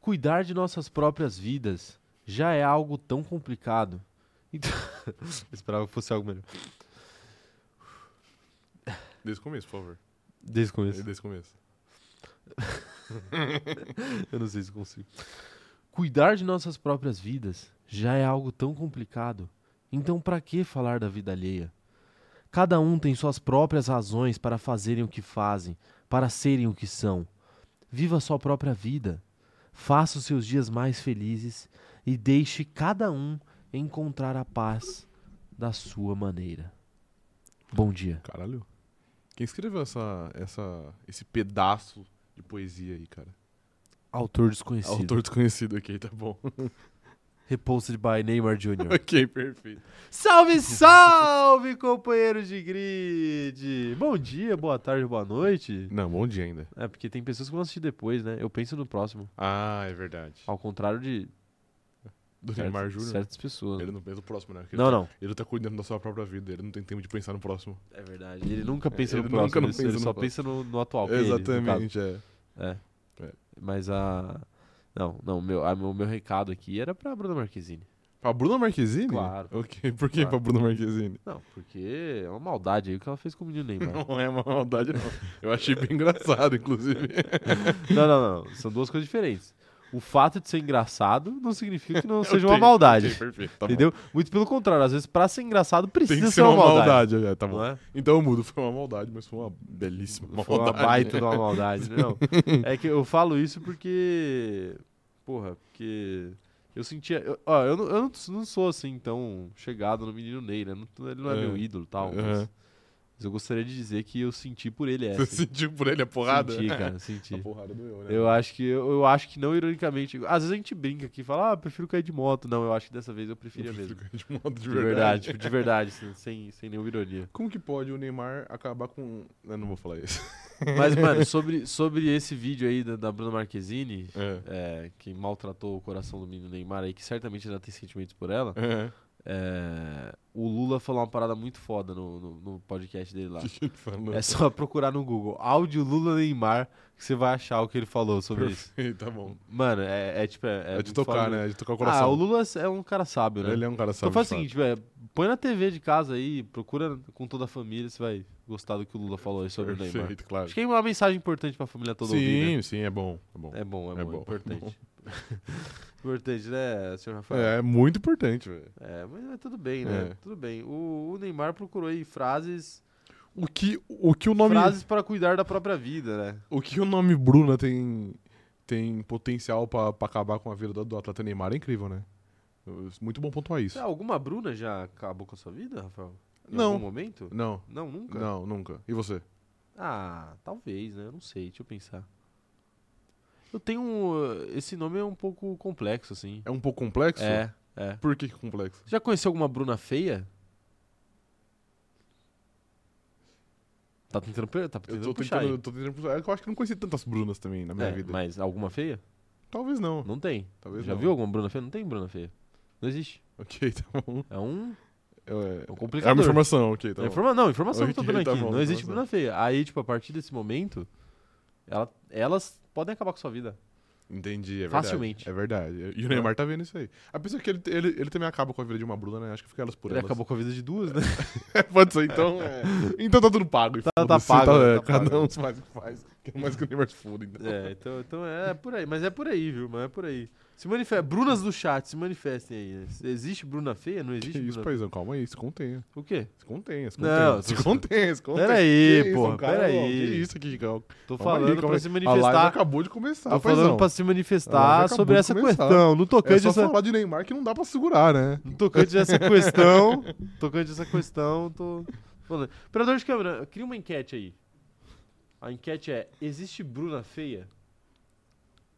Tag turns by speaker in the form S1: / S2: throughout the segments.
S1: Cuidar de nossas próprias vidas já é algo tão complicado. Então, eu esperava que fosse algo melhor.
S2: Desde o começo, por favor.
S1: Desde o começo.
S2: Desde o começo.
S1: Eu não sei se consigo. Cuidar de nossas próprias vidas já é algo tão complicado. Então, para que falar da vida alheia? Cada um tem suas próprias razões para fazerem o que fazem, para serem o que são. Viva a sua própria vida. Faça os seus dias mais felizes e deixe cada um encontrar a paz da sua maneira. Bom dia.
S2: Caralho. Quem escreveu essa, essa, esse pedaço de poesia aí, cara?
S1: Autor desconhecido.
S2: Autor desconhecido aqui, tá bom.
S1: Reposted by Neymar Jr.
S2: ok, perfeito.
S1: Salve, salve, companheiros de grid! Bom dia, boa tarde, boa noite.
S2: Não, bom dia ainda.
S1: É, porque tem pessoas que vão assistir depois, né? Eu penso no próximo.
S2: Ah, é verdade.
S1: Ao contrário de
S2: Do
S1: certas-
S2: Neymar Júnior.
S1: certas pessoas.
S2: Ele não pensa no próximo, né? Porque
S1: Não,
S2: ele,
S1: não.
S2: ele tá cuidando da sua própria vida, ele não tem tempo de pensar no próximo.
S1: É verdade. Ele nunca pensa
S2: Ele
S1: no
S2: nunca
S1: próximo.
S2: não
S1: ele
S2: pensa
S1: ele
S2: no
S1: só
S2: próximo.
S1: pensa no, no atual. que é ele, no caso.
S2: Exatamente, é.
S1: Mas a. Não, não, meu, a, meu, meu recado aqui era pra Bruna Marquezine.
S2: Pra Bruna Marquezine?
S1: Claro.
S2: Ok, por que
S1: Claro.
S2: pra Bruna Marquezine?
S1: Não, porque é uma maldade aí o que ela fez com o menino Neymar.
S2: Não é uma maldade, não. Eu achei bem engraçado, inclusive.
S1: Não, não, não. São duas coisas diferentes. O fato de ser engraçado não significa que não seja uma
S2: Ok,
S1: maldade.
S2: ok, perfeito, tá bom.
S1: entendeu? Muito pelo contrário. Às vezes, pra ser engraçado,
S2: Tem
S1: precisa
S2: que ser uma maldade, é, tá bom.
S1: Não é?
S2: Então eu mudo, foi uma maldade, mas foi uma belíssima maldade.
S1: Foi uma baita de uma maldade. Não. É que eu falo isso porque. Porra, porque. Eu sentia. Eu, ó, eu, não, eu não- não sou assim tão chegado no menino Ney, né? Não- ele não é,
S2: É.
S1: meu ídolo e tal. Mas,
S2: Aham.
S1: mas eu gostaria de dizer que eu senti por ele essa. assim.
S2: Você sentiu por ele a porrada?
S1: né? Senti, cara, senti.
S2: A porrada doeu, né?
S1: Eu acho que eu, eu acho que não ironicamente. Às vezes a gente brinca aqui e fala, ah, eu prefiro cair de moto. Não, eu acho que dessa vez eu preferia
S2: Eu prefiro
S1: mesmo.
S2: que a gente manda
S1: De verdade, tipo, de verdade, sem- sem, sem nenhuma ironia.
S2: Como que pode o Neymar acabar com. Eu não vou falar isso.
S1: Mas, mano, sobre, sobre esse vídeo aí da, da Bruna Marquezine,
S2: É.
S1: é, que maltratou o coração do menino Neymar aí, que certamente ainda tem sentimentos por ela,
S2: É.
S1: é, o Lula falou uma parada muito foda no, no, no podcast dele lá.
S2: O que que ele falou?
S1: É só procurar no Google, áudio Lula Neymar, que você vai achar o que ele falou sobre isso.
S2: Perfeito, tá bom.
S1: Mano, é, é tipo... É,
S2: É,
S1: muito
S2: de tocar,
S1: foda.
S2: né? É de tocar o
S1: Ah,
S2: coração.
S1: o Lula é um cara sábio, né?
S2: Ele é um cara
S1: Então
S2: sábio.
S1: faz o
S2: de fato.
S1: seguinte, velho, põe na TV de casa aí, procura com toda a família, você vai gostar do que o Lula falou aí sobre o Neymar.
S2: Perfeito, claro.
S1: Acho que é uma mensagem importante pra família toda
S2: sim,
S1: ouvir, né?
S2: sim, é bom. É bom.
S1: É bom, é,
S2: É
S1: bom, é
S2: bom, é
S1: importante. importante, né, senhor Rafael?
S2: É, é muito importante, velho.
S1: É, mas, mas tudo bem, né?
S2: É.
S1: Tudo bem. O, o Neymar procurou aí frases,
S2: O que o, que o nome
S1: frases para cuidar da própria vida, né?
S2: o que o nome Bruna tem tem potencial pra pra acabar com a vida do, do atleta Neymar é incrível, né? Muito bom pontuar isso.
S1: Ah, Alguma Bruna já acabou com a sua vida, Rafael? Em
S2: Não.
S1: algum momento?
S2: Não.
S1: Não, nunca?
S2: Não, nunca. E você?
S1: Ah, talvez, né? Eu não sei, deixa eu pensar. Eu tenho um. Esse nome é um pouco complexo, assim.
S2: É um pouco complexo?
S1: É, é.
S2: Por que que complexo?
S1: Já conheceu alguma Bruna feia? Tá tentando, pe- tá
S2: Eu
S1: tentando
S2: tô
S1: puxar
S2: tentando, tô tentando puxar. Eu acho que eu não conheci tantas Brunas também na
S1: aí.
S2: minha
S1: É,
S2: vida.
S1: Mas alguma feia?
S2: Talvez não.
S1: Não tem.
S2: Talvez
S1: Já
S2: não.
S1: viu alguma Bruna feia? Não tem Bruna feia. Não existe.
S2: Ok, tá bom.
S1: É um,
S2: É,
S1: é um
S2: é uma
S1: complicador.
S2: informação, ok, tá
S1: É
S2: bom.
S1: informa- não, informação que eu tô
S2: Ok,
S1: dando
S2: tá
S1: aqui.
S2: bom,
S1: não existe
S2: informação.
S1: Bruna feia. Aí, tipo, a partir desse momento, ela- elas podem acabar com a sua vida.
S2: Entendi, é verdade.
S1: Facilmente.
S2: É verdade. E o Neymar tá vendo isso aí. A pessoa que ele, ele, ele também acaba com a vida de uma Bruna, né? Acho que fica elas por
S1: Ele
S2: elas.
S1: acabou com a vida de duas, né?
S2: Pode ser, então. é. Então tá tudo pago. e
S1: Tá- tá
S2: foda-se,
S1: pago,
S2: é,
S1: tá
S2: cada
S1: pago.
S2: um faz o que faz. Que é mais que o Neymar se foda, então.
S1: É, então, então é por aí, mas é por aí, viu? Mas é por aí. Se manifestem, Brunas do chat, se manifestem aí. né? Existe Bruna feia? Não
S2: Que
S1: existe
S2: isso,
S1: Bruna
S2: paizão? Calma aí, se contenha.
S1: O quê?
S2: Se contenha, se
S1: Não,
S2: contenha.
S1: tô-
S2: se contenha, se contenha.
S1: Peraí,
S2: Que
S1: porra,
S2: isso, cara,
S1: peraí.
S2: ó, Que isso aqui, Gal?
S1: Tô
S2: Calma aí,
S1: falando
S2: calma
S1: pra
S2: aí.
S1: se
S2: A live
S1: manifestar.
S2: acabou de começar,
S1: Tô
S2: paizão.
S1: falando pra se
S2: A live
S1: manifestar
S2: acabou
S1: sobre
S2: de
S1: essa
S2: começar.
S1: questão. No
S2: É
S1: tocante
S2: só
S1: a essa,
S2: falar de Neymar que não dá pra segurar, né?
S1: no tocante a essa questão, no tocante a essa questão, tô falando. Operador de câmera, cria uma enquete aí. A enquete é: existe Bruna feia?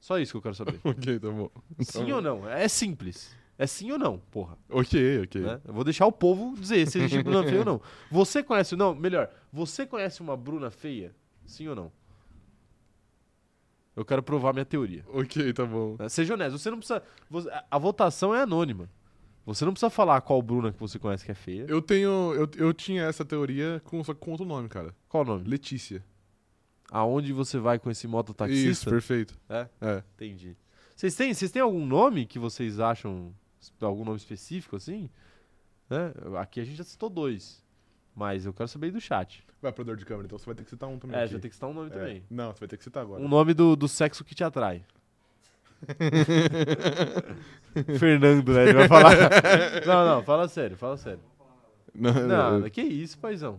S1: Só isso que eu quero saber.
S2: ok, tá bom.
S1: Sim ou não? É simples. É sim ou não, porra.
S2: Ok, ok.
S1: né? Eu vou deixar o povo dizer se existe Bruna feia ou não. Você conhece, não, melhor, você conhece uma Bruna feia? Sim ou não? Eu quero provar minha teoria.
S2: Ok, tá bom.
S1: né? Seja honesto, você não precisa. você- a- a votação é anônima. Você não precisa falar qual Bruna que você conhece que é feia.
S2: Eu tenho. Eu, eu tinha essa teoria com, só que com outro nome, cara.
S1: Qual o nome?
S2: Letícia.
S1: Aonde você vai com esse
S2: Isso,
S1: mototaxista?
S2: perfeito.
S1: É?
S2: É.
S1: Entendi. Vocês têm, vocês têm algum nome que vocês acham, algum nome específico assim? Né? Aqui a gente já citou dois, mas eu quero saber aí do chat.
S2: Vai pro dor de câmera, então você vai ter que citar um também.
S1: É,
S2: aqui.
S1: já tem que citar um nome
S2: É.
S1: também.
S2: Não, você vai ter que citar agora.
S1: Um nome do, do sexo que te atrai. Fernando, né? Ele vai falar. Não, não, fala sério, fala sério.
S2: Não,
S1: Não, né?
S2: é.
S1: que isso, paizão.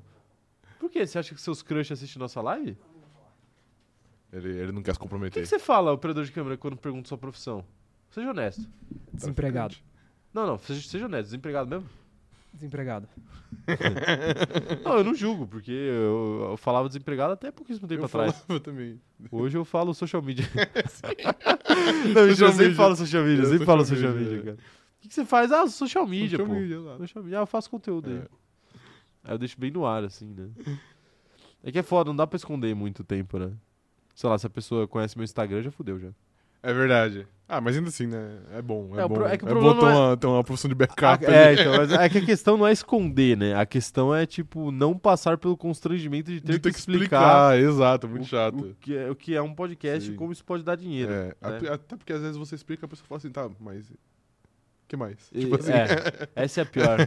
S1: Por quê? Você acha que seus crush assistem nossa live?
S2: Ele, ele não quer se
S1: O que,
S2: comprometer.
S1: que você fala, operador de câmera, quando pergunta sua profissão? Seja honesto.
S3: tá Desempregado.
S1: Não, não, seja, seja honesto, desempregado mesmo?
S3: Desempregado.
S1: Não, eu não julgo, porque eu, eu falava desempregado até pouquíssimo tempo
S2: eu assim.
S1: atrás.
S2: falava também.
S1: Hoje eu falo social media. não, mentira,
S2: Social
S1: eu sempre
S2: media.
S1: falo social media, eu
S2: É,
S1: sempre falo
S2: social
S1: social
S2: media,
S1: media, cara. O que, que você faz? Ah, social media,
S2: Social
S1: pô.
S2: media, exato.
S1: Social media. Ah, eu faço conteúdo aí.
S2: É.
S1: Aí eu deixo bem no ar, assim, né? É que é foda, não dá pra esconder muito tempo, né? Sei lá, se a pessoa conhece meu Instagram, já fudeu já.
S2: É verdade. Ah, mas ainda assim, né? É bom. É,
S1: É, o
S2: bom.
S1: pro- é que o
S2: bom
S1: problema
S2: ter
S1: é-
S2: uma, ter uma profissão de backup.
S1: A-
S2: ali.
S1: é, então, mas é que a questão não é esconder, né? A questão é, tipo, não passar pelo constrangimento de ter,
S2: de
S1: que, explicar,
S2: Exato,
S1: o,
S2: muito chato.
S1: o que é, o que é um podcast
S2: Sim.
S1: e como isso pode dar dinheiro.
S2: É,
S1: né?
S2: at- Até porque às vezes você explica, a pessoa fala assim, tá, mas. que mais?
S1: E- é, essa é a pior.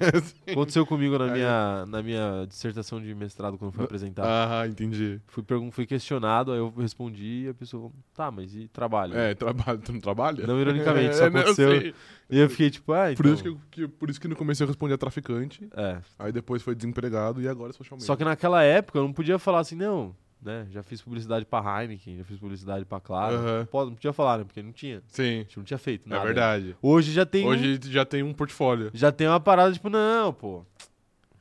S1: Aconteceu comigo na
S2: Tipo assim. Aí- é.
S1: minha, na minha dissertação de mestrado quando foi apresentada.
S2: Ah, entendi.
S1: Fui, pergun- fui questionado, aí eu respondi e a pessoa falou, tá, mas e trabalho?
S2: É, trabalho. Tu não trabalha?
S1: Não, ironicamente, só
S2: É, né, eu
S1: aconteceu.
S2: sei.
S1: E eu fiquei tipo, ah,
S2: Por,
S1: então.
S2: isso que, eu- que- por isso que no começo eu respondi a traficante,
S1: É.
S2: aí depois foi desempregado e agora é social media.
S1: Só que naquela época eu não podia falar assim, não, né? Já fiz publicidade pra Heineken, já fiz publicidade pra Clara.
S2: Aham.
S1: Pô, não podia falar, né? Porque não tinha. A
S2: Sim,
S1: gente não tinha feito
S2: é
S1: nada.
S2: verdade.
S1: Hoje já tem, um-
S2: Hoje já tem um portfólio.
S1: já tem uma parada, tipo, não, pô.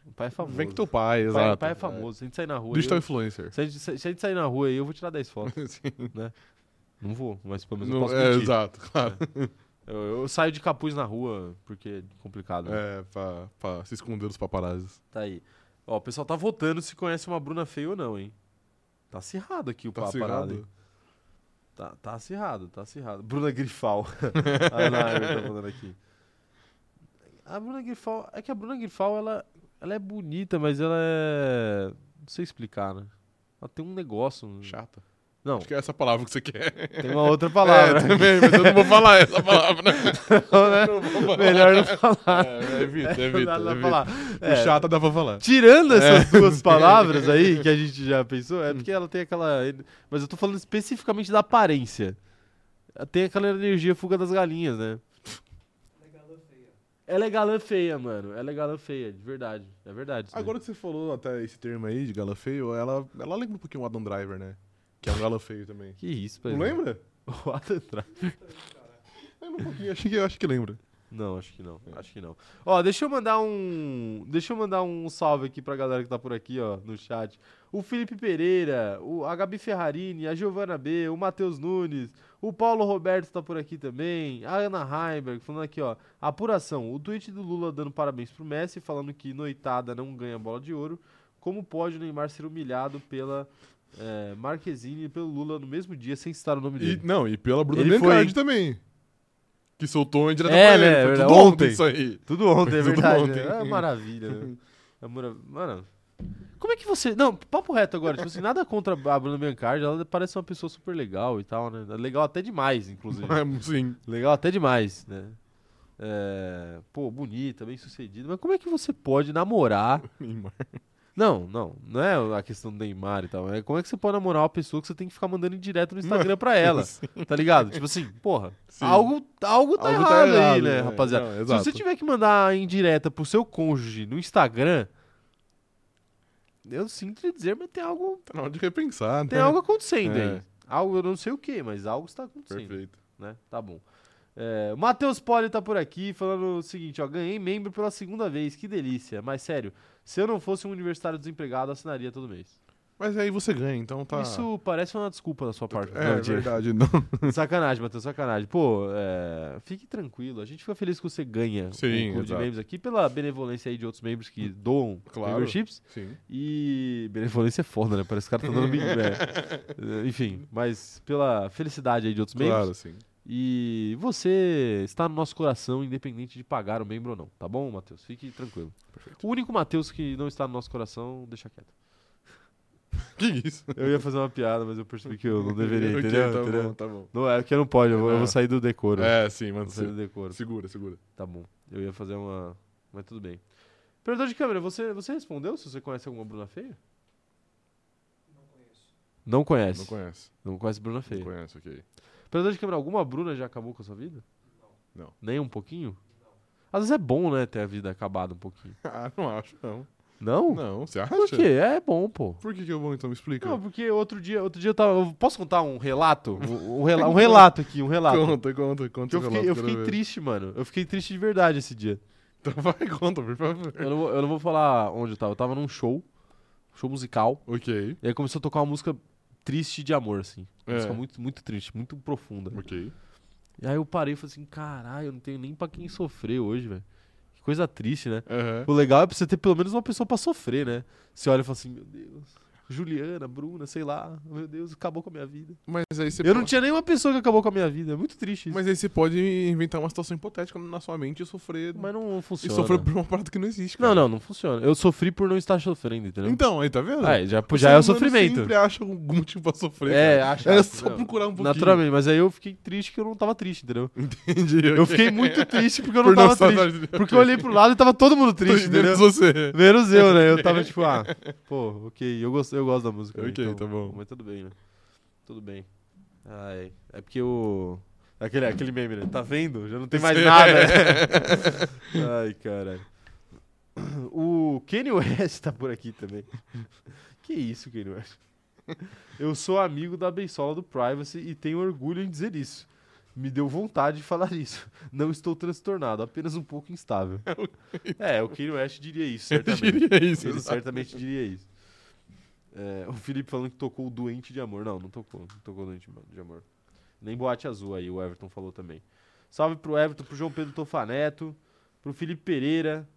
S1: O pai é famoso.
S2: Vem com teu pai,
S1: o pai,
S2: exato.
S1: o pai é famoso. Se a gente sair na rua.
S2: Digital
S1: Eu,
S2: influencer.
S1: se, a gente, se a gente sair na rua aí, eu vou tirar 10 fotos. né?
S2: Sim.
S1: Não vou, mas pelo menos eu
S2: Não-
S1: posso
S2: é,
S1: mentir.
S2: exato, claro.
S1: eu, eu saio de capuz na rua, porque é complicado. né?
S2: É, pra, pra se esconder dos paparazzi.
S1: Tá aí. Ó, o pessoal tá votando se conhece uma Bruna feia ou não, hein? Tá acirrado aqui o
S2: Tá
S1: papo parado, hein?
S2: cegado?
S1: Tá, tá acirrado, tá acirrado. Bruna Grifal. a Nair tá falando aqui. A Bruna Grifal. É que a Bruna Grifal, ela, ela é bonita, mas ela é. Não sei explicar, né? Ela tem um negócio.
S2: Chata.
S1: Não,
S2: Acho que é essa palavra que você quer.
S1: tem uma outra palavra. É,
S2: É, também, mas eu não vou falar essa palavra. né? Não vou falar.
S1: Melhor não falar.
S2: É, evita,
S1: Não dá
S2: evita.
S1: pra
S2: evita. É.
S1: falar.
S2: O
S1: É,
S2: chata dá pra falar.
S1: Tirando essas duas palavras aí, que a gente já pensou, é porque ela tem aquela. Mas eu tô falando especificamente da aparência. Ela tem aquela energia fuga das galinhas, né? Ela é galã feia, mano. Ela é galã feia, de verdade. É verdade. isso
S2: Agora
S1: daí.
S2: que você falou até esse termo aí de galã feio, ela, ela lembra um pouquinho o Adam Driver, né? Que é um galã feio também.
S1: Que isso, pai.
S2: Não lembra?
S1: O Adam Driver.
S2: Lembra um pouquinho, acho que, acho que lembra.
S1: Não, acho que não. Acho que não. Ó, deixa eu mandar um. Deixa eu mandar um salve aqui pra galera que tá por aqui, ó, no chat. O Felipe Pereira, o, a Gabi Ferrarini, a Giovana B, o Matheus Nunes, o Paulo Roberto tá por aqui também, a Ana Heimberg falando aqui, ó. Apuração. O tweet do Lula dando parabéns pro Messi, falando que noitada não ganha bola de ouro. Como pode o Neymar ser humilhado pela eh, Marquezine e pelo Lula no mesmo dia sem citar o nome
S2: E,
S1: dele?
S2: não, e pela Bruna
S1: Ele foi-
S2: Biancardi também. Que soltou em direto
S1: É,
S2: pra ele.
S1: né,
S2: Foi
S1: verdade,
S2: tudo ontem
S1: ontem.
S2: isso aí.
S1: Tudo ontem, é
S2: Tudo
S1: verdade.
S2: ontem.
S1: né? É maravilha. né? É mara- Mano, como é que você. Não, papo reto agora. Tipo assim, nada contra a Bruna Biancardi. Ela parece uma pessoa super legal e tal, né? Legal até demais, inclusive.
S2: É, sim.
S1: legal até demais, né? É, Pô, bonita, bem sucedida. Mas como é que você pode namorar.
S2: Neymar.
S1: Não, não. Não é a questão do Neymar e tal. É como é que você pode namorar uma pessoa que você tem que ficar mandando direto no Instagram pra ela?
S2: Sim.
S1: Tá ligado? Tipo assim, porra.
S2: Sim.
S1: Algo, algo tá
S2: Algo
S1: errado
S2: tá
S1: aí,
S2: errado,
S1: né,
S2: é,
S1: rapaziada?
S2: não,
S1: Se você
S2: exato.
S1: tiver que mandar em direta pro seu cônjuge no Instagram, eu sinto lhe dizer, mas tem algo,
S2: Tá na hora de repensar, né?
S1: tem algo acontecendo
S2: É.
S1: aí. Algo, eu não sei o que, mas algo está acontecendo
S2: Perfeito.
S1: né? Tá bom. É, o Matheus Poli tá por aqui falando o seguinte, ó, ganhei membro pela segunda vez, que delícia. Mas sério, se eu não fosse um universitário desempregado, assinaria todo mês.
S2: Mas aí você ganha, então tá...
S1: Isso parece uma desculpa da sua parte. né,
S2: É,
S1: Não, mentira.
S2: verdade, não.
S1: Sacanagem, Matheus, sacanagem. Pô, é, fique tranquilo. A gente fica feliz que você ganha
S2: Sim,
S1: o clube de
S2: exato. Hum,
S1: membros aqui pela benevolência aí de outros membros que doam
S2: Claro.
S1: memberships.
S2: Sim.
S1: E benevolência é foda, né? Parece que o cara tá dando Big Mac. Enfim, mas pela felicidade aí de outros membros.
S2: Claro, sim.
S1: E você está no nosso coração, independente de pagar o membro ou não, tá bom, Matheus? Fique tranquilo. O único Matheus que não está no nosso coração, deixa quieto.
S2: Que isso?
S1: Eu ia fazer uma piada, mas eu percebi que eu não deveria,
S2: Ok,
S1: entendeu?
S2: Tá
S1: entendeu?
S2: bom, tá bom.
S1: Não é que eu não pode, eu vou, eu vou
S2: Ah.
S1: sair do decoro.
S2: É, sim, mano.
S1: vou sair do
S2: se-
S1: decoro.
S2: Segura, segura.
S1: Tá bom. Eu ia fazer uma. Mas tudo bem. Operador de câmera, você, você respondeu se você conhece alguma Bruna Feia? Não conhece.
S2: Não
S1: Não conhece.
S2: conhece.
S1: Não conhece Bruna
S2: Não
S1: Feia.
S2: conhece, ok.
S1: Operador de câmera, alguma Bruna já acabou com a sua vida?
S2: Não. Não.
S1: Nem um pouquinho? Às vezes é bom, né, ter a vida acabada um pouquinho.
S2: Ah, não acho, não.
S1: Não?
S2: Não, você acha?
S1: Por quê? É bom, pô.
S2: Por que que eu vou então? Me explica.
S1: Não, porque outro dia, outro dia eu tava. eu posso contar um relato? Um, um rela- um relato aqui, um relato.
S2: Conta, conta,
S1: Porque
S2: conta.
S1: eu
S2: o
S1: fiquei,
S2: relato,
S1: eu
S2: quero
S1: fiquei
S2: ver.
S1: triste, mano. Eu fiquei triste de verdade esse dia.
S2: Então vai, conta, por favor.
S1: Eu não, vou- eu não vou falar onde eu tava. Eu tava num show, show musical.
S2: Ok,
S1: E aí começou a tocar uma música triste de amor, assim. Uma
S2: É.
S1: música muito, muito triste, muito profunda.
S2: ok.
S1: E aí eu parei e falei assim, caralho, eu não tenho nem pra quem sofrer hoje, velho. Que coisa triste, né?
S2: Aham.
S1: O legal é pra você ter pelo menos uma pessoa pra sofrer, né? Você olha e fala assim, meu Deus, Juliana, Bruna, sei lá, meu Deus, acabou com a minha vida.
S2: Mas aí você
S1: Eu não
S2: pode-
S1: tinha nenhuma pessoa que acabou com a minha vida. É muito triste isso. Mas,
S2: Mas aí você pode inventar uma situação hipotética na sua mente e sofrer.
S1: não
S2: E
S1: funciona.
S2: sofrer por uma parada que não existe.
S1: Não,
S2: Cara.
S1: não, não funciona. Eu sofri por não estar sofrendo, entendeu?
S2: Então, aí tá vendo?
S1: Ah, já,
S2: O
S1: já é
S2: ser
S1: o
S2: humano
S1: sofrimento.
S2: sempre acha algum motivo pra sofrer.
S1: É,
S2: cara.
S1: acha.
S2: É só
S1: Não.
S2: procurar um pouquinho.
S1: Naturalmente, mas aí eu fiquei triste que eu não tava triste, entendeu?
S2: Entendi.
S1: Eu fiquei muito triste porque eu não tava triste. Porque eu olhei pro lado e tava todo mundo triste, entendeu?
S2: Menos você.
S1: Menos eu, né? Eu tava tipo, ah, pô, ok, eu gosto, eu gosto da música. né?
S2: Ok, tá bom.
S1: Mas tudo bem, né? Tudo bem. Ai, é porque o. Aquele, aquele meme, né? Tá vendo? Já não tem mais nada. né? Ai, caralho. O Kanye West tá por aqui também. Que isso, Kanye West? Eu sou amigo da beisola do Privacy e tenho orgulho em dizer isso. Me deu vontade de falar isso. Não estou transtornado, apenas um pouco instável. É, o Kanye West diria isso,
S2: Eu
S1: certamente.
S2: diria isso.
S1: Ele
S2: exato.
S1: certamente diria isso. É, o Felipe falando que tocou o Doente de Amor. Não, não tocou. Não tocou o Doente de Amor. Nem Boate Azul aí, o Everton falou também. Salve pro Everton, pro João Pedro Tofaneto, pro Felipe Pereira.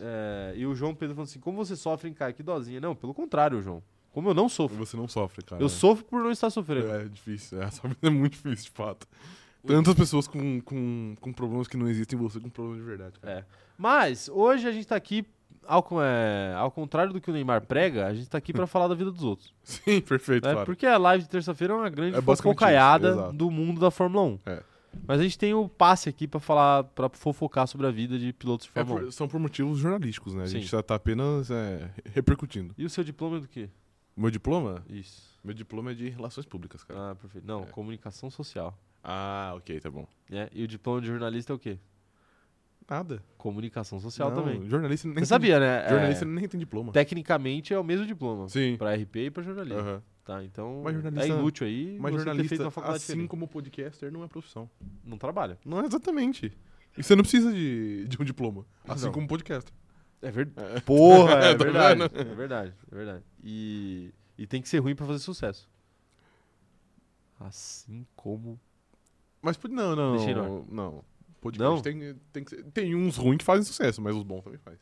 S1: É, e o João Pedro falando assim: como você sofre, hein, cara? Que dozinha. Não, pelo contrário, João. Como eu não sofro.
S2: Você não sofre, cara.
S1: Eu sofro por não estar sofrendo.
S2: É difícil. É, Essa vida é muito difícil, de fato. Tantas pessoas com, com, com problemas que não existem, você com problemas de verdade. Cara.
S1: É. Mas hoje a gente tá aqui, ao, con- é, ao contrário do que o Neymar prega, a gente tá aqui pra falar da vida dos outros.
S2: Sim, perfeito,
S1: né?
S2: claro.
S1: Porque a live de terça-feira é uma grande
S2: É basicamente isso,
S1: fofocaiada
S2: exato.
S1: do mundo da Fórmula 1.
S2: É.
S1: Mas a gente tem o passe aqui pra falar, para fofocar sobre a vida de pilotos de
S2: É
S1: Fórmula 1.
S2: por- são por motivos jornalísticos, né? A gente
S1: Sim.
S2: já tá apenas é, repercutindo.
S1: E o seu diploma é do quê?
S2: Meu diploma?
S1: Isso.
S2: Meu diploma é de relações públicas, cara.
S1: Ah, perfeito. Não,
S2: É.
S1: comunicação social.
S2: Ah, ok, tá bom.
S1: né? E o diploma de jornalista é o quê?
S2: Nada.
S1: Comunicação social
S2: Não,
S1: também.
S2: Jornalista nem
S1: é Você sabia, né?
S2: Tem, jornalista
S1: É, Tá
S2: nem tem diploma.
S1: Tecnicamente é o mesmo diploma.
S2: Sim.
S1: Pra RP e pra jornalista.
S2: Aham.
S1: Tá, então
S2: Mas
S1: é
S2: jornalista-
S1: inútil aí você ter
S2: Mas
S1: feito
S2: jornalista,
S1: uma faculdade
S2: assim
S1: diferente.
S2: como podcaster, não é profissão.
S1: Não trabalha.
S2: Não é exatamente. E você não precisa de, de um diploma. Assim
S1: Não.
S2: como podcaster.
S1: É verdade. Porra, é
S2: Tá
S1: verdade.
S2: vendo?
S1: É verdade, é verdade. E, e tem que ser ruim pra fazer sucesso. Assim como.
S2: Mas pod- não, não.
S1: Deixei no
S2: não.
S1: ar.
S2: Podcast
S1: Não?
S2: Tem, tem, que ser- tem uns ruins que fazem sucesso, mas os bons também fazem.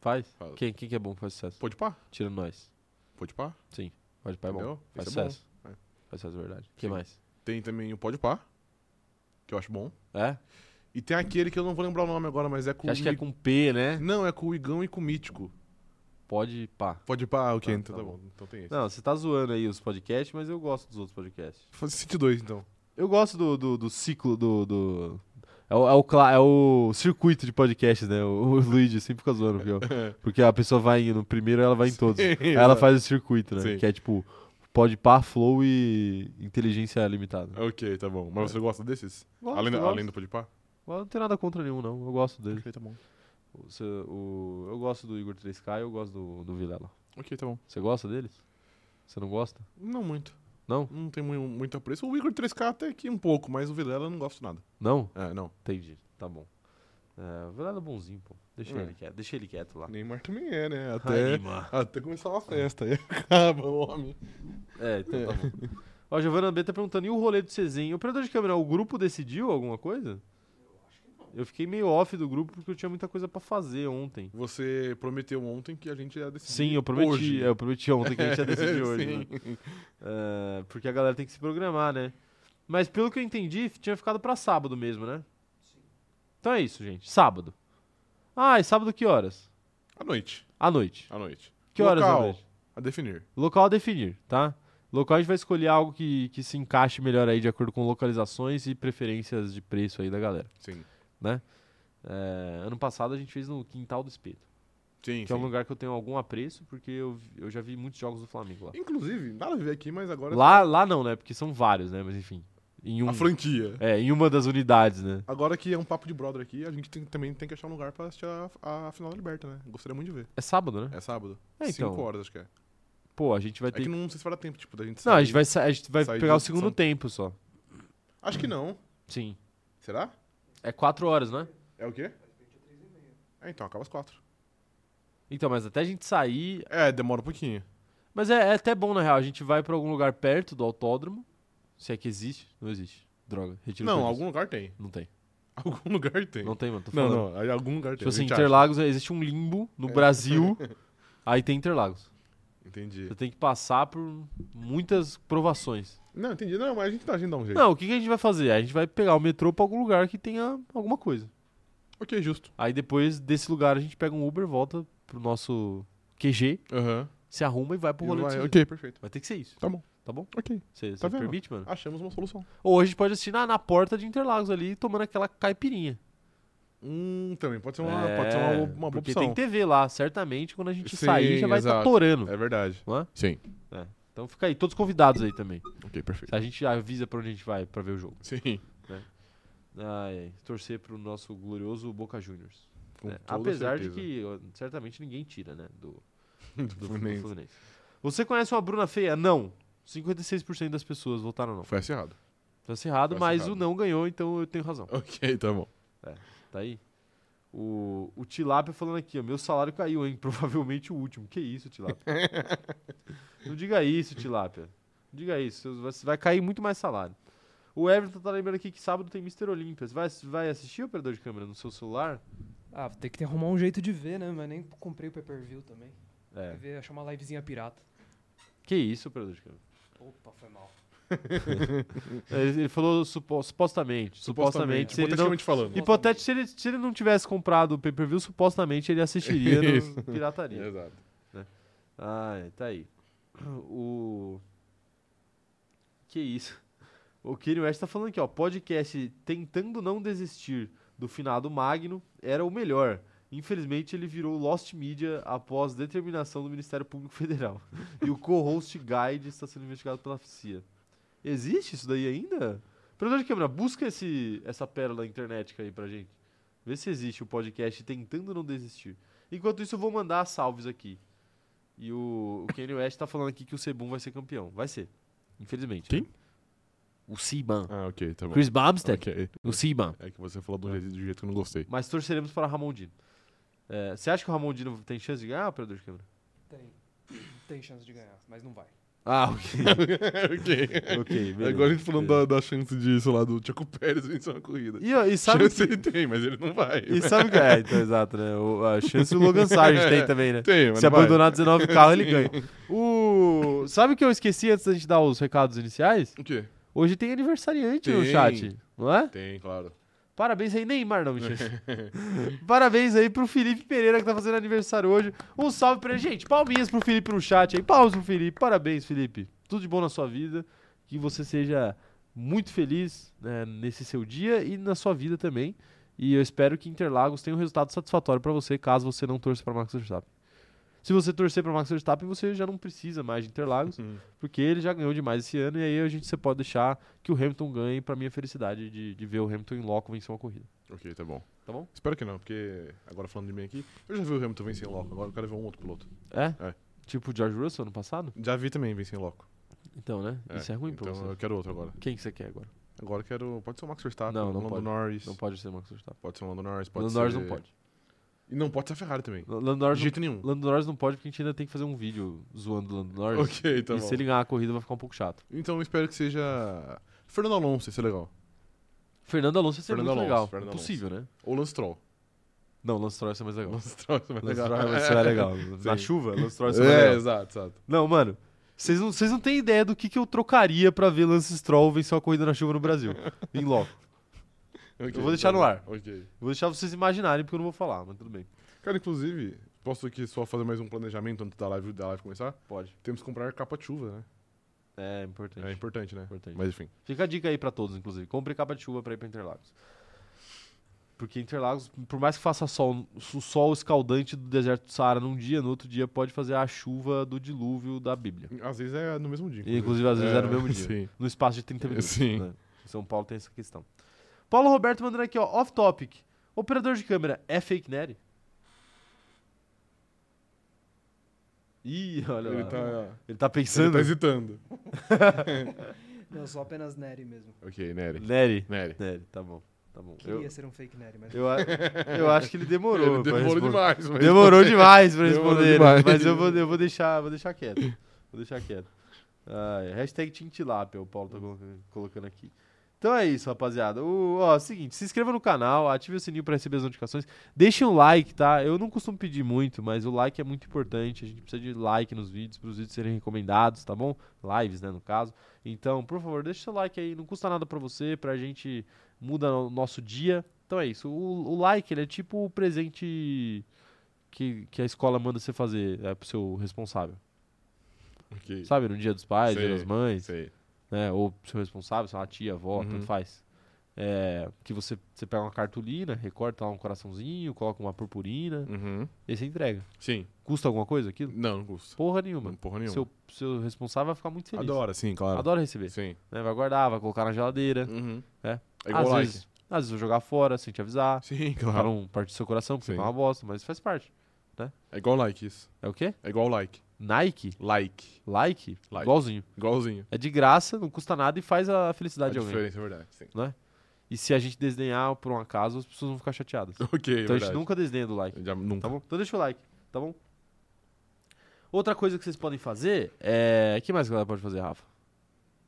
S1: Faz?
S2: Fala.
S1: Quem, quem que é bom que faz sucesso?
S2: Pode pá,
S1: Tira nós.
S2: pode pá.
S1: Pode pai é bom.
S2: entendeu?
S1: Faz
S2: Esse é bom.
S1: sucesso.
S2: É.
S1: Faz sucesso, é verdade. O que
S2: Sim.
S1: mais?
S2: Tem também o pode pá, que eu acho bom.
S1: É?
S2: E tem aquele que eu não vou lembrar o nome agora, mas é com
S1: Que acho que é
S2: o
S1: com P, né?
S2: Não, é com o Igão e com o Mítico.
S1: Pode pá.
S2: Pode pá, ok,
S1: Tá,
S2: então
S1: tá
S2: tá, bom. Então tem esse.
S1: Não, você tá zoando aí os podcasts, mas eu gosto dos outros podcasts.
S2: Faz City 2, então.
S1: Eu gosto do, do, do ciclo do. do- É, o, é, o, cla- é o circuito de podcasts, né? O, o Luigi sempre fica zoando, porque eu- Porque a pessoa vai no primeiro, ela vai em todos. Aí ela
S2: exato.
S1: faz o circuito, né?
S2: é. Sim.
S1: Que é tipo, pode par, flow e inteligência limitada.
S2: Ok, tá bom. Mas você gosta desses? além, da- além do pode pá?
S1: Eu não tenho nada contra nenhum, não. Eu gosto dele.
S2: Ok, tá bom.
S1: O seu- o- eu gosto do Igor 3K e eu gosto do, do Vilela.
S2: Ok, tá bom.
S1: Você gosta deles? Você não gosta?
S2: Não muito.
S1: Não?
S2: Não tem mu- muito apreço. O Igor 3K até que um pouco, mas o Vilela eu não gosto nada.
S1: Não?
S2: É, não.
S1: Entendi. Tá bom. É, o Vilela é bonzinho, pô. Deixa,
S2: É.
S1: ele quieto, deixa ele quieto lá.
S2: Neymar também é, né?
S1: Ai,
S2: Até,
S1: mano.
S2: até começar uma festa. Aí acaba o homem.
S1: É, então tá bom. Ó, a Giovana B tá perguntando, e o rolê do Cezinho? Operador de câmera, o grupo decidiu alguma coisa? Eu fiquei meio off do grupo porque eu tinha muita coisa pra fazer ontem.
S2: Você prometeu ontem que a gente ia decidir.
S1: Sim, eu prometi.
S2: Hoje.
S1: é, Eu prometi ontem que a gente ia decidir hoje.
S2: Sim.
S1: né? É, porque a galera tem que se programar, né? Mas pelo que eu entendi, tinha ficado pra sábado mesmo, né? Então é isso, gente. Sábado. Ah, e sábado que horas?
S2: À noite.
S1: À noite.
S2: À noite.
S1: Que horas à
S2: Local.
S1: noite?
S2: a definir.
S1: Local a definir, tá? Local a gente vai escolher algo que, que se encaixe melhor aí de acordo com localizações e preferências de preço aí da galera.
S2: Sim.
S1: É, ano passado a gente fez no Quintal do Espeto,
S2: Sim,
S1: que é um
S2: sim.
S1: lugar que eu tenho algum apreço, porque eu, vi- eu já vi muitos jogos do Flamengo lá.
S2: Inclusive, nada a ver aqui, mas agora.
S1: Lá, lá não, né? Porque são vários, né? Mas enfim. Em um,
S2: A franquia.
S1: é, em uma das unidades, né?
S2: Agora que é um papo de brother aqui, a gente tem- também tem que achar um lugar pra assistir a, a final da Liberta, né? Gostaria muito de ver.
S1: É sábado, né?
S2: É sábado.
S1: É, então.
S2: 5 horas, acho que é.
S1: Pô, a gente vai
S2: É
S1: ter.
S2: que não sei se vai dar tempo, tipo, da gente
S1: Não,
S2: sair.
S1: a gente vai, sa- a gente vai
S2: sair
S1: pegar
S2: de
S1: o segundo
S2: São-
S1: tempo só.
S2: Acho que não.
S1: Sim.
S2: Será?
S1: É quatro horas, né?
S2: É o quê? É, então, acaba às quatro.
S1: Então, mas até a gente sair.
S2: É, demora um pouquinho.
S1: Mas é, é até bom, na real. A gente vai pra algum lugar perto do autódromo. Se é que existe. Não existe. Droga. Retiro o que
S2: não,
S1: eu
S2: algum lugar tem.
S1: disse. Não tem.
S2: Algum lugar tem.
S1: Não tem, mano. Tô
S2: não,
S1: falando.
S2: não, aí algum lugar tem.
S1: Tipo
S2: a
S1: assim,
S2: gente acha. É.
S1: Interlagos, existe um limbo no Brasil. aí tem Interlagos.
S2: Entendi.
S1: Você tem que passar por muitas provações.
S2: Não, entendi. Não, mas a gente dá, a gente dá um jeito.
S1: assim. Não, o que, que a gente vai fazer? A gente vai pegar o metrô pra algum lugar que tenha alguma coisa.
S2: Ok, justo.
S1: Aí depois desse lugar a gente pega um Uber, volta pro nosso QG,
S2: Aham.
S1: se arruma e vai pro
S2: E
S1: rolê.
S2: vai-
S1: Vai,
S2: Ok, perfeito.
S1: vai ter que ser isso.
S2: Tá bom.
S1: Tá bom?
S2: Ok.
S1: Você
S2: Tá vendo?
S1: permite, mano?
S2: Achamos uma solução.
S1: Ou a gente pode assistir na, na porta de Interlagos ali, tomando aquela caipirinha.
S2: Hum, também pode ser uma,
S1: É,
S2: pode ser uma, uma boa
S1: porque
S2: opção.
S1: tem TV lá, certamente quando a gente
S2: Sim,
S1: sair já vai estar
S2: exato.
S1: torando.
S2: É verdade.
S1: Não é?
S2: Sim.
S1: Então fica aí, todos convidados aí também.
S2: Ok, perfeito.
S1: A gente avisa pra onde a gente vai pra ver o jogo.
S2: Sim.
S1: Ai, ai, torcer pro nosso glorioso Boca Juniors.
S2: Com
S1: né?
S2: toda
S1: Apesar de
S2: certeza.
S1: que ó, certamente ninguém tira, né? Do, do
S2: Do Fluminense.
S1: Fluminense. Você conhece uma Bruna feia? Não. 56% das pessoas votaram não.
S2: Foi acirrado.
S1: Tá acirrado,
S2: Tá
S1: mas
S2: acirrado.
S1: o não ganhou, então eu tenho razão.
S2: Ok, tá bom.
S1: Tá aí? O, o Tilápia falando aqui, ó, meu salário caiu, hein? Provavelmente o último. Que isso, Tilápia? não diga isso, Tilápia. Não diga isso, seus- vai- vai cair muito mais salário. O Everton tá lembrando aqui que sábado tem Mr. Olímpias. Vai, vai assistir o operador de câmera no seu celular?
S3: Ah, tem que ter- arrumar um jeito de ver, né? Mas nem comprei o pay-per-view também. Vai
S1: É.
S3: ver, achar uma livezinha pirata.
S1: Que isso, operador de câmera?
S3: Opa, foi mal.
S1: Ele ele falou supo- supostamente. Supostamente. se ele não-
S2: Hipoteticamente falando.
S1: Hipotético, se ele, se ele não tivesse comprado o pay-per-view, supostamente ele assistiria
S2: Isso.
S1: no pirataria.
S2: Exato.
S1: Ah, é, tá aí. O. Que isso? O Kanye West tá falando aqui, ó. Podcast Tentando Não Desistir do finado Magno era o melhor. Infelizmente, ele virou Lost Media após determinação do Ministério Público Federal. E o co-host Guide está sendo investigado pela CIA. Existe isso daí ainda? Produtor de câmera, busca esse, essa pérola internet aí pra gente. Vê se existe o podcast Tentando Não Desistir. Enquanto isso, eu vou mandar salves aqui. E o, o Kanye West tá falando aqui que o Sebum vai ser campeão. Vai ser. Infelizmente. né?
S2: Quem?
S1: O Siban.
S2: Ah, ok, tá bom.
S1: Chris Ah. Bumstead.
S2: Ok.
S1: O Siban.
S2: É que você falou do jeito, do jeito que eu não gostei.
S1: Mas torceremos para Ramondino. É, você acha que o Ramondino tem chance de ganhar, operador de câmera?
S3: Tem. Tem chance de ganhar, mas não vai.
S1: Ah, ok.
S2: ok.
S1: ok, beleza.
S2: Agora a gente falando da, da chance de, sei lá, do Tiago Pérez vencer uma corrida.
S1: E, ó, e sabe
S2: chance
S1: que...
S2: ele tem, mas ele não vai.
S1: E sabe que... É, então, exato, né? O- a chance do Logan Sargent tem também, né?
S2: É. Tem, mas
S1: Se
S2: não vai.
S1: abandonar 19 carros, ele ganha. O... Sabe o que eu esqueci antes da gente dar os recados iniciais?
S2: O quê?
S1: Hoje tem aniversariante no
S2: Tem.
S1: chat, não é?
S2: Tem, claro.
S1: Parabéns aí, Neymar, não, mentira. Parabéns aí pro Felipe Pereira que tá fazendo aniversário hoje. Um salve pra ele. Gente, palminhas pro Felipe no chat aí. Palmas pro Felipe. Parabéns, Felipe. Tudo de bom na sua vida. Que você seja muito feliz né, nesse seu dia e na sua vida também. E eu espero que Interlagos tenha um resultado satisfatório pra você, caso você não torça pra Max Verstappen. Se você torcer pra Max Verstappen, você já não precisa mais de Interlagos,
S2: Hum.
S1: porque ele já ganhou demais esse ano e aí a gente você pode deixar que o Hamilton ganhe pra minha felicidade de, de ver o Hamilton em loco vencer uma corrida.
S2: Ok, tá bom.
S1: Tá bom?
S2: Espero que não, porque agora falando de mim aqui, eu já vi o Hamilton vencer em loco, agora eu quero ver um outro piloto.
S1: É?
S2: É.
S1: Tipo o George Russell ano passado?
S2: Já vi também vencer em loco.
S1: Então, né?
S2: É,
S1: Isso é ruim pra
S2: então
S1: você.
S2: eu quero outro agora.
S1: Quem que você quer agora?
S2: Agora eu quero... Pode ser o Max Verstappen,
S1: Não,
S2: o
S1: não
S2: Lando
S1: pode.
S2: Norris.
S1: Não pode ser Max Verstappen.
S2: Pode ser o Lando Norris, pode
S1: Lando
S2: ser...
S1: Norris não pode.
S2: E não pode ser a Ferrari também.
S1: L- Lando
S2: De
S1: Norris,
S2: jeito nenhum.
S1: não, Lando Norris não pode porque a gente ainda tem que fazer um vídeo zoando o Lando Norris.
S2: Ok, tá
S1: e
S2: bom.
S1: se ele ganhar a corrida vai ficar um pouco chato.
S2: Então eu espero que seja... Fernando Alonso, isso é legal.
S1: Fernando Alonso ia ser
S2: Fernando
S1: muito
S2: Alonso,
S1: legal.
S2: Fernando
S1: Possível, né?
S2: Ou Lance Stroll.
S1: Não, Lance Troll ia ser mais legal.
S2: Lance Stroll, isso é mais
S1: Lance
S2: legal.
S1: Troll vai ser mais legal. Na
S2: Sim.
S1: chuva, Lance Troll ia ser mais
S2: É,
S1: legal.
S2: exato, exato.
S1: Não, mano, vocês não, vocês não têm ideia do que, que eu trocaria pra ver Lance Stroll vencer uma corrida na chuva no Brasil. em loco.
S2: Ok,
S1: vou deixar
S2: tá
S1: no
S2: bom.
S1: ar.
S2: Ok.
S1: Vou deixar vocês imaginarem porque eu não vou falar, mas tudo bem.
S2: Cara, inclusive, Posso aqui só fazer mais um planejamento antes da live, da live começar?
S1: Pode.
S2: Temos que comprar capa de chuva, né?
S1: É importante.
S2: É importante, né?
S1: Importante.
S2: Mas enfim.
S1: Fica a dica aí pra todos, inclusive. Compre capa de chuva pra ir pra Interlagos. Porque Interlagos, por mais que faça sol, o sol escaldante do deserto do Saara num dia, no outro dia pode fazer a chuva do dilúvio da Bíblia.
S2: Às vezes é no mesmo dia.
S1: E, inclusive, às vezes é no mesmo dia.
S2: Sim.
S1: No espaço de 30 minutos.
S2: Sim.
S1: né? Em São Paulo tem essa questão. Paulo Roberto mandando aqui, ó, off topic. Operador de câmera é fake Nery? Ih, olha
S2: Ele
S1: lá.
S2: tá,
S1: Ele tá
S2: ele
S1: pensando.
S2: tá hesitando.
S3: Não, só apenas Nery mesmo.
S2: Ok, Nery.
S1: Nery.
S2: Nery.
S1: Nery, tá bom. Tá bom. Eu-
S3: Queria ser um fake Nery, mas.
S1: Eu, a- eu acho que ele demorou.
S2: Ele
S1: pra
S2: demorou
S1: responder.
S2: demais, mas... então,
S1: Demorou demais pra
S2: Demorou
S1: responder, né?
S2: demais.
S1: mas eu vou, eu vou deixar, vou deixar quieto. Vou deixar quieto. Ai, hashtag Tintilápia, o Paulo tá coloca- colocando aqui. Então é isso, rapaziada. O, ó, é o seguinte, se inscreva no canal, ative o sininho pra receber as notificações. Deixem um like, tá? Eu não costumo pedir muito, mas o like é muito importante. A gente precisa de like nos vídeos, pros vídeos serem recomendados, tá bom? Lives, né, no caso. Então, por favor, deixa seu like aí. Não custa nada pra você, pra gente muda o nosso dia. Então é isso. O, o like, ele é tipo o presente que, que a escola manda você fazer é, pro seu responsável.
S2: Ok.
S1: Sabe, no dia dos pais, dia
S2: Sei,
S1: das mães,
S2: Sei.
S1: né? Ou pro seu responsável, sei lá, tia, avó,
S2: Uhum.
S1: tanto faz. É, que você, você pega uma cartolina, recorta lá um coraçãozinho, coloca uma purpurina,
S2: Uhum.
S1: e você entrega.
S2: Sim.
S1: Custa alguma coisa aquilo?
S2: Não, não custa.
S1: Porra nenhuma.
S2: Não, porra nenhuma.
S1: Seu, seu responsável vai ficar muito feliz.
S2: Adora, sim, claro.
S1: Adora receber.
S2: Sim.
S1: né? Vai guardar, vai colocar na geladeira.
S2: Uhum.
S1: É.
S2: É igual
S1: às,
S2: like.
S1: vezes, às vezes vai jogar fora sem te avisar.
S2: Sim,
S1: Pra
S2: claro.
S1: não partir do seu coração, porque
S2: Sim.
S1: é uma bosta, mas faz parte.
S2: É igual like isso.
S1: É o quê?
S2: É igual like.
S1: Nike?
S2: Like.
S1: Like?
S2: Like.
S1: Igualzinho.
S2: Igualzinho.
S1: É de graça, não custa nada e faz a felicidade
S2: A
S1: de alguém.
S2: diferença é verdade. Sim.
S1: E se a gente desdenhar por um acaso, as pessoas vão ficar chateadas.
S2: Ok, é
S1: então a gente
S2: verdade.
S1: nunca desdenha do like,
S2: Já, nunca.
S1: tá bom? Então deixa o like, tá bom? Outra coisa que vocês podem fazer é. O que mais a galera pode fazer, Rafa?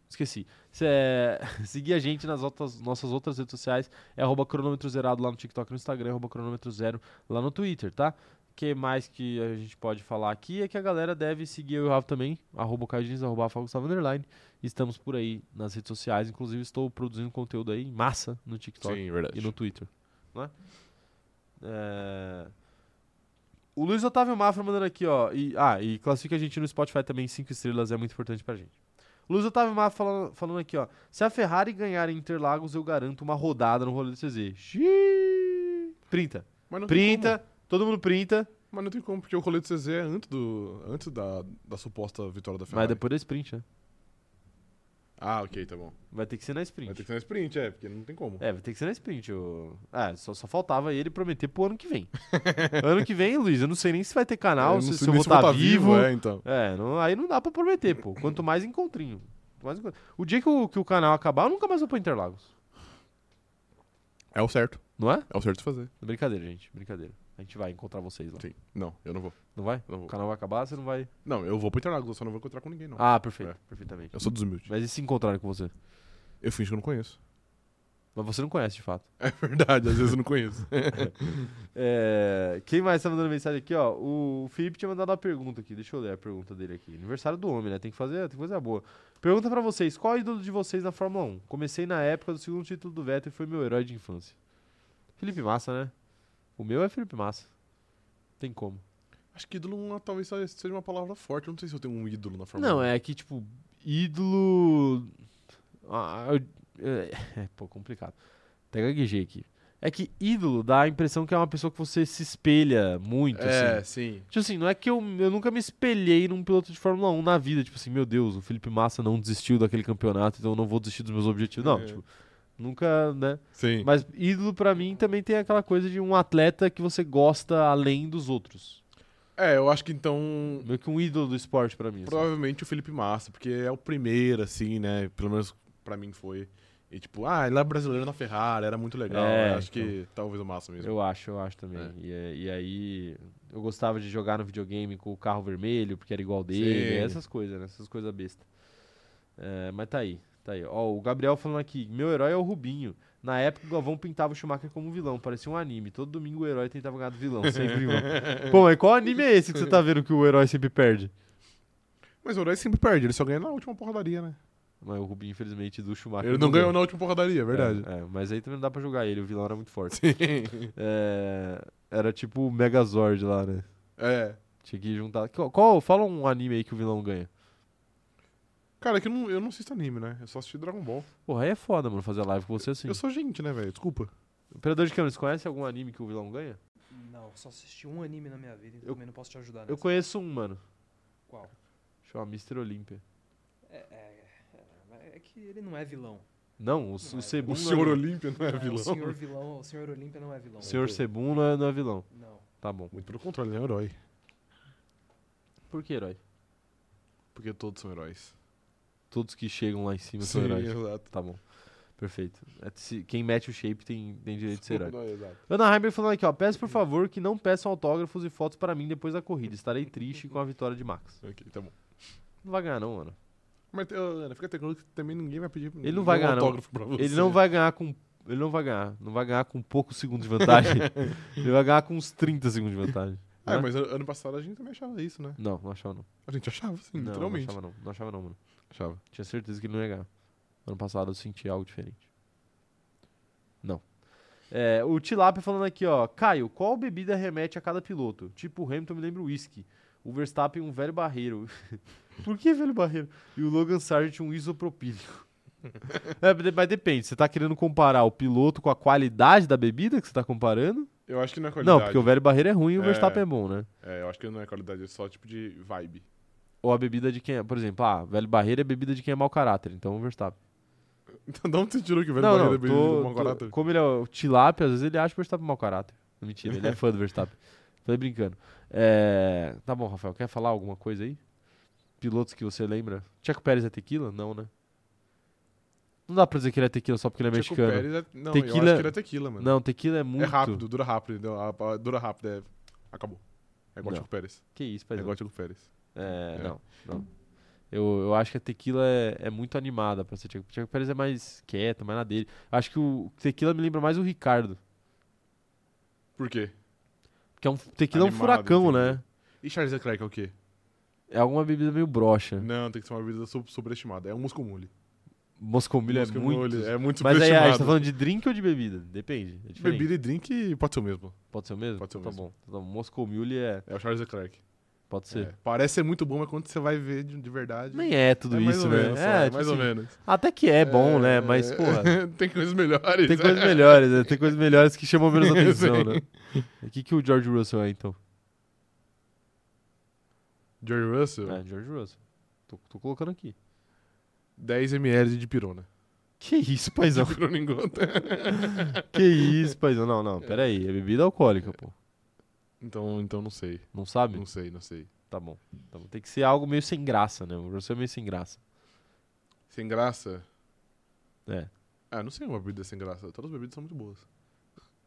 S1: Esqueci. Cê- é, Seguir a gente nas outras- nossas outras redes sociais. É arroba cronômetro zerado lá no TikTok e no Instagram, é arroba cronômetro zero lá no Twitter, tá? O que mais que a gente pode falar aqui é que a galera deve seguir eu e o Rafa também, arroba o Caio Diniz, arroba Rafa Gustavo Underline. Estamos por aí nas redes sociais. Inclusive, estou produzindo conteúdo aí em massa no TikTok
S2: Sim, é verdade.
S1: e no Twitter, né? É... O Luiz Otávio Mafra mandando aqui, ó. E, ah, e classifica a gente no Spotify também, cinco estrelas é muito importante pra gente. O Luiz Otávio Mafra falando, falando aqui, ó. Se a Ferrari ganhar em Interlagos, eu garanto uma rodada no rolê do CZ. Xiii. Printa.
S2: Mas não tem
S1: Printa. Todo mundo printa.
S2: como. Mas não tem como, porque o rolê do CZ é antes, do, antes da, da suposta vitória da
S1: Mas
S2: Ferrari.
S1: depois da sprint, né?
S2: Ah, ok, tá bom.
S1: Vai ter que ser na
S2: Vai
S1: sprint.
S2: ter que ser na sprint, é, porque não tem como.
S1: É, vai ter que ser na sprint. o- Ah, só, só faltava ele prometer pro ano que vem. ano que vem, Luiz, eu não sei nem se vai ter
S2: Eu
S1: canal,
S2: não
S1: se,
S2: sei
S1: se eu vou
S2: nem
S1: estar
S2: tá
S1: vivo.
S2: É, então.
S1: É, não- aí não dá pra prometer, pô. Quanto mais encontrinho. Quanto mais encontrinho. O dia que o, que o canal acabar, eu nunca mais vou pra Interlagos.
S2: É o certo.
S1: Não é?
S2: É o certo de fazer.
S1: Brincadeira, gente. Brincadeira. A gente vai encontrar vocês lá.
S2: Sim. Não, eu não vou.
S1: Não vai?
S2: Não
S1: O
S2: vou.
S1: canal vai acabar, você não vai.
S2: Não, eu vou pro Interlagos, eu só não vou encontrar com ninguém, não.
S1: Ah, perfeito.
S2: É.
S1: Perfeitamente.
S2: Eu sou desumilde.
S1: Mas e se encontrarem com você?
S2: Eu finjo que eu não conheço.
S1: Mas você não conhece, de fato.
S2: É verdade, às vezes eu não conheço.
S1: É, quem mais tá mandando mensagem aqui, ó? O Felipe tinha mandado uma pergunta aqui. Deixa eu ler a pergunta dele aqui. Aniversário do homem, né? Tem que fazer, tem que fazer a boa. Pergunta pra vocês: qual é o ídolo de vocês na Fórmula 1? Comecei na época do segundo título do Vettel e foi meu herói de infância. Felipe Massa, né? O meu é Felipe Massa. Tem como.
S2: Acho que ídolo uma- talvez seja uma palavra forte. Eu não sei se eu tenho um ídolo na Fórmula
S1: Não,
S2: 1.
S1: é que, tipo, ídolo. Ah, eu- é, é, pô, complicado. Até gaguejei aqui. É que ídolo dá a impressão que é uma pessoa que você se espelha muito, assim.
S2: É, sim.
S1: Tipo assim, não é que eu, eu nunca me espelhei num piloto de Fórmula 1 na vida. Tipo assim, meu Deus, o Felipe Massa não desistiu daquele campeonato, então eu não vou desistir dos meus objetivos. Não,
S2: É.
S1: tipo, nunca, né?
S2: Sim.
S1: Mas ídolo pra mim também tem aquela coisa de um atleta que você gosta além dos outros.
S2: É, eu acho que então.
S1: Meio que um ídolo do esporte pra mim. assim.
S2: Provavelmente o Felipe Massa, porque é o primeiro, assim, né? Pelo menos pra mim foi. E tipo, ah, ele era brasileiro na Ferrari, era muito legal.
S1: É,
S2: né? Acho
S1: então.
S2: que talvez o Massa mesmo.
S1: Eu acho, eu acho também.
S2: É.
S1: E, é- e aí, eu gostava de jogar no videogame com o carro vermelho, porque era igual dele,
S2: Sim.
S1: essas coisas, né? Essas coisas besta. É, mas tá aí, tá aí. Ó, o Gabriel falando aqui, meu herói é o Rubinho. Na época, o Galvão pintava o Schumacher como vilão, parecia um anime. Todo domingo o herói tentava ganhar do vilão, sempre vilão. Pô, mas qual anime é esse que você tá vendo que o herói sempre perde?
S2: Mas o Herói sempre perde, ele só ganha na última porradaria, né?
S1: Mas o Rubinho, infelizmente, do Schumacher.
S2: ele não ganhou
S1: ganhou.
S2: na última porradaria, é verdade.
S1: É, é, mas aí também não dá pra jogar ele, o vilão era muito forte. É, era tipo o Megazord lá, né?
S2: É.
S1: Tinha que juntar. Qual, qual- fala um anime aí que o vilão ganha.
S2: Cara, é que eu não, eu não assisto anime, né? Eu só assisti Dragon Ball.
S1: Porra, aí é foda, mano, fazer live com você assim.
S2: Eu sou gente, né, velho? Desculpa.
S1: Operador de câmeras, conhece algum anime que o vilão ganha?
S3: Não, só assisti um anime na minha vida, então
S1: Eu-
S3: também não posso te ajudar nessa.
S1: Eu conheço um, mano.
S3: Qual?
S1: Chama Mr. Olympia.
S3: É, é, é, mas é que ele não é vilão.
S1: Não, o, o
S3: Não é.
S1: Sebum.
S2: O
S1: não
S2: senhor
S1: é-
S2: Olímpia não é
S3: Não,
S2: vilão.
S3: O senhor vilão, o senhor Olímpia não é vilão.
S1: O senhor Sebum não é, não é vilão.
S3: Não.
S1: Tá bom.
S2: Muito pelo contrário, ele é um herói.
S1: Por que herói?
S2: Porque todos são heróis.
S1: Todos que chegam lá em cima
S2: é um
S1: são heróis.
S2: exato.
S1: Tá bom. Perfeito. É, se- Quem mete o shape tem, tem direito de ser herói.
S2: Não, exato.
S1: Ana Heimer falando aqui, ó. Peço por favor que não peçam autógrafos e fotos pra mim depois da corrida. Estarei triste com a vitória de Max.
S2: Ok, tá bom.
S1: Não vai ganhar, não, mano.
S2: Mas, ô, Ana, fica tranquilo que também ninguém vai pedir um
S1: Ele não vai ganhar, não.
S2: autógrafo pra você.
S1: Ele não vai ganhar com. Ele não vai ganhar. Não vai ganhar com poucos segundos de vantagem. Ele vai ganhar com uns 30 segundos de vantagem.
S2: É,
S1: né?
S2: mas ano ano passado a gente também achava isso, né?
S1: Não, não achava não.
S2: A gente achava, assim,
S1: Não,
S2: literalmente.
S1: Não, achava não. Não achava não, mano.
S2: achava.
S1: Tinha certeza que ele não ia ganhar. Ano passado eu senti algo diferente. Não. É, o Tilapia falando aqui, ó. Caio, qual bebida remete a cada piloto? Tipo, o Hamilton me lembra o uísque. O Verstappen, um velho barreiro. Por que velho barreiro? E o Logan Sargent, um isopropílico. É, mas de- mas depende. Você tá querendo comparar o piloto com a qualidade da bebida que você tá comparando?
S2: Eu acho que não é
S1: Não,
S2: qualidade.
S1: porque o velho barreiro é ruim e o
S2: É.
S1: Verstappen é bom, né?
S2: É, eu acho que não é qualidade, é só tipo de vibe.
S1: Ou a bebida de quem é. Por exemplo, ah, velho barreiro é bebida de quem é mau caráter. Então o Verstappen.
S2: Então, de onde você tirou que o velho
S1: Não,
S2: barreiro
S1: não,
S2: é bebida
S1: tô,
S2: de mau
S1: tô-
S2: caráter?
S1: como ele é o tilápia, às vezes ele acha o Verstappen é mau caráter. Mentira, ele é fã do Verstappen. Falei brincando. É, tá bom, Rafael, quer falar alguma coisa aí? Pilotos que você lembra? Checo Pérez é tequila? Não, né? Não dá pra dizer que ele é tequila só porque ele é
S2: Checo
S1: mexicano.
S2: Pérez é... Não, eu
S1: Tequila-
S2: acho que ele é tequila, mano.
S1: Não, tequila é muito...
S2: É rápido, dura rápido. entendeu? A- a- Dura rápido, é... Acabou. É igual
S1: Não.
S2: Chico Pérez.
S1: Que isso,
S2: É
S1: paizão.
S2: igual Chico Pérez.
S1: É,
S2: É.
S1: não, não. Eu, eu acho que a tequila é, é muito animada pra ser Checo. Checo Pérez é mais quieto, mais na dele. Acho que o tequila me lembra mais o Ricardo.
S2: Por quê?
S1: Que é um tequila é um
S2: Animado,
S1: furacão,
S2: entendi.
S1: né?
S2: E Charles Leclerc é o quê?
S1: É alguma bebida meio broxa.
S2: Não, tem que ser uma bebida sub- superestimada. É um muscomule.
S1: Moscomilho é
S2: Muscomule
S1: muito.
S2: É muito
S1: Mas aí, a gente tá
S2: superestimado.
S1: falando de drink ou de bebida? Depende. É diferente.
S2: Bebida e drink pode ser o mesmo.
S1: Pode ser o mesmo?
S2: Pode ser o
S1: tá
S2: mesmo.
S1: Bom. Tá bom. Moscow Mule é.
S2: É o Charles Leclerc.
S1: Pode ser.
S2: É. Parece ser muito bom, mas quando você vai ver de, de verdade...
S1: Nem é tudo
S2: é mais
S1: isso,
S2: ou
S1: né?
S2: menos, só,
S1: é,
S2: é
S1: tipo
S2: mais ou
S1: assim,
S2: menos.
S1: Até que é bom, né? Mas, porra,
S2: tem coisas melhores.
S1: tem coisas melhores, né? Tem coisas melhores que chamam menos atenção, né? O que, que o George Russell é, então?
S2: George Russell,
S1: É, George Russell. Tô, tô colocando aqui.
S2: 10 ml de pirona.
S1: Que isso, paizão?
S2: Pirona em gota.
S1: que isso, paizão? Não, não, peraí. É bebida alcoólica, pô.
S2: Então, então não sei.
S1: Não sabe?
S2: Não sei, não sei.
S1: Tá bom. Tá bom. Tem que ser algo meio sem graça, né? O Russell é meio sem graça.
S2: Sem graça?
S1: É.
S2: Ah, não sei uma bebida sem graça. Todas as bebidas são muito boas.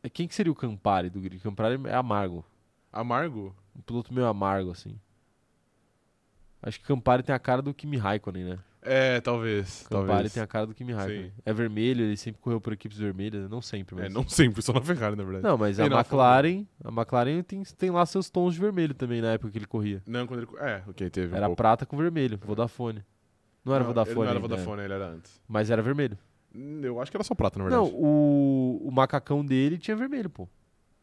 S1: É, Quem que seria o Campari do Grid? Campari é amargo.
S2: Amargo?
S1: Um piloto meio amargo, assim. Acho que Campari tem a cara do Kimi Raikkonen, né?
S2: É, talvez.
S1: Campari
S2: talvez.
S1: tem a cara do Kimi Raikkonen.
S2: Sim.
S1: É vermelho, ele sempre correu por equipes vermelhas, né? não sempre, mas...
S2: É, não sempre, só na Ferrari, na verdade.
S1: Não, mas a
S2: E na
S1: McLaren, a McLaren tem, tem lá seus tons de vermelho também na época que ele corria.
S2: Não, quando ele. É, ok, teve.
S1: Era
S2: um pouco.
S1: prata com vermelho, Vodafone. Não era Vodafone,
S2: Ele não era
S1: ainda, né?
S2: Vodafone, ele era antes.
S1: mas era vermelho.
S2: Hum, Eu acho que era só prata, na verdade. É
S1: Não, o, o macacão dele tinha vermelho, pô.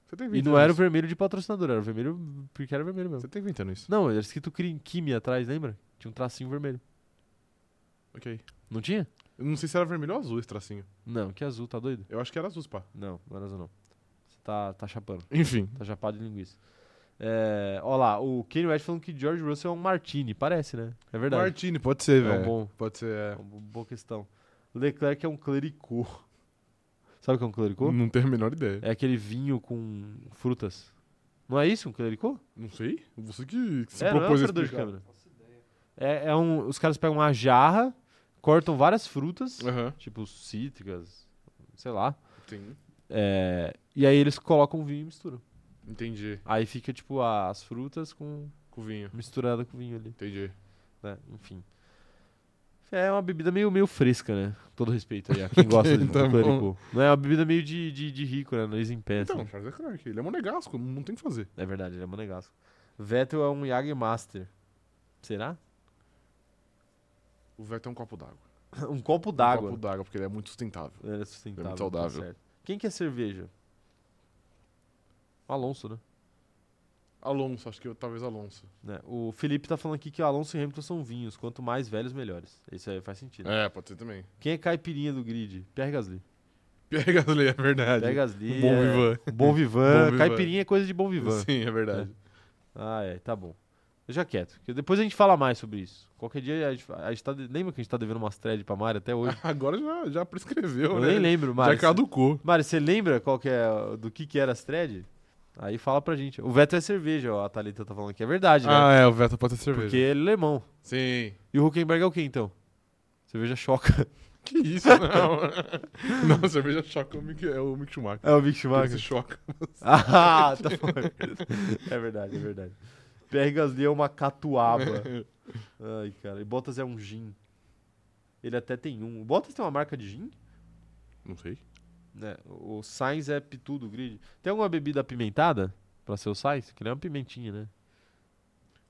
S2: Você tem
S1: E
S2: 20
S1: não era o
S2: anos.
S1: vermelho de patrocinador, era o vermelho porque era vermelho mesmo.
S2: Você tem 20 anos isso.
S1: Não, era escrito Kri- Kimi atrás, lembra? Tinha um tracinho vermelho.
S2: Ok.
S1: Não tinha?
S2: Eu não sei se era vermelho ou azul esse tracinho.
S1: Não, que azul, tá doido?
S2: Eu acho que era azul, pá.
S1: Não, não era azul não. Você tá, tá chapando,
S2: Enfim.
S1: tá chapado de linguiça. É, ó lá, o Kanye West falando que George Russell é um Martini, parece, né? É verdade.
S2: Martini, pode ser,
S1: é um
S2: velho.
S1: bom,
S2: Pode ser.
S1: é
S2: é.
S1: uma boa questão. Leclerc é um clericô. Sabe o que é um clericô?
S2: Não tenho a menor ideia.
S1: É aquele vinho com frutas. Não é isso um clericô?
S2: Não sei. Você que, que se
S1: é, não é um
S2: propôs a
S1: operador de
S2: explicar.
S1: câmera. É, é um, os caras pegam uma jarra, cortam várias frutas,
S2: Aham.
S1: tipo cítricas, sei lá.
S2: Sim.
S1: É, e aí eles colocam vinho e misturam.
S2: Entendi.
S1: Aí fica, tipo, a- as frutas com
S2: Com vinho.
S1: misturada com vinho ali,
S2: Entendi.
S1: né? Enfim. É uma bebida meio, meio fresca, né? Todo respeito aí a quem gosta de
S2: Tá bom.
S1: clericô. Não é uma bebida meio de, de, de rico, né? Nariz em pé,
S2: Então,
S1: assim.
S2: Charles Leclerc, ele é monegasco, não tem o que fazer.
S1: É verdade, ele é monegasco. Vettel é um Jager Master. Será?
S2: O Vettel é um copo d'água.
S1: Um copo
S2: Um copo
S1: d'água.
S2: d'água, porque ele é muito sustentável.
S1: Ele é sustentável.
S2: É muito
S1: tá
S2: saudável.
S1: certo. Quem que é cerveja? Alonso, né?
S2: Alonso, acho que eu- talvez Alonso.
S1: né? O Felipe tá falando aqui que Alonso e Hamilton são vinhos. Quanto mais velhos, melhores. Isso aí faz sentido.
S2: É, pode ser também.
S1: Quem é caipirinha do grid? Pierre Gasly.
S2: Pierre Gasly, é verdade.
S1: Pierre Gasly.
S2: Um bom
S1: é-
S2: Vivan.
S1: Bom
S2: Bom
S1: vivan.
S2: vivan.
S1: Caipirinha é coisa de bom vivan.
S2: Sim, é verdade.
S1: Ah, é, tá bom. Deixa quieto. porque depois a gente fala mais sobre isso. Qualquer dia a gente, a gente tá. de- Lembra que a gente tá devendo umas threads pra Mari até hoje?
S2: Agora já, já prescreveu,
S1: Eu
S2: né?
S1: nem lembro,
S2: Já
S1: Mari. Cê-
S2: caducou.
S1: Mari, você lembra qual que é, do que que era as threads? Aí fala pra gente. O Veto é cerveja, ó, a Thalita tá falando que é verdade, né?
S2: Ah, é, o Veto pode ser cerveja.
S1: Porque ele é lemão.
S2: Sim.
S1: E o Huckenberg é o quê, então? Cerveja choca.
S2: Que isso, não. não, cerveja choca o Mick, é o Mick Schumacher.
S1: É o Mick
S2: Ele se
S1: Schumacher.
S2: choca.
S1: Ah, tá bom. É verdade, é verdade. Pierre Gasly é uma catuaba. Ai, cara. E Bottas é um gin. Ele até tem um. O Bottas tem uma marca de gin?
S2: Não sei.
S1: né? O Sainz é pitudo, grid. Tem alguma bebida apimentada pra ser o Sainz? Que ele é uma pimentinha, né?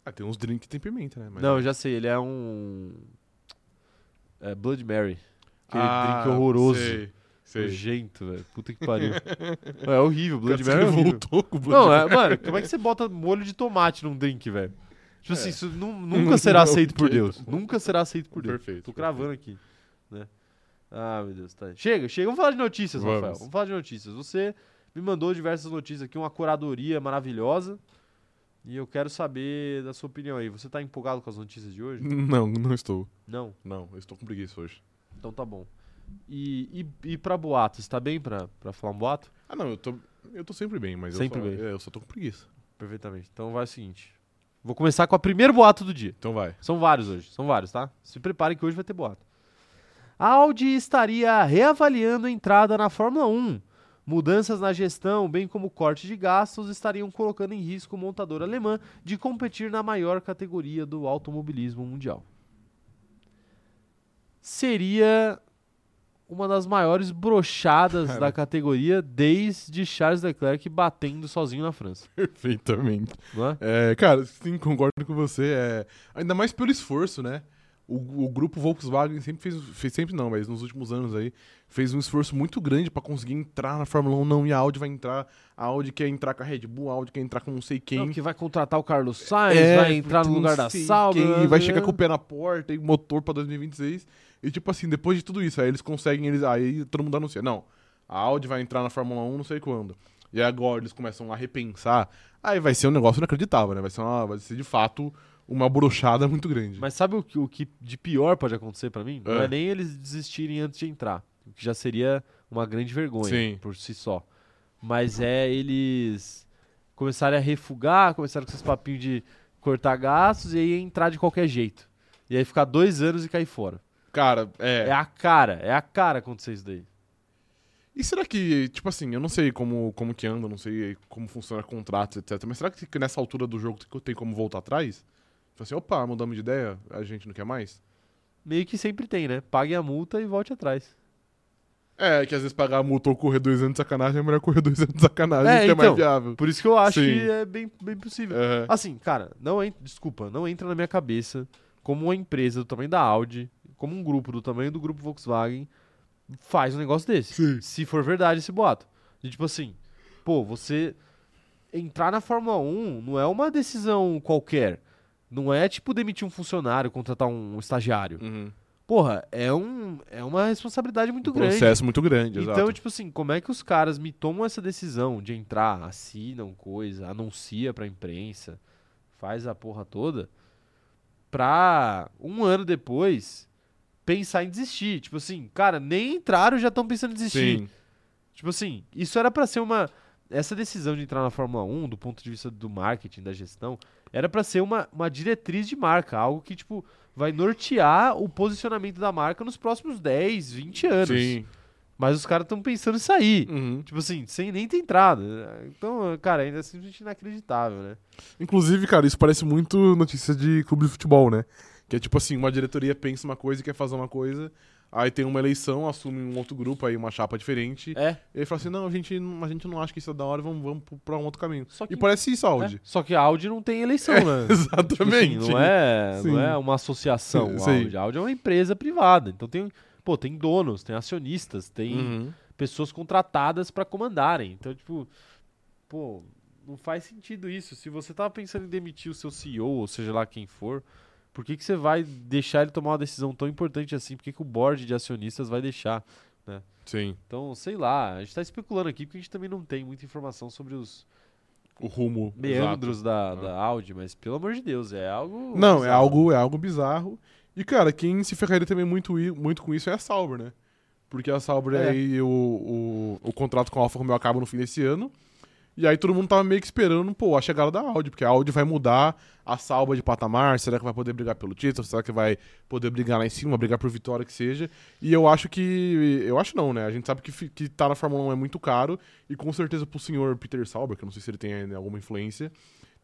S2: Ah, tem uns drinks que tem pimenta, né? Mas-
S1: Não, eu já sei. Ele é um... É Blood Mary. Aquele
S2: Ah,
S1: drink horroroso.
S2: Sei, sei.
S1: Nojento, velho. Puta que pariu. Não, é horrível. Blood
S2: Cara,
S1: Mary é
S2: você
S1: horrível.
S2: voltou com o Blood
S1: Não,
S2: Mary.
S1: é, mano, como é que você bota molho de tomate num drink, velho? Tipo assim,
S2: É.
S1: isso nu- nunca será aceito por
S2: Ok,
S1: Deus. Nunca será aceito por Deus.
S2: Perfeito.
S1: Tô cravando aqui, né? Ah, meu Deus, tá. Chega, chega, vamos falar de notícias,
S2: Vamos.
S1: Rafael. Vamos falar de notícias. Você me mandou diversas notícias aqui, uma curadoria maravilhosa. E eu quero saber da sua opinião aí. Você tá empolgado com as notícias de hoje?
S2: Não, não estou.
S1: Não?
S2: Não, eu estou com preguiça hoje.
S1: Então tá bom. E, e, e pra boatos, tá bem pra, pra falar um boato?
S2: Ah, não, eu tô, eu tô sempre bem, mas
S1: Sempre
S2: eu, só,
S1: bem.
S2: é, eu só tô com preguiça.
S1: Perfeitamente. Então vai o seguinte. Vou começar com o primeiro boato do dia.
S2: Então vai.
S1: São vários hoje, são vários, tá? Se preparem que hoje vai ter boato. A Audi estaria reavaliando a entrada na Fórmula 1. Mudanças na gestão, bem como corte de gastos, estariam colocando em risco o montador alemã de competir na maior categoria do automobilismo mundial. Seria uma das maiores brochadas da categoria desde Charles Leclerc batendo sozinho na França,
S2: Perfeitamente.
S1: não é?
S2: É, cara, sim, concordo com você. É, ainda mais pelo esforço, né? O, o grupo Volkswagen sempre fez, fez, sempre não, mas nos últimos anos aí, fez um esforço muito grande pra conseguir entrar na Fórmula 1. Não, e a Audi vai entrar, a Audi quer entrar com a Red Bull, a Audi quer entrar com não sei quem.
S1: Não, que vai contratar o Carlos Sainz,
S2: É,
S1: vai entrar no
S2: não
S1: lugar da
S2: sei
S1: Sauber.
S2: quem,
S1: né?
S2: vai chegar com o pé na porta e motor pra 2026. E tipo assim, depois de tudo isso, aí eles conseguem, eles, aí todo mundo anuncia. Não, a Audi vai entrar na Fórmula 1 não sei quando. E agora eles começam a repensar. Aí vai ser um negócio inacreditável, né? Vai ser, uma- vai ser de fato uma brochada muito grande.
S1: Mas sabe o que, o que de pior pode acontecer pra mim? Não
S2: É.
S1: é nem eles desistirem antes de entrar, o que já seria uma grande vergonha
S2: Sim.
S1: por si só. Mas é eles começarem a refugar, começaram com esses papinhos de cortar gastos e aí entrar de qualquer jeito. E aí ficar dois anos e cair fora.
S2: Cara,
S1: É,
S2: é.
S1: a cara, é a cara acontecer isso daí.
S2: E será que, tipo assim, eu não sei como, como que anda, não sei como funciona contratos, etc. Mas será que nessa altura do jogo tem- tem como voltar atrás? Tipo assim, opa, mudamos de ideia, a gente não quer mais?
S1: Meio que sempre tem, né? Pague a multa e volte atrás.
S2: É, que às vezes pagar a multa ou correr dois anos de sacanagem é melhor correr dois anos de sacanagem,
S1: É,
S2: que é
S1: então.
S2: mais viável.
S1: Por isso que eu acho
S2: Sim.
S1: que é bem, bem possível.
S2: É.
S1: Assim, cara, não en- desculpa, não entra na minha cabeça como uma empresa do tamanho da Audi, como um grupo do tamanho do grupo Volkswagen faz um negócio desse.
S2: Sim.
S1: Se for verdade esse boato. E tipo assim, pô, você entrar na Fórmula 1 não é uma decisão qualquer. Não é tipo demitir um funcionário, contratar um estagiário. Porra, é, um, é uma responsabilidade muito
S2: Um
S1: grande.
S2: processo muito grande,
S1: Então,
S2: exato.
S1: tipo assim, como é que os caras me tomam essa decisão de entrar, assinam coisa, anuncia pra imprensa, faz a porra toda, pra um ano depois pensar em desistir? Tipo assim, cara, nem entraram e já estão pensando em desistir.
S2: Sim.
S1: Tipo assim, isso era pra ser uma. Essa decisão de entrar na Fórmula 1, do ponto de vista do marketing, da gestão, era pra ser uma, uma diretriz de marca, algo que, tipo, vai nortear o posicionamento da marca nos próximos 10, 20 anos.
S2: Sim.
S1: Mas os caras estão pensando em sair.
S2: Uhum.
S1: Tipo assim, sem nem ter entrado. Então, cara, ainda é simplesmente inacreditável, né?
S2: Inclusive, cara, isso parece muito notícia de clube de futebol, né? Que é tipo assim, uma diretoria pensa uma coisa e quer fazer uma coisa, aí tem uma eleição, assume um outro grupo aí, uma chapa diferente,
S1: É.
S2: e aí fala assim, não, a gente, não- a gente não acha que isso é da hora, vamos, vamos pro- pra um outro caminho.
S1: Só que,
S2: E parece isso, Audi.
S1: é, só que a Audi não tem eleição, né? Tipo assim,
S2: É, Exatamente.
S1: não, é,
S2: Sim.
S1: não é uma associação. A
S2: Sim.
S1: Audi. a Audi é uma empresa privada. Então tem, pô, tem donos, tem acionistas, tem
S2: Uhum.
S1: pessoas contratadas pra comandarem. Então, tipo, pô, não faz sentido isso. Se você tava pensando em demitir o seu CEO, ou seja lá quem for, por que, que você vai deixar ele tomar uma decisão tão importante assim? Por que, que o board de acionistas vai deixar?
S2: Sim.
S1: Então, sei lá, a gente tá especulando aqui porque a gente também não tem muita informação sobre os
S2: O rumo. exato.
S1: meandros da,
S2: Ah.
S1: da Audi, mas pelo amor de Deus, é algo.
S2: Não, é
S1: bizarro.
S2: algo, é algo bizarro. E, cara, quem se ferraria também muito, i- muito com isso é a Sauber, né? Porque a Sauber
S1: É.
S2: aí, o, o, o contrato com a Alfa Romeo acaba no fim desse ano. E aí todo mundo tava meio que esperando, pô, a chegada da Audi, porque a Audi vai mudar a Sauber de patamar, será que vai poder brigar pelo título, será que vai poder brigar lá em cima, brigar por vitória, que seja. E eu acho que, eu acho não, né, a gente sabe que, fi- que tá na Fórmula 1 é muito caro, e com certeza pro senhor Peter Sauber, que eu não sei se ele tem ainda alguma influência,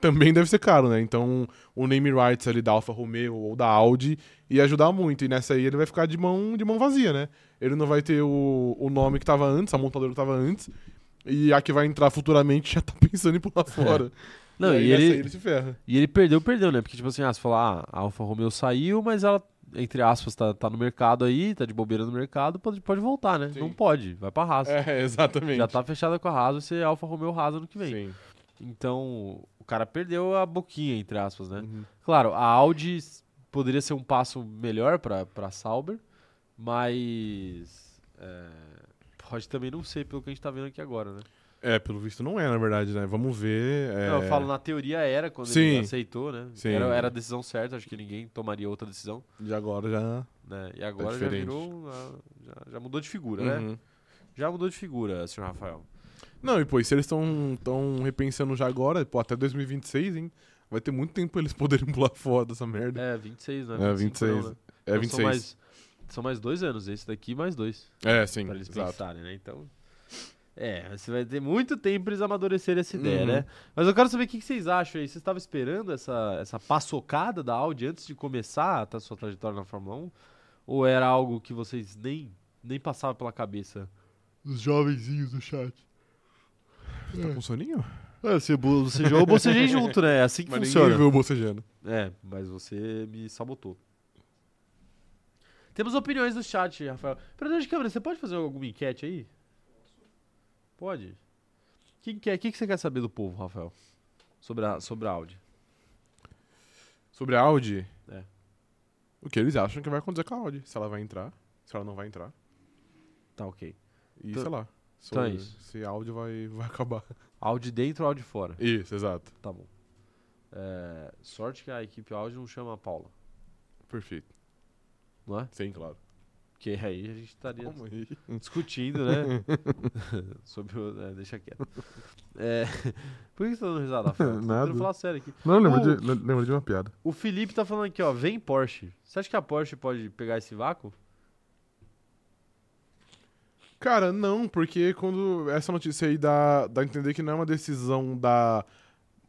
S2: também deve ser caro, né, então o name rights ali da Alfa Romeo ou da Audi ia ajudar muito. E nessa aí ele vai ficar de mão, de mão vazia, né? Ele não vai ter o, o nome que tava antes, a montadora que tava antes. E a que vai entrar futuramente já tá pensando em pular fora.
S1: É. Não,
S2: aí
S1: e
S2: nessa
S1: ele,
S2: aí ele se ferra.
S1: E ele perdeu, perdeu, né? Porque, tipo assim, ah, você fala, ah, a Alfa Romeo saiu, mas ela, entre aspas, tá, tá no mercado aí, tá de bobeira no mercado, pode, pode voltar, né?
S2: Sim.
S1: Não pode, vai pra Haas.
S2: É, exatamente.
S1: Já tá fechada com a Haas, vai ser Alfa Romeo Haas ano que vem.
S2: Sim.
S1: Então, o cara perdeu a boquinha, entre aspas, né?
S2: Uhum.
S1: Claro, a Audi s- poderia ser um passo melhor pra, pra Sauber, mas... é, pode também não ser, pelo que a gente tá vendo aqui agora, né?
S2: É, pelo visto não é, na verdade, né? Vamos ver. é-
S1: Não, eu falo, na teoria era quando
S2: Sim.
S1: ele aceitou, né?
S2: Sim.
S1: Era, era a decisão certa, acho que ninguém tomaria outra decisão.
S2: De agora já.
S1: né? E agora já
S2: Tá diferente.
S1: virou. ah, Já, já mudou de figura, né?
S2: Uhum.
S1: Já mudou de figura, senhor Rafael.
S2: Não, e pô, e se eles estão tão repensando já agora, pô, até 2026, hein? Vai ter muito tempo pra eles poderem pular fora dessa merda.
S1: É, 26, né?
S2: É,
S1: 25 não,
S2: 26.
S1: né?
S2: É,
S1: Então
S2: 26.
S1: São mais, são mais dois anos, esse daqui mais dois.
S2: É, sim.
S1: pra eles
S2: exato.
S1: pensarem, né? Então. É, você vai ter muito tempo pra eles amadurecerem essa ideia,
S2: Uhum.
S1: né? Mas eu quero saber o que que vocês acham aí. Vocês estavam esperando essa, essa paçocada da Audi antes de começar a ta- sua trajetória na Fórmula 1? Ou era algo que vocês nem, nem passavam pela cabeça?
S4: Os jovenzinhos do chat.
S2: Você tá com soninho?
S1: É, você bocejou, eu bocejei junto, né? É assim que
S2: Mas
S1: funciona.
S2: ninguém viu o bocejando.
S1: É, mas você me sabotou. Temos opiniões do chat, Rafael. Operador de câmera, você pode fazer alguma enquete aí? Pode. O que, que, é- que que você quer saber do povo, Rafael? Sobre a, sobre a Audi.
S2: Sobre a Audi?
S1: É.
S2: O que eles acham que vai acontecer com a Audi? Se ela vai entrar, se ela não vai entrar.
S1: Tá, ok.
S2: E
S1: Então-
S2: sei lá. Se,
S1: então é isso.
S2: se a Audi vai, vai acabar.
S1: Audi dentro, Audi fora.
S2: Isso, exato.
S1: Tá bom. É, sorte que a equipe Audi não chama a Paula,
S2: Perfeito.
S1: não é?
S2: Sim, claro.
S1: Porque aí a gente estaria
S2: Calma aí.
S1: discutindo, né? Sobre o... é, deixa quieto. É, por que você tá dando risada, Rafael? Tô tentando
S2: Nada.
S1: falar sério aqui.
S2: Não,
S1: lembro O-
S2: de, lembro de uma piada.
S1: O Felipe tá falando aqui, ó, vem Porsche. Você acha que a Porsche pode pegar esse vácuo?
S2: Cara, não, porque quando essa notícia aí dá, dá a entender que não é uma decisão da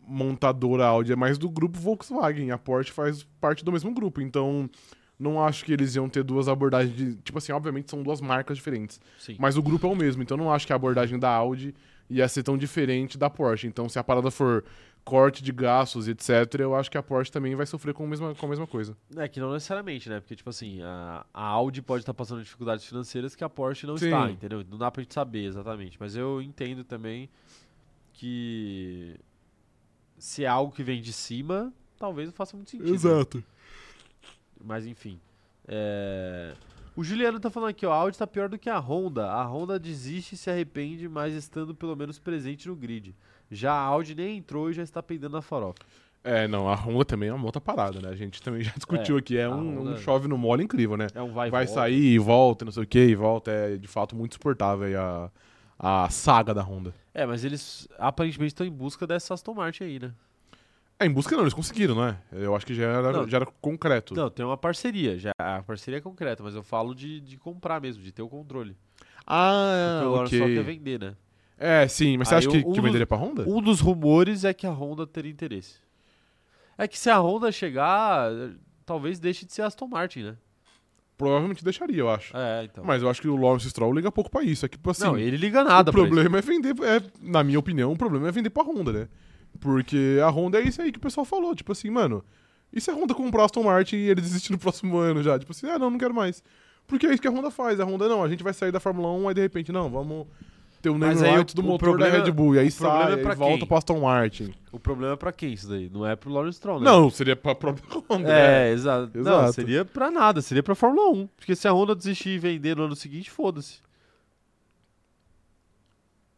S2: montadora Audi, é mais do grupo Volkswagen. A Porsche faz parte do mesmo grupo, então não acho que eles iam ter duas abordagens de, tipo assim, obviamente são duas marcas diferentes,
S1: Sim.
S2: mas o grupo é o mesmo, então não acho que a abordagem da Audi ia ser tão diferente da Porsche. Então se a parada for corte de gastos, etc, eu acho que a Porsche também vai sofrer com a mesma, com a mesma coisa.
S1: É que não necessariamente, né? Porque, tipo assim, a, a Audi pode estar passando dificuldades financeiras que a Porsche não
S2: Sim.
S1: está, entendeu? Não dá pra gente saber exatamente. Mas eu entendo também que se é algo que vem de cima, talvez não faça muito sentido. né? Mas enfim. É, O Juliano tá falando aqui, ó, a Audi tá pior do que a Honda. A Honda desiste e se arrepende, mas estando pelo menos presente no grid. Já a Audi nem entrou e já está peidando na farofa.
S2: É, não, a Honda também é uma outra parada, né? A gente também já discutiu aqui, é
S1: a
S2: um,
S1: Honda-
S2: um chove no mole incrível, né?
S1: É um vai e
S2: vai
S1: volta.
S2: sair e volta, não sei o que, e volta. É de fato muito suportável aí a, a saga da Honda.
S1: É, mas eles aparentemente estão em busca dessa Aston Martin aí, né?
S2: É, em busca não, eles conseguiram, não é? Eu acho que já era,
S1: Não.
S2: já era concreto.
S1: Não, tem uma parceria, já a parceria é concreta, mas eu falo de, de comprar mesmo, de ter o controle.
S2: Ah,
S1: Porque o Lawrence só quer
S2: ok.
S1: vender, né?
S2: É, sim, mas você
S1: Aí
S2: acha que,
S1: um
S2: que
S1: dos-
S2: venderia pra Honda?
S1: Um dos rumores é que a Honda teria interesse. É que se a Honda chegar, talvez deixe de ser Aston Martin, né?
S2: Provavelmente deixaria, eu acho.
S1: É, então.
S2: Mas eu acho que o Lawrence Stroll liga pouco pra isso. É que, tipo assim,
S1: não, ele liga nada
S2: o
S1: pra isso.
S2: problema é vender, é, na minha opinião, o problema é vender pra Honda, né? Porque a Honda é isso aí que o pessoal falou, tipo assim, mano, e se a Honda comprar a Aston Martin e ele desistir no próximo ano já? Tipo assim, um, ah, não, não quero mais. Porque é isso que a Honda faz, a Honda não, a gente vai sair da Fórmula 1, aí de repente, não, vamos ter o
S1: Mas
S2: name
S1: aí o-
S2: right do
S1: o
S2: motor da
S1: problema-
S2: Red Bull. E aí
S1: o problema
S2: sai,
S1: é pra
S2: aí volta
S1: quem?
S2: pro Aston Martin.
S1: O problema é pra que isso daí? Não é pro Lawrence Stroll, né?
S2: Não, seria pra própria Honda, né?
S1: É, exato. Não,
S2: Exato.
S1: seria pra nada, seria pra Fórmula 1. Porque se a Honda desistir e vender no ano seguinte, foda-se.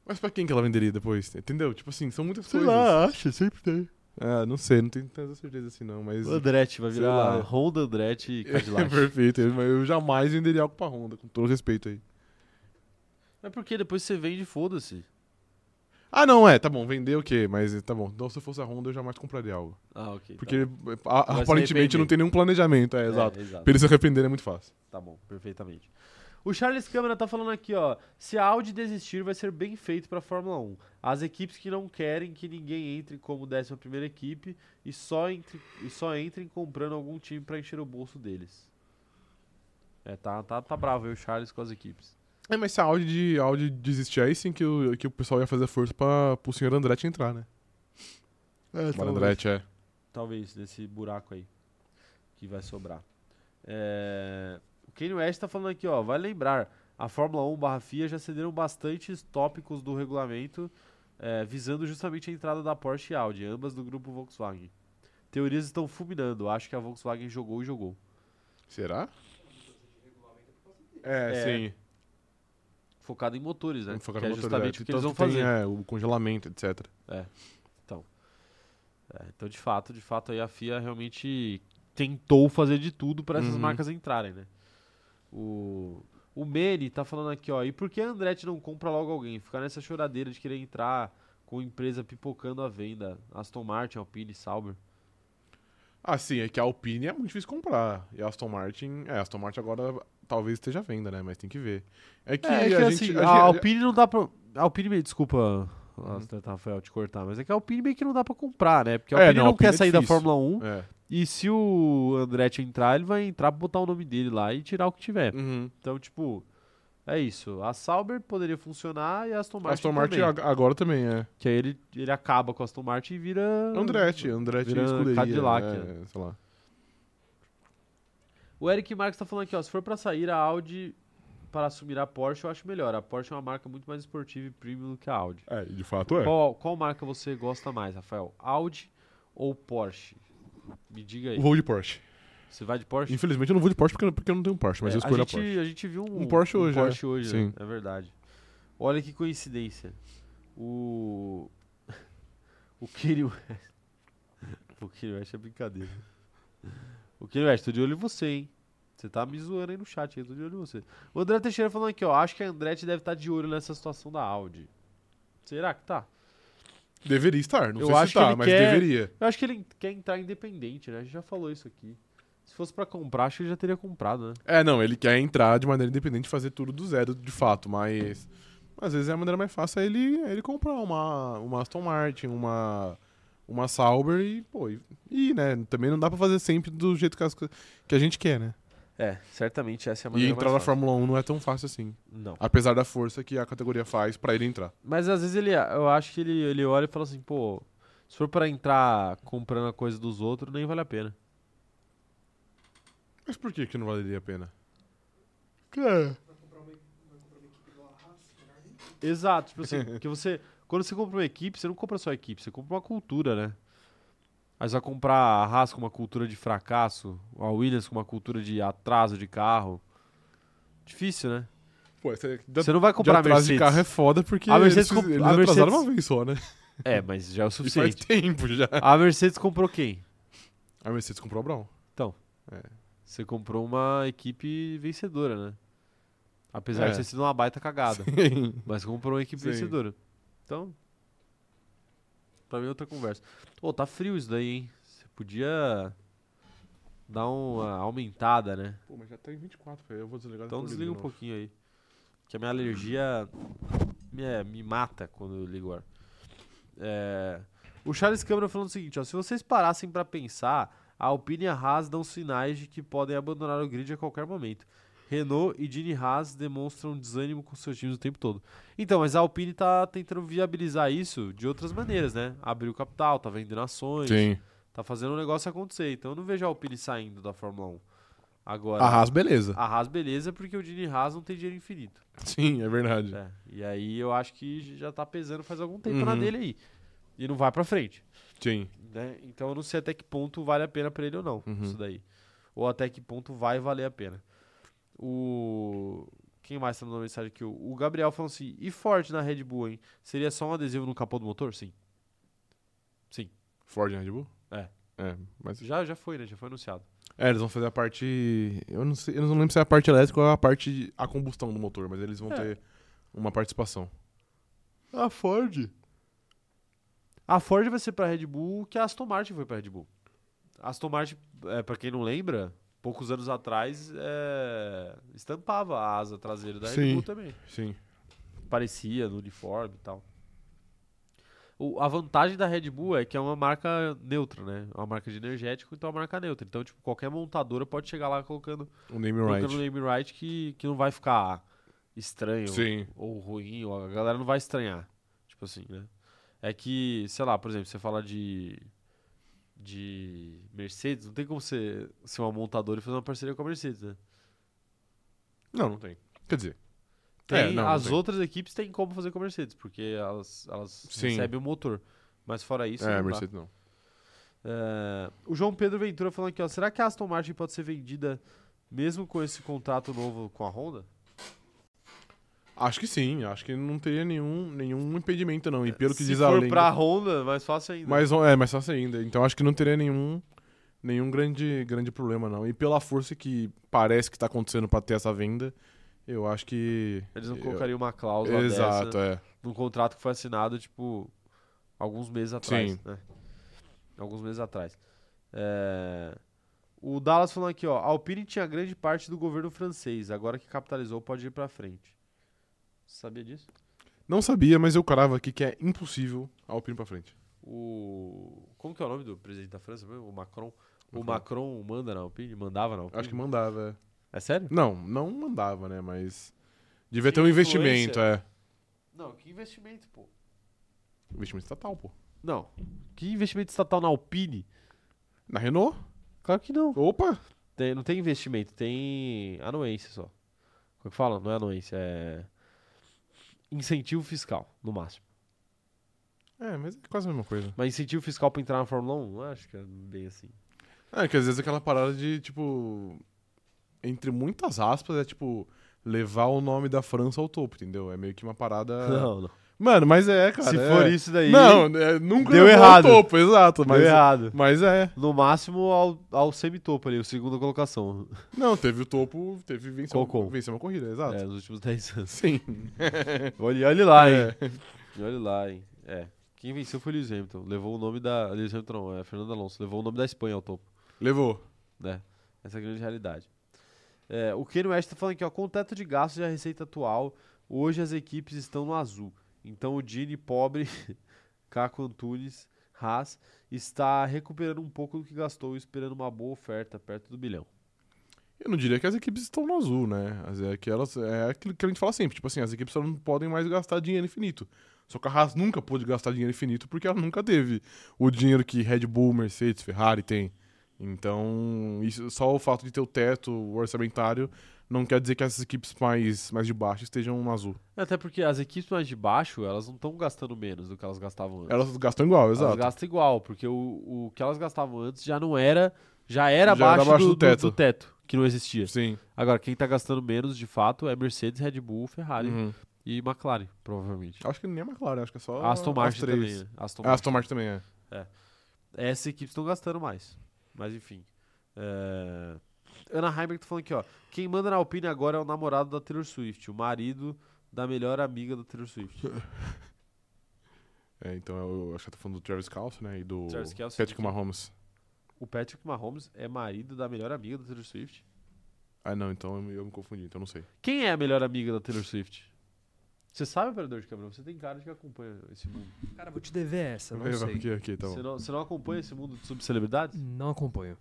S2: Mas pra quem que ela venderia depois? Entendeu? Tipo assim, são muitas
S4: Sei
S2: coisas.
S4: lá, acha, sempre tem.
S2: É, não sei, não tenho tanta certeza assim não, mas...
S1: O Andretti vai
S2: sei
S1: virar
S2: lá.
S1: Honda, Andretti e
S2: É
S1: Cadillac.
S2: perfeito, eu- mas eu jamais venderia algo pra Honda, com todo respeito aí.
S1: é porque depois você vende, foda-se.
S2: Ah, não, é, tá bom, vender o quê? Mas tá bom, então se eu fosse a Honda eu jamais compraria algo.
S1: Ah, ok.
S2: Porque a-
S1: Vai se
S2: aparentemente
S1: arrepender.
S2: não tem nenhum planejamento, é,
S1: tá.
S2: exato.
S1: É,
S2: Pra eles se arrependerem é muito fácil.
S1: Tá bom, perfeitamente. O Charles Câmara tá falando aqui, ó. Se a Audi desistir, vai ser bem feito pra Fórmula 1. As equipes que não querem que ninguém entre como 11 primeira equipe e só, entre, e só entrem comprando algum time pra encher o bolso deles. É, tá, tá, tá bravo aí o Charles com as equipes.
S2: É, mas se a Audi, de, a Audi desistir, aí sim que o, que o pessoal ia fazer força pra, pro senhor Andretti entrar, né?
S4: É,
S2: O
S4: tá
S2: Andretti, é.
S1: Talvez, nesse buraco aí que vai sobrar. É, O Kanye West tá falando aqui, ó. Vai lembrar, a Fórmula 1 barra FIA já cederam bastantes tópicos do regulamento é, visando justamente a entrada da Porsche e Audi, ambas do grupo Volkswagen. Teorias estão fulminando. Acho que a Volkswagen jogou e jogou.
S2: Será? É,
S1: É,
S2: sim.
S1: Focado em motores, né?
S2: Vamos focar
S1: que é
S2: no motor,
S1: justamente
S2: é.
S1: o que eles vão
S2: Tanto que tem,
S1: fazer.
S2: é, o congelamento, etc.
S1: É, então, de fato, de fato, aí a FIA realmente tentou fazer de tudo para essas
S2: Uhum.
S1: marcas entrarem, né? O, o Mene tá falando aqui, ó, e por que a Andretti não compra logo alguém? Ficar nessa choradeira de querer entrar com empresa pipocando a venda. Aston Martin, Alpine, Sauber.
S2: Ah, sim, é que a Alpine é muito difícil comprar. E a Aston Martin, é, a Aston Martin agora talvez esteja à venda, né? Mas tem que ver. É que,
S1: é, que
S2: a
S1: assim,
S2: gente. Uhum.
S1: a
S2: gente-
S1: Alpine não dá pra... A Alpine, meio- desculpa, nossa, Rafael, te cortar, mas é que a Alpine meio que não dá pra comprar, né? Porque a
S2: É,
S1: Alpine
S2: não,
S1: não,
S2: a
S1: quer
S2: Alpine é
S1: sair da
S2: difícil.
S1: Fórmula 1
S2: É.
S1: e se o Andretti entrar, ele vai entrar, botar o nome dele lá e tirar o que tiver.
S2: Uhum.
S1: Então, tipo, é isso. A Sauber poderia funcionar e a Aston
S2: A
S1: Martin.
S2: Aston Martin
S1: também.
S2: ag- agora também é.
S1: Que aí ele, ele acaba com a Aston Martin e vira.
S2: Andretti, Andretti
S1: Hum, Vira
S2: escuderia.
S1: Cadillac,
S2: é, sei lá.
S1: O Eric Marques tá falando aqui, ó. Se for pra sair a Audi para assumir a Porsche, eu acho melhor. A Porsche é uma marca muito mais esportiva e premium do que a Audi.
S2: É, de fato é.
S1: Qual, qual marca você gosta mais, Rafael? Audi ou Porsche? Me diga aí.
S2: Vou de Porsche.
S1: Você vai de Porsche?
S2: Infelizmente eu não vou de Porsche porque, porque eu não tenho Porsche, mas
S1: É,
S2: eu escolho
S1: a
S2: a,
S1: gente,
S2: Porsche.
S1: a gente viu um,
S2: Um Porsche hoje, é.
S1: Porsche hoje, né?
S2: Sim.
S1: é verdade. Olha que coincidência. O. O Kanye West. O Kanye West é brincadeira. O Kanye West, tô de olho em você, hein? Você tá me zoando aí no chat, hein? tô de olho em você. O André Teixeira falando aqui, ó. Acho que a Andretti deve estar de olho nessa situação da Audi. Será que tá?
S2: Deveria estar, não
S1: Eu
S2: sei
S1: acho
S2: se
S1: que
S2: tá,
S1: ele
S2: mas
S1: quer-
S2: deveria.
S1: Eu acho que ele quer entrar independente, né? A gente já falou isso aqui. Se fosse pra comprar, acho que ele já teria comprado, né?
S2: É, não, ele quer entrar de maneira independente e fazer tudo do zero, de fato, mas. Às vezes a maneira mais fácil é ele, é ele comprar uma, uma Aston Martin, uma, uma Sauber e, pô, e, e, né? Também não dá pra fazer sempre do jeito que, as co- que a gente quer, né?
S1: É, certamente essa é a
S2: E
S1: maneira
S2: entrar na
S1: mais fácil.
S2: Fórmula 1 não é tão fácil assim.
S1: Não.
S2: Apesar da força que a categoria faz pra ele entrar.
S1: Mas às vezes ele, eu acho que ele, ele olha e fala assim, pô, se for pra entrar comprando a coisa dos outros, nem vale a pena.
S2: Mas por que que não valeria a pena?
S4: Cara,
S1: Exato, tipo assim, porque você, quando você compra uma equipe, você não compra só a equipe, você compra uma cultura, né? Aí você vai comprar a Haas com uma cultura de fracasso, a Williams com uma cultura de atraso de carro. Difícil, né?
S2: Pô, essa da-
S1: Você não vai
S2: de
S1: comprar a
S2: atrás de
S1: Mercedes.
S2: carro é foda porque
S1: A Mercedes
S2: eles,
S1: comp-
S2: eles
S1: a
S2: atrasaram
S1: Mercedes-
S2: uma vez só, né?
S1: É, mas já é o
S2: E faz
S1: suficiente.
S2: tempo já.
S1: A Mercedes comprou quem?
S2: A Mercedes comprou a Brown.
S1: Você comprou uma equipe vencedora, né? Apesar
S2: É.
S1: de ter sido uma baita cagada. Mas comprou uma equipe
S2: Sim.
S1: vencedora. Então, pra mim é outra conversa. Ô, tá frio isso daí, hein? Você podia dar uma aumentada, né?
S2: Pô, mas já tá em 24, velho. Eu vou desligar
S1: Então
S2: depois eu
S1: desliga um
S2: ligo
S1: pouquinho aí. Que a minha alergia me, é, me mata quando eu ligo o ar. É, o Charles Câmara falando o seguinte, ó. Se vocês parassem pra pensar, a Alpine e a Haas dão sinais de que podem abandonar o grid a qualquer momento. Renault e Dini Haas demonstram desânimo com seus times o tempo todo. Então, mas a Alpine tá tentando viabilizar isso de outras maneiras, né? Abriu capital, tá vendendo ações
S2: de novo. Sim.
S1: tá fazendo o negócio acontecer. Então eu não vejo a Alpine saindo da Fórmula 1. Agora,
S2: A Haas, beleza.
S1: a Haas, beleza, porque o Dini Haas não tem dinheiro infinito.
S2: Sim, é verdade.
S1: É, e aí eu acho que já tá pesando faz algum tempo
S2: Uhum.
S1: na dele aí. E não vai pra frente.
S2: Sim.
S1: né? Então eu não sei até que ponto vale a pena pra ele ou não,
S2: Uhum.
S1: isso daí. Ou até que ponto vai valer a pena. O. Quem mais tá mandando mensagem aqui? O o Gabriel falou assim: e forte na Red Bull, hein? Seria só um adesivo no capô do motor? Sim.
S2: Ford e Red Bull?
S1: É.
S2: É, mas...
S1: Já, já foi, né? Já foi anunciado.
S2: É, eles vão fazer a parte... Eu não sei, eu não lembro se é a parte elétrica ou a parte... de- A combustão do motor, mas eles vão
S1: É.
S2: ter uma participação.
S4: A Ford.
S1: A Ford vai ser pra Red Bull que a Aston Martin foi pra Red Bull. A Aston Martin, é, pra quem não lembra, poucos anos atrás é, estampava a asa traseira da Red
S2: Sim.
S1: Bull também.
S2: Sim.
S1: parecia no uniforme e tal. O- a vantagem da Red Bull é que é uma marca neutra, né? É uma marca de energético, então é uma marca neutra. Então, tipo, qualquer montadora pode chegar lá colocando,
S2: O name
S1: colocando o
S2: right.
S1: name right que, que não vai ficar estranho
S2: Sim.
S1: ou ruim, ou a galera não vai estranhar. Tipo assim, né? É que, sei lá, por exemplo, você fala de de Mercedes, não tem como você ser uma montadora e fazer uma parceria com a Mercedes, né?
S2: Não, não tem. Quer dizer...
S1: Tem,
S2: É, não, não
S1: as
S2: tem.
S1: outras equipes têm como fazer com a Mercedes, porque elas, elas
S2: Sim.
S1: recebem o motor. Mas fora isso,
S2: é,
S1: não dá.
S2: Mercedes não.
S1: É, o João Pedro Ventura falando aqui, ó, será que a Aston Martin pode ser vendida mesmo com esse contrato novo com a Honda?
S2: Acho que sim, acho que não teria nenhum, nenhum impedimento, não. E pelo que
S1: Se
S2: diz a
S1: for
S2: lenda.
S1: pra Honda, mais fácil ainda.
S2: Mas é, mais fácil ainda. Então acho que não teria nenhum, nenhum grande, grande problema, não. E pela força que parece que tá acontecendo pra ter essa venda, eu acho que.
S1: Eles não
S2: eu-
S1: colocariam uma cláusula
S2: Exato,
S1: dessa
S2: é.
S1: num um contrato que foi assinado, tipo, alguns meses atrás,
S2: Sim.
S1: né? Alguns meses atrás. É, O Dallas falando aqui, ó, a Alpine tinha grande parte do governo francês, agora que capitalizou pode ir pra frente. Você sabia disso?
S2: Não sabia, mas eu cravo aqui que é impossível a Alpine pra frente.
S1: o. Como que é o nome do presidente da França mesmo? O Macron. O
S2: Macron.
S1: Macron manda na Alpine? Mandava na Alpine?
S2: Acho que mandava. é.
S1: É sério?
S2: Não, não mandava, né? Mas. Devia ter um
S1: Tinha
S2: investimento, é.
S1: Não, que investimento, pô.
S2: Investimento estatal, pô.
S1: Não. Que investimento estatal na Alpine?
S2: Na Renault?
S1: Claro que não.
S2: Opa!
S1: Tem- não tem investimento, tem anuência só. Como é que fala? Não é anuência, é. Incentivo fiscal, no máximo.
S2: É, mas é quase a mesma coisa.
S1: Mas incentivo fiscal pra entrar na Fórmula 1, eu acho que é bem assim.
S2: É, que às vezes aquela parada de, tipo. Entre muitas aspas, é tipo. Levar o nome da França ao topo, entendeu? É meio que uma parada.
S1: Não, não.
S2: Mano, mas é, cara.
S1: Se
S2: é.
S1: for isso daí.
S2: Não, é, nunca
S1: Deu
S2: levou
S1: errado.
S2: ao topo, exato. Mas,
S1: deu errado.
S2: mas é.
S1: No máximo ao, ao semitopo ali, o segunda colocação.
S2: Não, teve o topo, teve venceu,
S1: Cocô.
S2: venceu uma corrida, exato.
S1: É, nos últimos 10 anos.
S2: Ah. Sim.
S1: Olha, olha lá, hein?
S2: É.
S1: Olha lá, hein? É. Quem venceu foi o Lewis Hamilton. Levou o nome da. Lewis Hamilton, não, é Fernando Alonso. Levou o nome da Espanha ao topo,
S2: Levou.
S1: né? Essa é a grande realidade. É, o Ken West tá falando aqui, ó. Com o teto de gastos e a receita atual, hoje as equipes estão no azul. Então o Dini, pobre, Caco Antunes, Haas, está recuperando um pouco do que gastou e esperando uma boa oferta perto do bilhão.
S2: Eu não diria que as equipes estão no azul, né? As- É, que elas, é aquilo que a gente fala sempre, tipo assim, as equipes só não podem mais gastar dinheiro infinito. Só que a Haas nunca pôde gastar dinheiro infinito porque ela nunca teve o dinheiro que Red Bull, Mercedes, Ferrari tem. Então, isso- só o fato de ter o teto orçamentário não quer dizer que essas equipes mais, mais de baixo estejam no azul.
S1: Até porque as equipes mais de baixo, elas não estão gastando menos do que elas gastavam antes.
S2: Elas gastam igual, exato.
S1: Elas gastam igual, porque o, o que elas gastavam antes já não era. Já era
S2: Já era
S1: abaixo
S2: abaixo
S1: do,
S2: do teto.
S1: do teto, que não existia.
S2: Sim.
S1: Agora, quem tá gastando menos de fato é Mercedes, Red Bull, Ferrari
S2: Uhum.
S1: e McLaren, provavelmente.
S2: Acho que nem a McLaren, acho que é só
S1: Ah, Aston
S2: as
S1: Martin
S2: três.
S1: também. né? Aston
S2: A Aston Martin também, é.
S1: essas equipes estão gastando mais. Mas enfim. É... Ana Heimberg tá falando aqui, ó. Quem manda na Alpine agora é o namorado da Taylor Swift, o marido da melhor amiga da Taylor Swift.
S2: É, então eu acho que tá falando do Travis Kelce, né? E do
S1: Travis Kelce, né?
S2: Patrick
S1: que-
S2: Mahomes.
S1: O Patrick Mahomes é marido da melhor amiga da Taylor Swift.
S2: Ah, não, então eu, eu me confundi, então eu não sei.
S1: Quem é a melhor amiga da Taylor Swift? Você sabe, operador de câmera? Você tem cara de que acompanha esse mundo.
S3: Cara, vou te dever essa, Então
S2: Vai,
S3: não
S2: vai, Aqui,
S3: sei.
S2: aqui, tá bom.
S1: Você não, você não acompanha esse mundo de subcelebridades?
S3: Não acompanho.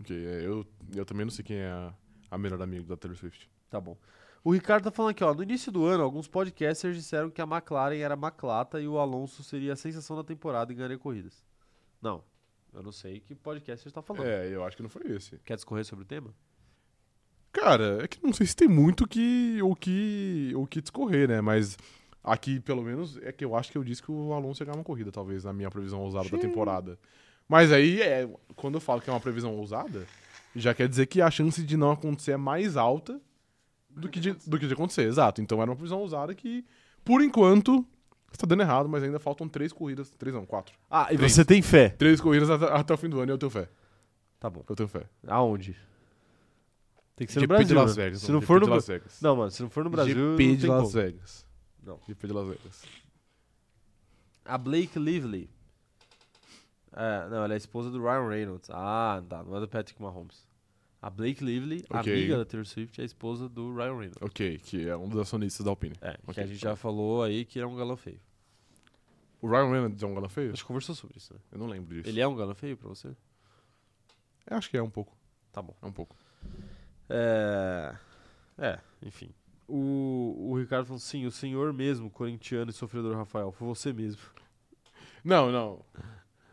S2: Ok, é, eu, eu também não sei quem é a, a melhor amiga da Taylor Swift.
S1: Tá bom. O Ricardo tá falando aqui, ó. No início do ano, alguns podcasters disseram que a McLaren era maclata e o Alonso seria a sensação da temporada em ganhar corridas. Não. Eu não sei que podcast você está falando.
S2: É, eu acho que não foi esse.
S1: Quer discorrer sobre o tema?
S2: Cara, é que não sei se tem muito que, o, que, o que discorrer, né? Mas aqui, pelo menos, é que eu acho que eu disse que o Alonso ia ganhar uma corrida, talvez, na minha previsão ousada da temporada. Mas aí, é, quando eu falo que é uma previsão ousada, já quer dizer que a chance de não acontecer é mais alta do que de, do que de acontecer, exato. Então era uma previsão ousada que, por enquanto, está dando errado, mas ainda faltam três corridas. Três não, quatro.
S1: Ah, e
S2: Três.
S1: você tem fé.
S2: Três corridas até, até o fim do ano, eu tenho fé.
S1: Tá bom.
S2: Eu tenho fé.
S1: Aonde? Tem que ser no
S2: GP Tipo, de
S1: Brasil.
S2: Las
S1: né?
S2: Vegas.
S1: se não
S2: GP
S1: for
S2: de
S1: no
S2: Las
S1: Brasil.
S2: Vegas.
S1: Não, mano, se não for no Brasil.
S2: GP
S1: não
S2: de
S1: tem
S2: Las
S1: como.
S2: Vegas.
S1: Não.
S2: GP de Las Vegas.
S1: A Blake Lively. É, não, ela é esposa do Ryan Reynolds. Ah, tá. Não é do Patrick Mahomes. A Blake Lively, a
S2: Ok.
S1: amiga da Taylor Swift, é a esposa do Ryan Reynolds.
S2: Ok, que é um dos acionistas da Alpine.
S1: É, que
S2: Ok,
S1: a gente
S2: tá
S1: já falou aí que é um galão feio.
S2: O Ryan Reynolds é um galã
S1: A
S2: feio?
S1: gente conversou sobre isso, né?
S2: Eu não lembro disso.
S1: Ele é um galão feio pra você?
S2: Eu acho que é um pouco.
S1: Tá bom.
S2: É um pouco.
S1: É, é enfim. O, o Ricardo falou, sim, o senhor mesmo, corintiano e sofredor Rafael, foi você mesmo.
S2: Não, não.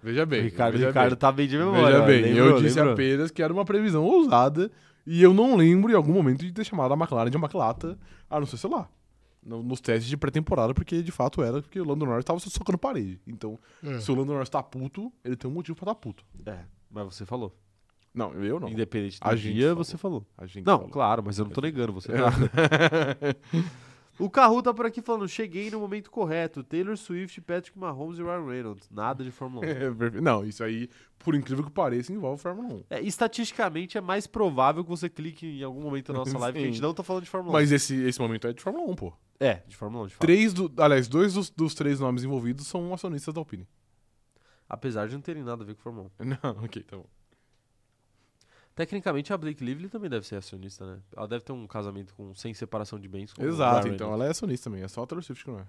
S2: Veja bem.
S1: o Ricardo,
S2: veja
S1: Ricardo
S2: bem.
S1: tá bem de memória.
S2: Veja
S1: ó,
S2: bem,
S1: lembrou,
S2: eu disse
S1: lembrou.
S2: apenas que era uma previsão ousada e eu não lembro em algum momento de ter chamado a McLaren de Maclata, a não ser, sei lá, no- nos testes de pré-temporada, porque de fato era, porque o Lando Norris tava só socando parede. Então,
S4: É.
S2: se o Lando Norris tá puto, ele tem um motivo pra tá puto.
S1: É, mas você falou.
S2: Não, eu não.
S1: Independente do
S2: A gente
S1: dia,
S2: falou.
S1: você falou.
S2: A gente
S1: Não,
S2: falou.
S1: claro, mas eu não tô negando você. tá? o Carru tá por aqui falando, cheguei no momento correto. Taylor Swift, Patrick Mahomes e Ryan Reynolds. Nada de Fórmula 1.
S2: É, perfe- Não, isso aí, por incrível que pareça, envolve Fórmula 1.
S1: É, estatisticamente é mais provável que você clique em algum momento na nossa live que a gente
S2: Sim.
S1: não tá falando de Fórmula 1.
S2: Mas esse, esse momento é de Fórmula 1, pô.
S1: É, de Fórmula 1, de fato.
S2: Três do, aliás, dois dos, dos três nomes envolvidos são acionistas da Alpine.
S1: Apesar de não terem nada a ver com Fórmula 1.
S2: Não, ok, tá bom.
S1: Tecnicamente, a Blake Lively também deve ser acionista, né? Ela deve ter um casamento com sem separação de bens. com o né?
S2: Exato,
S1: Ryan
S2: então
S1: Reynolds.
S2: ela é acionista também, é só a Taylor Swift que não é.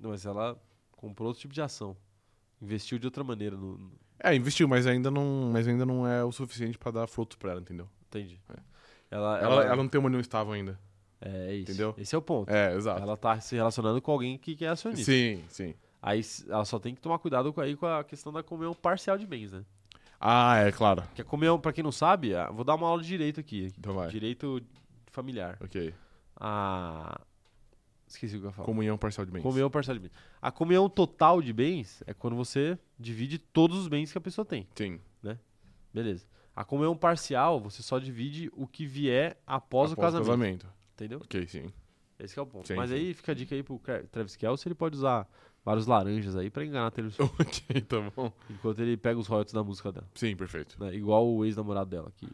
S1: Mas ela comprou outro tipo de ação. Investiu de outra maneira. No... no-
S2: É, investiu, mas ainda não, mas ainda não é o suficiente pra dar frutos pra ela, entendeu?
S1: Entendi.
S2: É.
S1: Ela,
S2: Ela, ela não tem uma união estável ainda.
S1: É isso.
S2: Entendeu?
S1: Esse é o ponto.
S2: É, exato.
S1: Ela tá se relacionando com alguém que, que é acionista.
S2: Sim, sim.
S1: Aí s- ela só tem que tomar cuidado com, aí, com a questão da comunhão parcial de bens, né?
S2: Ah, é, claro.
S1: Que a comunhão, pra quem não sabe, ah, vou dar uma aula de direito aqui.
S2: Então vai.
S1: Direito familiar.
S2: Ok.
S1: Ah. Esqueci o que eu ia falar.
S2: Comunhão parcial de bens.
S1: Comunhão parcial de bens. A comunhão total de bens é quando você divide todos os bens que a pessoa tem.
S2: Sim.
S1: Beleza. A comunhão parcial, você só divide o que vier após, o casamento. Entendeu?
S2: Ok, sim.
S1: Esse que é o ponto.
S2: Sim,
S1: Mas
S2: sim.
S1: aí fica a dica aí pro Cra- Travis Kelce, ele pode usar vários laranjas aí pra enganar a Taylor Swift,
S2: ok, tá bom.
S1: enquanto ele pega os royalties da música dela.
S2: Sim, perfeito.
S1: né? Igual o ex-namorado dela, que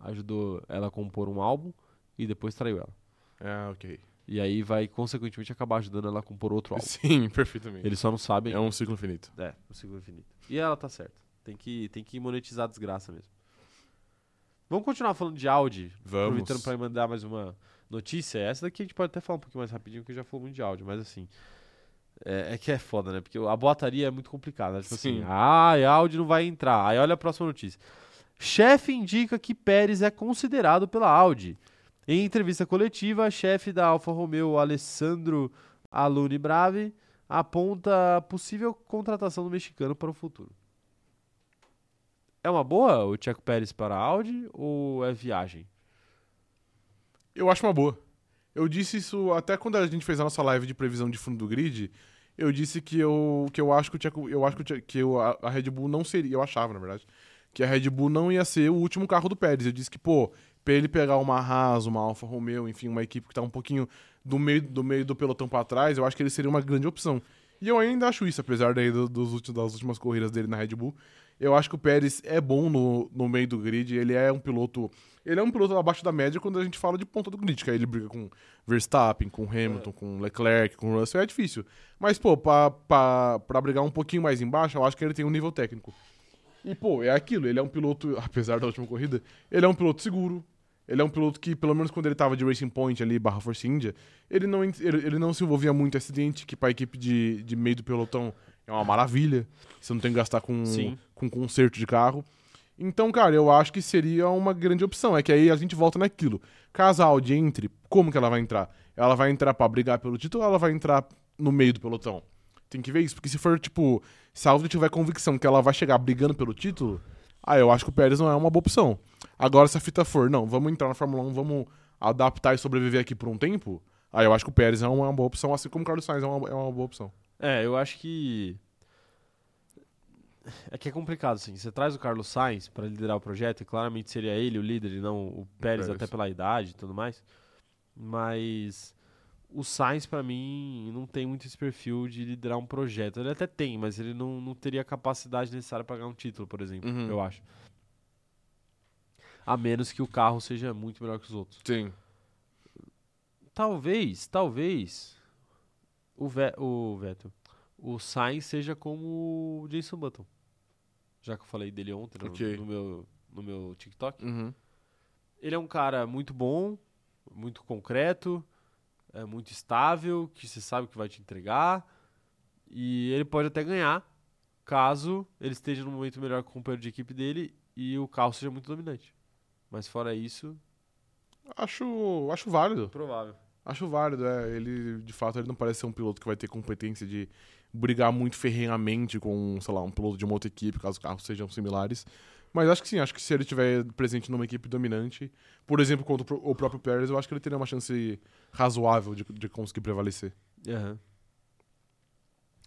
S1: ajudou ela a compor um álbum e depois traiu ela.
S2: Ah, ok.
S1: E aí vai, consequentemente, acabar ajudando ela a compor outro álbum.
S2: Sim, perfeitamente.
S1: Eles só não sabem
S2: É um ciclo infinito.
S1: É, o Seguro Infinito. E ela tá certa. Tem que, tem que monetizar a desgraça mesmo. Vamos continuar falando de Audi,
S2: Vamos.
S1: aproveitando pra mandar mais uma notícia. Essa daqui a gente pode até falar um pouquinho mais rapidinho, porque já falou muito de Audi, mas assim. É, é que é foda, né? Porque a boataria é muito complicada. né? Tipo assim,
S2: Sim.
S1: ah, a Audi não vai entrar. Aí olha a próxima notícia. Chefe indica que Pérez é considerado pela Audi. Em entrevista coletiva, chefe da Alfa Romeo, Alessandro Aluni Bravi, aponta a possível contratação do mexicano para o futuro. É uma boa o Checo Pérez para a Audi ou é viagem?
S2: Eu acho uma boa. Eu disse isso até quando a gente fez a nossa live de previsão de fundo do grid. Eu disse que eu, que eu acho que, o Tcheco- eu acho que, o Tche- que eu- a, a Red Bull não seria. Eu achava, na verdade. Que a Red Bull não ia ser o último carro do Pérez. Eu disse que, pô, pra ele pegar uma Haas, uma Alfa Romeo, enfim, uma equipe que tá um pouquinho do meio do, meio do pelotão pra trás, eu acho que ele seria uma grande opção. E eu ainda acho isso, apesar daí do- dos últimos, das últimas corridas dele na Red Bull. Eu acho que o Pérez é bom no, no meio do grid, ele é um piloto ele é um piloto abaixo da média quando a gente fala de ponta do grid, que aí ele briga com Verstappen, com Hamilton, com Leclerc, com Russell, é difícil. Mas, pô, pra, pra, pra brigar um pouquinho mais embaixo, eu acho que ele tem um nível técnico. E, pô, é aquilo, ele é um piloto, apesar da última corrida, ele é um piloto seguro. Ele é um piloto que, pelo menos quando ele tava de Racing Point ali, barra Force India, ele não, en- ele, ele não se envolvia muito em acidente, que pra equipe de, de meio do pelotão é uma maravilha. Você não tem que gastar com,
S1: Sim.
S2: com conserto de carro. Então, cara, eu acho que seria uma grande opção. É que aí a gente volta naquilo. Caso a Audi entre, como que ela vai entrar? Ela vai entrar pra brigar pelo título ou ela vai entrar no meio do pelotão? Tem que ver isso, porque se for, tipo, se a Audi tiver convicção que ela vai chegar brigando pelo título, Ah, eu acho que o Pérez não é uma boa opção. Agora, se a fita for, não, vamos entrar na Fórmula 1, vamos adaptar e sobreviver aqui por um tempo, aí eu acho que o Pérez é uma, é uma boa opção, assim como o Carlos Sainz é uma, é uma boa opção.
S1: É, eu acho que. É que é complicado, assim. Você traz o Carlos Sainz pra liderar o projeto, e claramente seria ele o líder e não o Pérez,
S2: Pérez.
S1: até pela idade e tudo mais. Mas o Sainz, pra mim, não tem muito esse perfil de liderar um projeto. Ele até tem, mas ele não, não teria a capacidade necessária pra ganhar um título, por exemplo,
S2: Uhum.
S1: eu acho. A menos que o carro seja muito melhor que os outros.
S2: Sim.
S1: Talvez, talvez o, Ve o Vettel, o Sainz seja como o Jason Button. Já que eu falei dele ontem no-
S2: Ok.
S1: no, meu, no meu TikTok.
S2: Uhum.
S1: Ele é um cara muito bom, muito concreto, é muito estável, que você sabe que vai te entregar. E ele pode até ganhar, caso ele esteja num momento melhor com o companheiro de equipe dele e o carro seja muito dominante. Mas fora isso,
S2: Acho, acho válido.
S1: provável.
S2: Acho válido, é. Ele, de fato, ele não parece ser um piloto que vai ter competência de brigar muito ferrenhamente com, sei lá, um piloto de uma outra equipe, caso os carros sejam similares. Mas acho que sim, acho que se ele estiver presente numa equipe dominante, por exemplo, contra o pró- o próprio Pérez, eu acho que ele teria uma chance razoável de, de conseguir prevalecer.
S1: Aham.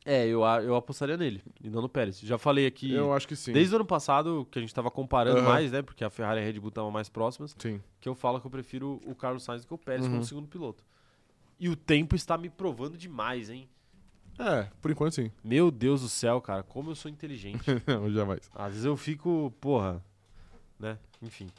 S1: É, eu, a- eu apostaria nele e não no Pérez. Já falei aqui
S2: Eu acho que sim.
S1: desde o ano passado, que a gente tava comparando
S2: Aham.
S1: mais, né? Porque a Ferrari e a Red Bull estavam mais próximas,
S2: Sim.
S1: que eu falo que eu prefiro o Carlos Sainz do que o Pérez
S2: Uhum.
S1: como segundo piloto. E o tempo está me provando demais, hein?
S2: É, por enquanto sim.
S1: Meu Deus do céu, cara, como eu sou inteligente.
S2: não, jamais.
S1: Às vezes eu fico, porra, né? Enfim.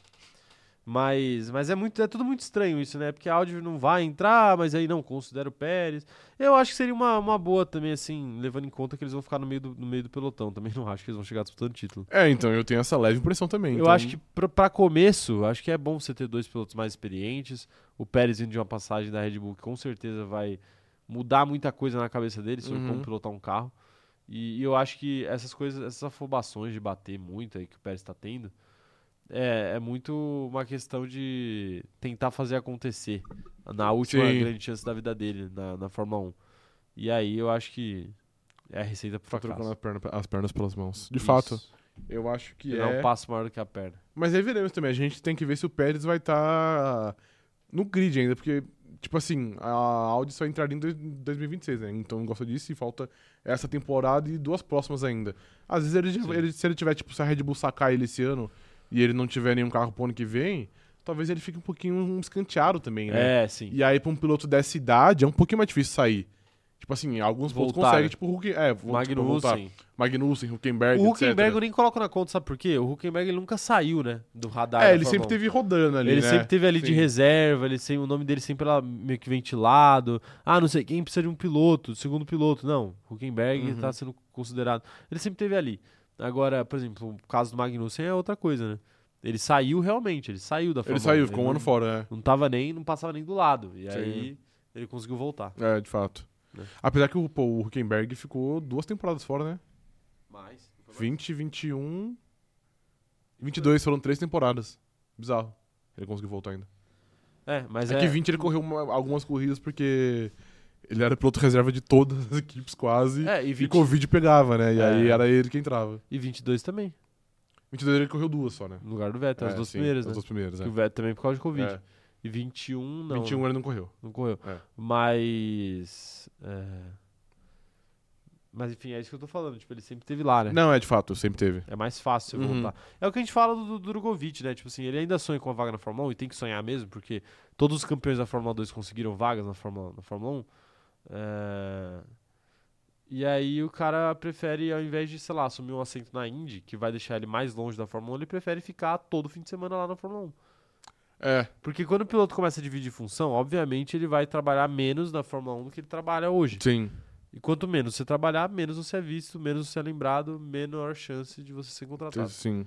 S1: Mas, mas é muito é tudo muito estranho isso, né? Porque a Audi não vai entrar, mas aí não considera o Pérez. Eu acho que seria uma, uma boa também, assim, levando em conta que eles vão ficar no meio do, no meio do pelotão. Também não acho que eles vão chegar disputando título.
S2: É, então, eu tenho essa leve impressão também.
S1: Eu
S2: então-
S1: acho que pra, pra começo, acho que é bom você ter dois pilotos mais experientes. O Pérez vindo de uma passagem da Red Bull que com certeza vai mudar muita coisa na cabeça dele sobre
S2: Uhum.
S1: como pilotar um carro. E, e eu acho que essas coisas, essas afobações de bater muito aí que o Pérez está tendo, é, é muito uma questão de tentar fazer acontecer na última
S2: Sim.
S1: grande chance da vida dele na, na Fórmula 1. E aí eu acho que é a receita pro
S2: Tá trocando
S1: fracasso.
S2: a perna- as pernas pelas mãos. De
S1: Isso.
S2: fato, eu acho que
S1: Ele
S2: é...
S1: é um passo maior do que a perna.
S2: Mas aí veremos também. A gente tem que ver se o Pérez vai estar no grid ainda, porque, tipo assim, a Audi só entraria em dois- 2026, né? Então, igual eu disse, falta essa temporada e duas próximas ainda. Às vezes, ele, já-
S1: Sim.
S2: ele- se ele tiver, tipo, se a Red Bull sacar ele esse ano e ele não tiver nenhum carro pro ano que vem, talvez ele fique um pouquinho escanteado também, né?
S1: É, sim.
S2: E aí, pra um piloto dessa idade, é um pouquinho mais difícil sair. Tipo assim, alguns pilotos
S1: Voltar, né?
S2: conseguem, tipo, Huck... é, vou, tipo, voltar.
S1: Magnussen.
S2: Magnussen, Huckenberg,
S1: o
S2: etc.
S1: Huckenberg eu nem coloco na conta, sabe por quê? O Huckenberg ele nunca saiu, né? Do radar.
S2: É,
S1: da
S2: ele
S1: Fórmula
S2: sempre
S1: 1.
S2: teve rodando ali,
S1: Ele
S2: né?
S1: sempre teve ali de
S2: Sim.
S1: reserva, ele sempre, o nome dele sempre era meio que ventilado. Ah, não sei quem precisa de um piloto, de segundo piloto. Não, Huckenberg
S2: Uhum.
S1: tá sendo considerado. Ele sempre teve ali. Agora, por exemplo, o caso do Magnussen é outra coisa, né? Ele saiu realmente, ele saiu da
S2: Ele
S1: Fórmula 1.
S2: saiu, ficou um
S1: não-
S2: ano fora, né?
S1: Não tava nem, não passava nem do lado. E
S2: Sim.
S1: aí ele conseguiu voltar.
S2: É, de fato.
S1: É.
S2: Apesar que o, pô, o Huckenberg ficou duas temporadas fora, né?
S1: Mas
S2: 20, 21. 22 foram três temporadas. Bizarro. Ele conseguiu voltar ainda.
S1: É, mas
S2: é, que 20 ele correu uma- algumas corridas porque ele era piloto reserva de todas as equipes quase.
S1: é, e,
S2: E
S1: 20,
S2: Covid pegava, né? E aí
S1: É.
S2: era ele que entrava.
S1: e 22 também,
S2: 22 ele correu duas só, né?
S1: no lugar do Vettel, as
S2: É,
S1: duas
S2: sim,
S1: primeiras,
S2: As
S1: né?
S2: duas primeiras,
S1: Que o
S2: é.
S1: Vettel também por causa de Covid.
S2: É.
S1: E 21 não.
S2: 21 ele não correu.
S1: Não correu.
S2: É.
S1: Mas. é, Mas enfim, é isso que eu tô falando. Tipo, ele sempre teve lá, né?
S2: Não, é de fato, sempre teve.
S1: É mais fácil você
S2: Uhum.
S1: voltar. É o que a gente fala do, do Drogovic, né? Tipo assim, ele ainda sonha com a vaga na Fórmula 1 e tem que sonhar mesmo, porque todos os campeões da Fórmula 2 conseguiram vagas na Fórmula, na Fórmula 1. É, E aí o cara prefere, ao invés de, sei lá, assumir um assento na Indy, que vai deixar ele mais longe da Fórmula 1, ele prefere ficar todo fim de semana lá na Fórmula 1.
S2: É,
S1: Porque quando o piloto começa a dividir função, obviamente ele vai trabalhar menos na Fórmula 1 do que ele trabalha hoje.
S2: sim.
S1: E quanto menos você trabalhar, menos você é visto, menos você é lembrado, menor chance de você ser contratado.
S2: Sim.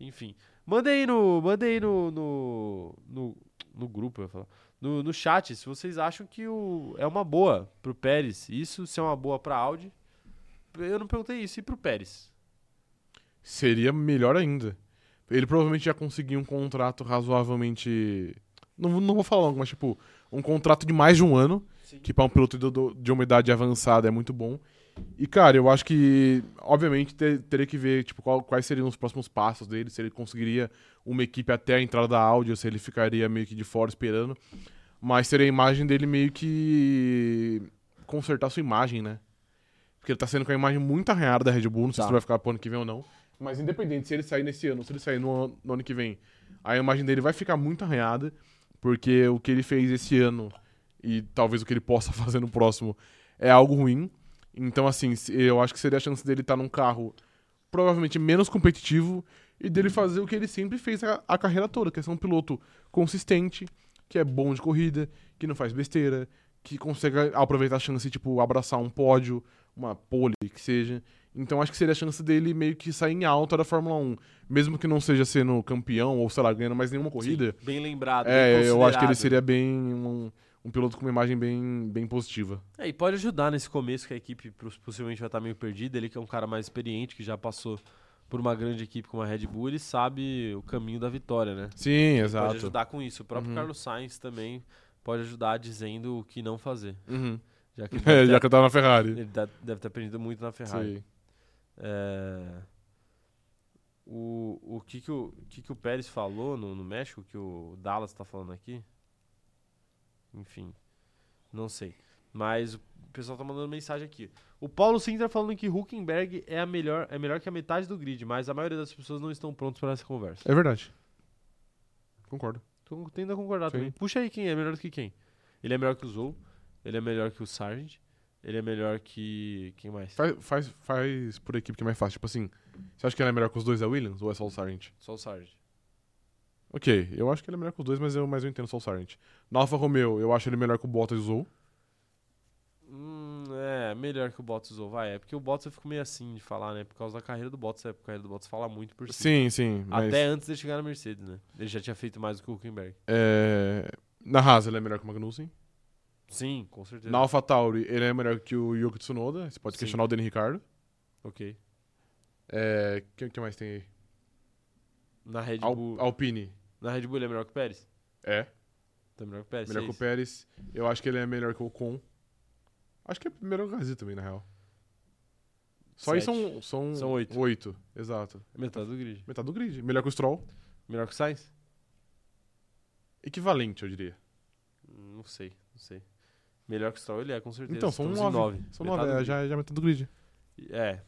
S1: Enfim. Manda aí no. Manda aí no. No, no, no grupo, eu ia falar. No, no chat, se vocês acham que o, é uma boa pro Pérez. Isso, se é uma boa pra Audi. Eu não perguntei isso. E pro Pérez?
S2: Seria melhor ainda. Ele provavelmente já conseguiu um contrato razoavelmente. Não, não vou falar longo, mas tipo, um contrato de mais de um ano,
S1: Sim.
S2: que para um piloto do- do- de uma idade avançada é muito bom. E, cara, eu acho que, obviamente, te- teria que ver tipo, qual- quais seriam os próximos passos dele, se ele conseguiria uma equipe até a entrada da áudio, se ele ficaria meio que de fora esperando. Mas seria a imagem dele meio que consertar sua imagem, né? Porque ele tá sendo com a imagem muito arranhada da Red Bull, não sei
S1: Tá.
S2: se vai ficar pro ano que vem ou não. Mas independente se ele sair nesse ano ou se ele sair no, ano- no ano que vem, a imagem dele vai ficar muito arranhada, porque o que ele fez esse ano e talvez o que ele possa fazer no próximo é algo ruim. Então, assim, se- eu acho que seria a chance dele estar num carro provavelmente menos competitivo e dele fazer o que ele sempre fez a, a carreira toda, que é ser um piloto consistente, que é bom de corrida, que não faz besteira, que consegue aproveitar a chance, tipo, abraçar um pódio, uma pole, que seja. Então acho que seria a chance dele meio que sair em alta da Fórmula 1. Mesmo que não seja sendo campeão ou, sei lá, ganhando mais nenhuma corrida.
S5: Bem lembrado.
S2: é,
S5: bem
S2: eu acho que ele
S5: considerado.
S2: seria bem um, um piloto com uma imagem bem, bem positiva.
S1: É, e pode ajudar nesse começo que a equipe pros- possivelmente vai estar meio perdida. Ele que é um cara mais experiente, que já passou por uma grande equipe como a Red Bull, ele sabe o caminho da vitória, né?
S2: Sim,
S1: Pode
S2: exato.
S1: ajudar com isso. O próprio
S2: Uhum.
S1: Carlos Sainz também pode ajudar dizendo o que não fazer.
S2: Uhum.
S1: Já que ele
S2: É,
S1: deve,
S2: já
S1: ter,
S2: que eu tava na Ferrari.
S1: ele da- deve ter aprendido muito na Ferrari.
S2: Sim.
S1: É, O, o, que que o, o que que o Pérez falou no, no México, que o Dallas tá falando aqui? Enfim, não sei. Mas o pessoal tá mandando mensagem aqui. O Paulo Sintra falando que Huckenberg é, a melhor, é melhor que a metade do grid, mas a maioria das pessoas não estão prontas para essa conversa.
S2: É verdade. Concordo.
S1: Tô tendo a concordar
S2: Sim.
S1: também. Puxa aí quem é melhor do que quem. Ele é melhor que o Zou, ele é melhor que o Sargent, ele é melhor que... quem mais?
S2: Faz, faz, faz por equipe que é mais fácil. Tipo assim, você acha que ela é melhor que os dois, a Williams ou é só o Sargent?
S1: Só o Sargent.
S2: Ok, eu acho que ele é melhor que os dois, mas eu, mas eu entendo só o Sargent. Na Alfa Romeo, eu acho ele melhor que o Bottas e o Zou.
S1: Hum, é, melhor que o Bottas usou, vai. É porque o Bottas eu fico meio assim de falar, né? Por causa da carreira do Bottas, é porque a carreira do Bottas fala muito por si.
S2: Sim, sim. Mas,
S1: Até antes de chegar na Mercedes, né? Ele já tinha feito mais do que o Huckenberg.
S2: é, na Haas, ele é melhor que o Magnussen.
S1: Sim, com certeza.
S2: Na Alfa Tauri, ele é melhor que o Yuki Tsunoda. Você pode
S1: Sim.
S2: questionar o Danny Ricardo.
S1: Ok.
S2: É, que, que mais tem aí?
S1: Na Red
S2: Al-
S1: Bull.
S2: Alpine.
S1: Na Red Bull ele é melhor que o Pérez?
S2: É,
S1: Tá melhor que o Pérez.
S2: melhor
S1: é
S2: que o
S1: isso.
S2: Pérez. Eu acho que ele é melhor que o Ocon. Acho que é melhor que o Gasly também, na real. Só aí
S1: Sete.
S2: são, são,
S1: São oito.
S2: oito. Exato.
S1: É Metade do grid.
S2: Metade do grid. Melhor que o Stroll.
S1: Melhor que o Sainz?
S2: Equivalente, eu diria.
S1: Hum, Não sei, não sei. Melhor que o Stroll ele é, com certeza.
S2: Então, são
S1: Estamos em
S2: nove.
S1: nove.
S2: São
S1: Metade
S2: nove,
S1: do
S2: é,
S1: grid.
S2: já, já é metade do grid.
S1: É.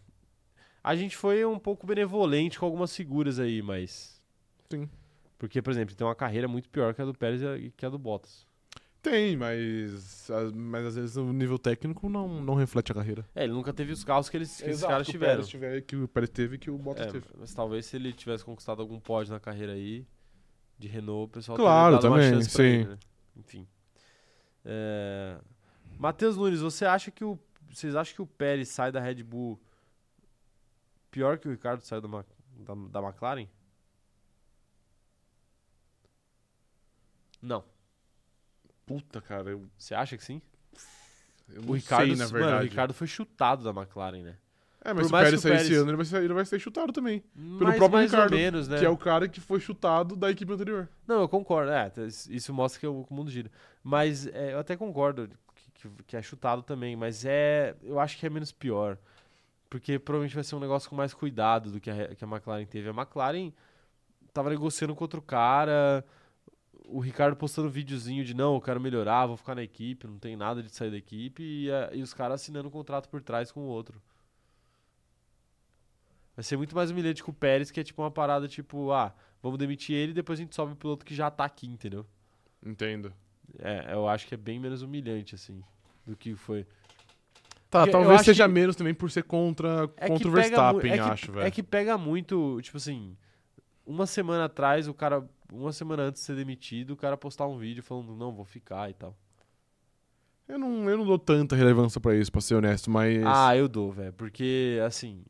S1: A gente foi um pouco benevolente com algumas figuras aí, mas.
S2: Sim.
S1: Porque, por exemplo, tem uma carreira muito pior que a do Pérez e a- e que a do Bottas.
S2: Tem, mas, as- mas às vezes o nível técnico não, não reflete a carreira.
S1: É, ele nunca teve os carros que, eles, que esses
S2: Exato,
S1: caras
S2: que o
S1: tiveram.
S2: Pérez tiver- que o Pérez teve que o Bottas
S1: É,
S2: teve.
S1: mas talvez se ele tivesse conquistado algum pódio na carreira aí, de Renault, o pessoal
S2: Claro,
S1: teria dado
S2: também,
S1: uma chance pra
S2: sim.
S1: ele, né? Enfim. É... Matheus Nunes, você acha que o... vocês acham que o Pérez sai da Red Bull pior que o Ricardo sai da, Ma- da... da McLaren? Não.
S2: Puta, cara, eu,
S1: Você acha que sim?
S2: eu
S1: O
S2: não
S1: Ricardo,
S2: sei, Hum, na
S1: mano,
S2: verdade.
S1: o Ricardo foi chutado da McLaren, né?
S2: É, mas
S1: por
S2: se o
S1: mais
S2: Pérez
S1: que o
S2: sair esse
S1: Pérez-
S2: ano, ele vai, ser, ele vai ser chutado também.
S1: Mas
S2: próprio
S1: mais
S2: Ricardo,
S1: ou menos, né?
S2: Que é o cara que foi chutado da equipe anterior.
S1: Não, eu concordo. É, t- isso mostra que o mundo gira. Mas é, eu até concordo que, que- que é chutado também, mas é. Eu acho que é menos pior. Porque provavelmente vai ser um negócio com mais cuidado do que a, Re- que a McLaren teve. A McLaren tava negociando com outro cara. O Ricardo postando videozinho de não, eu quero melhorar, vou ficar na equipe, não tem nada de sair da equipe. E, a- e os caras assinando um contrato por trás com o outro. Vai ser muito mais humilhante com o Pérez, que é tipo uma parada tipo, ah, Vamos demitir ele e depois a gente sobe o piloto que já tá aqui, entendeu?
S2: Entendo.
S1: É, eu acho que é bem menos humilhante, assim, do que foi.
S2: Tá,
S1: Porque eu
S2: talvez
S1: acho
S2: seja
S1: que-
S2: menos também por ser contra,
S1: É
S2: contra o
S1: que pega mu-
S2: Verstappen,
S1: é que-
S2: acho, velho.
S1: É que pega muito, tipo assim, uma semana atrás, o cara, uma semana antes de ser demitido, o cara postar um vídeo falando, não, vou ficar e tal.
S2: Eu, não, eu não dou tanta relevância pra isso, pra ser honesto, mas.
S1: Ah, eu dou, velho, porque, assim,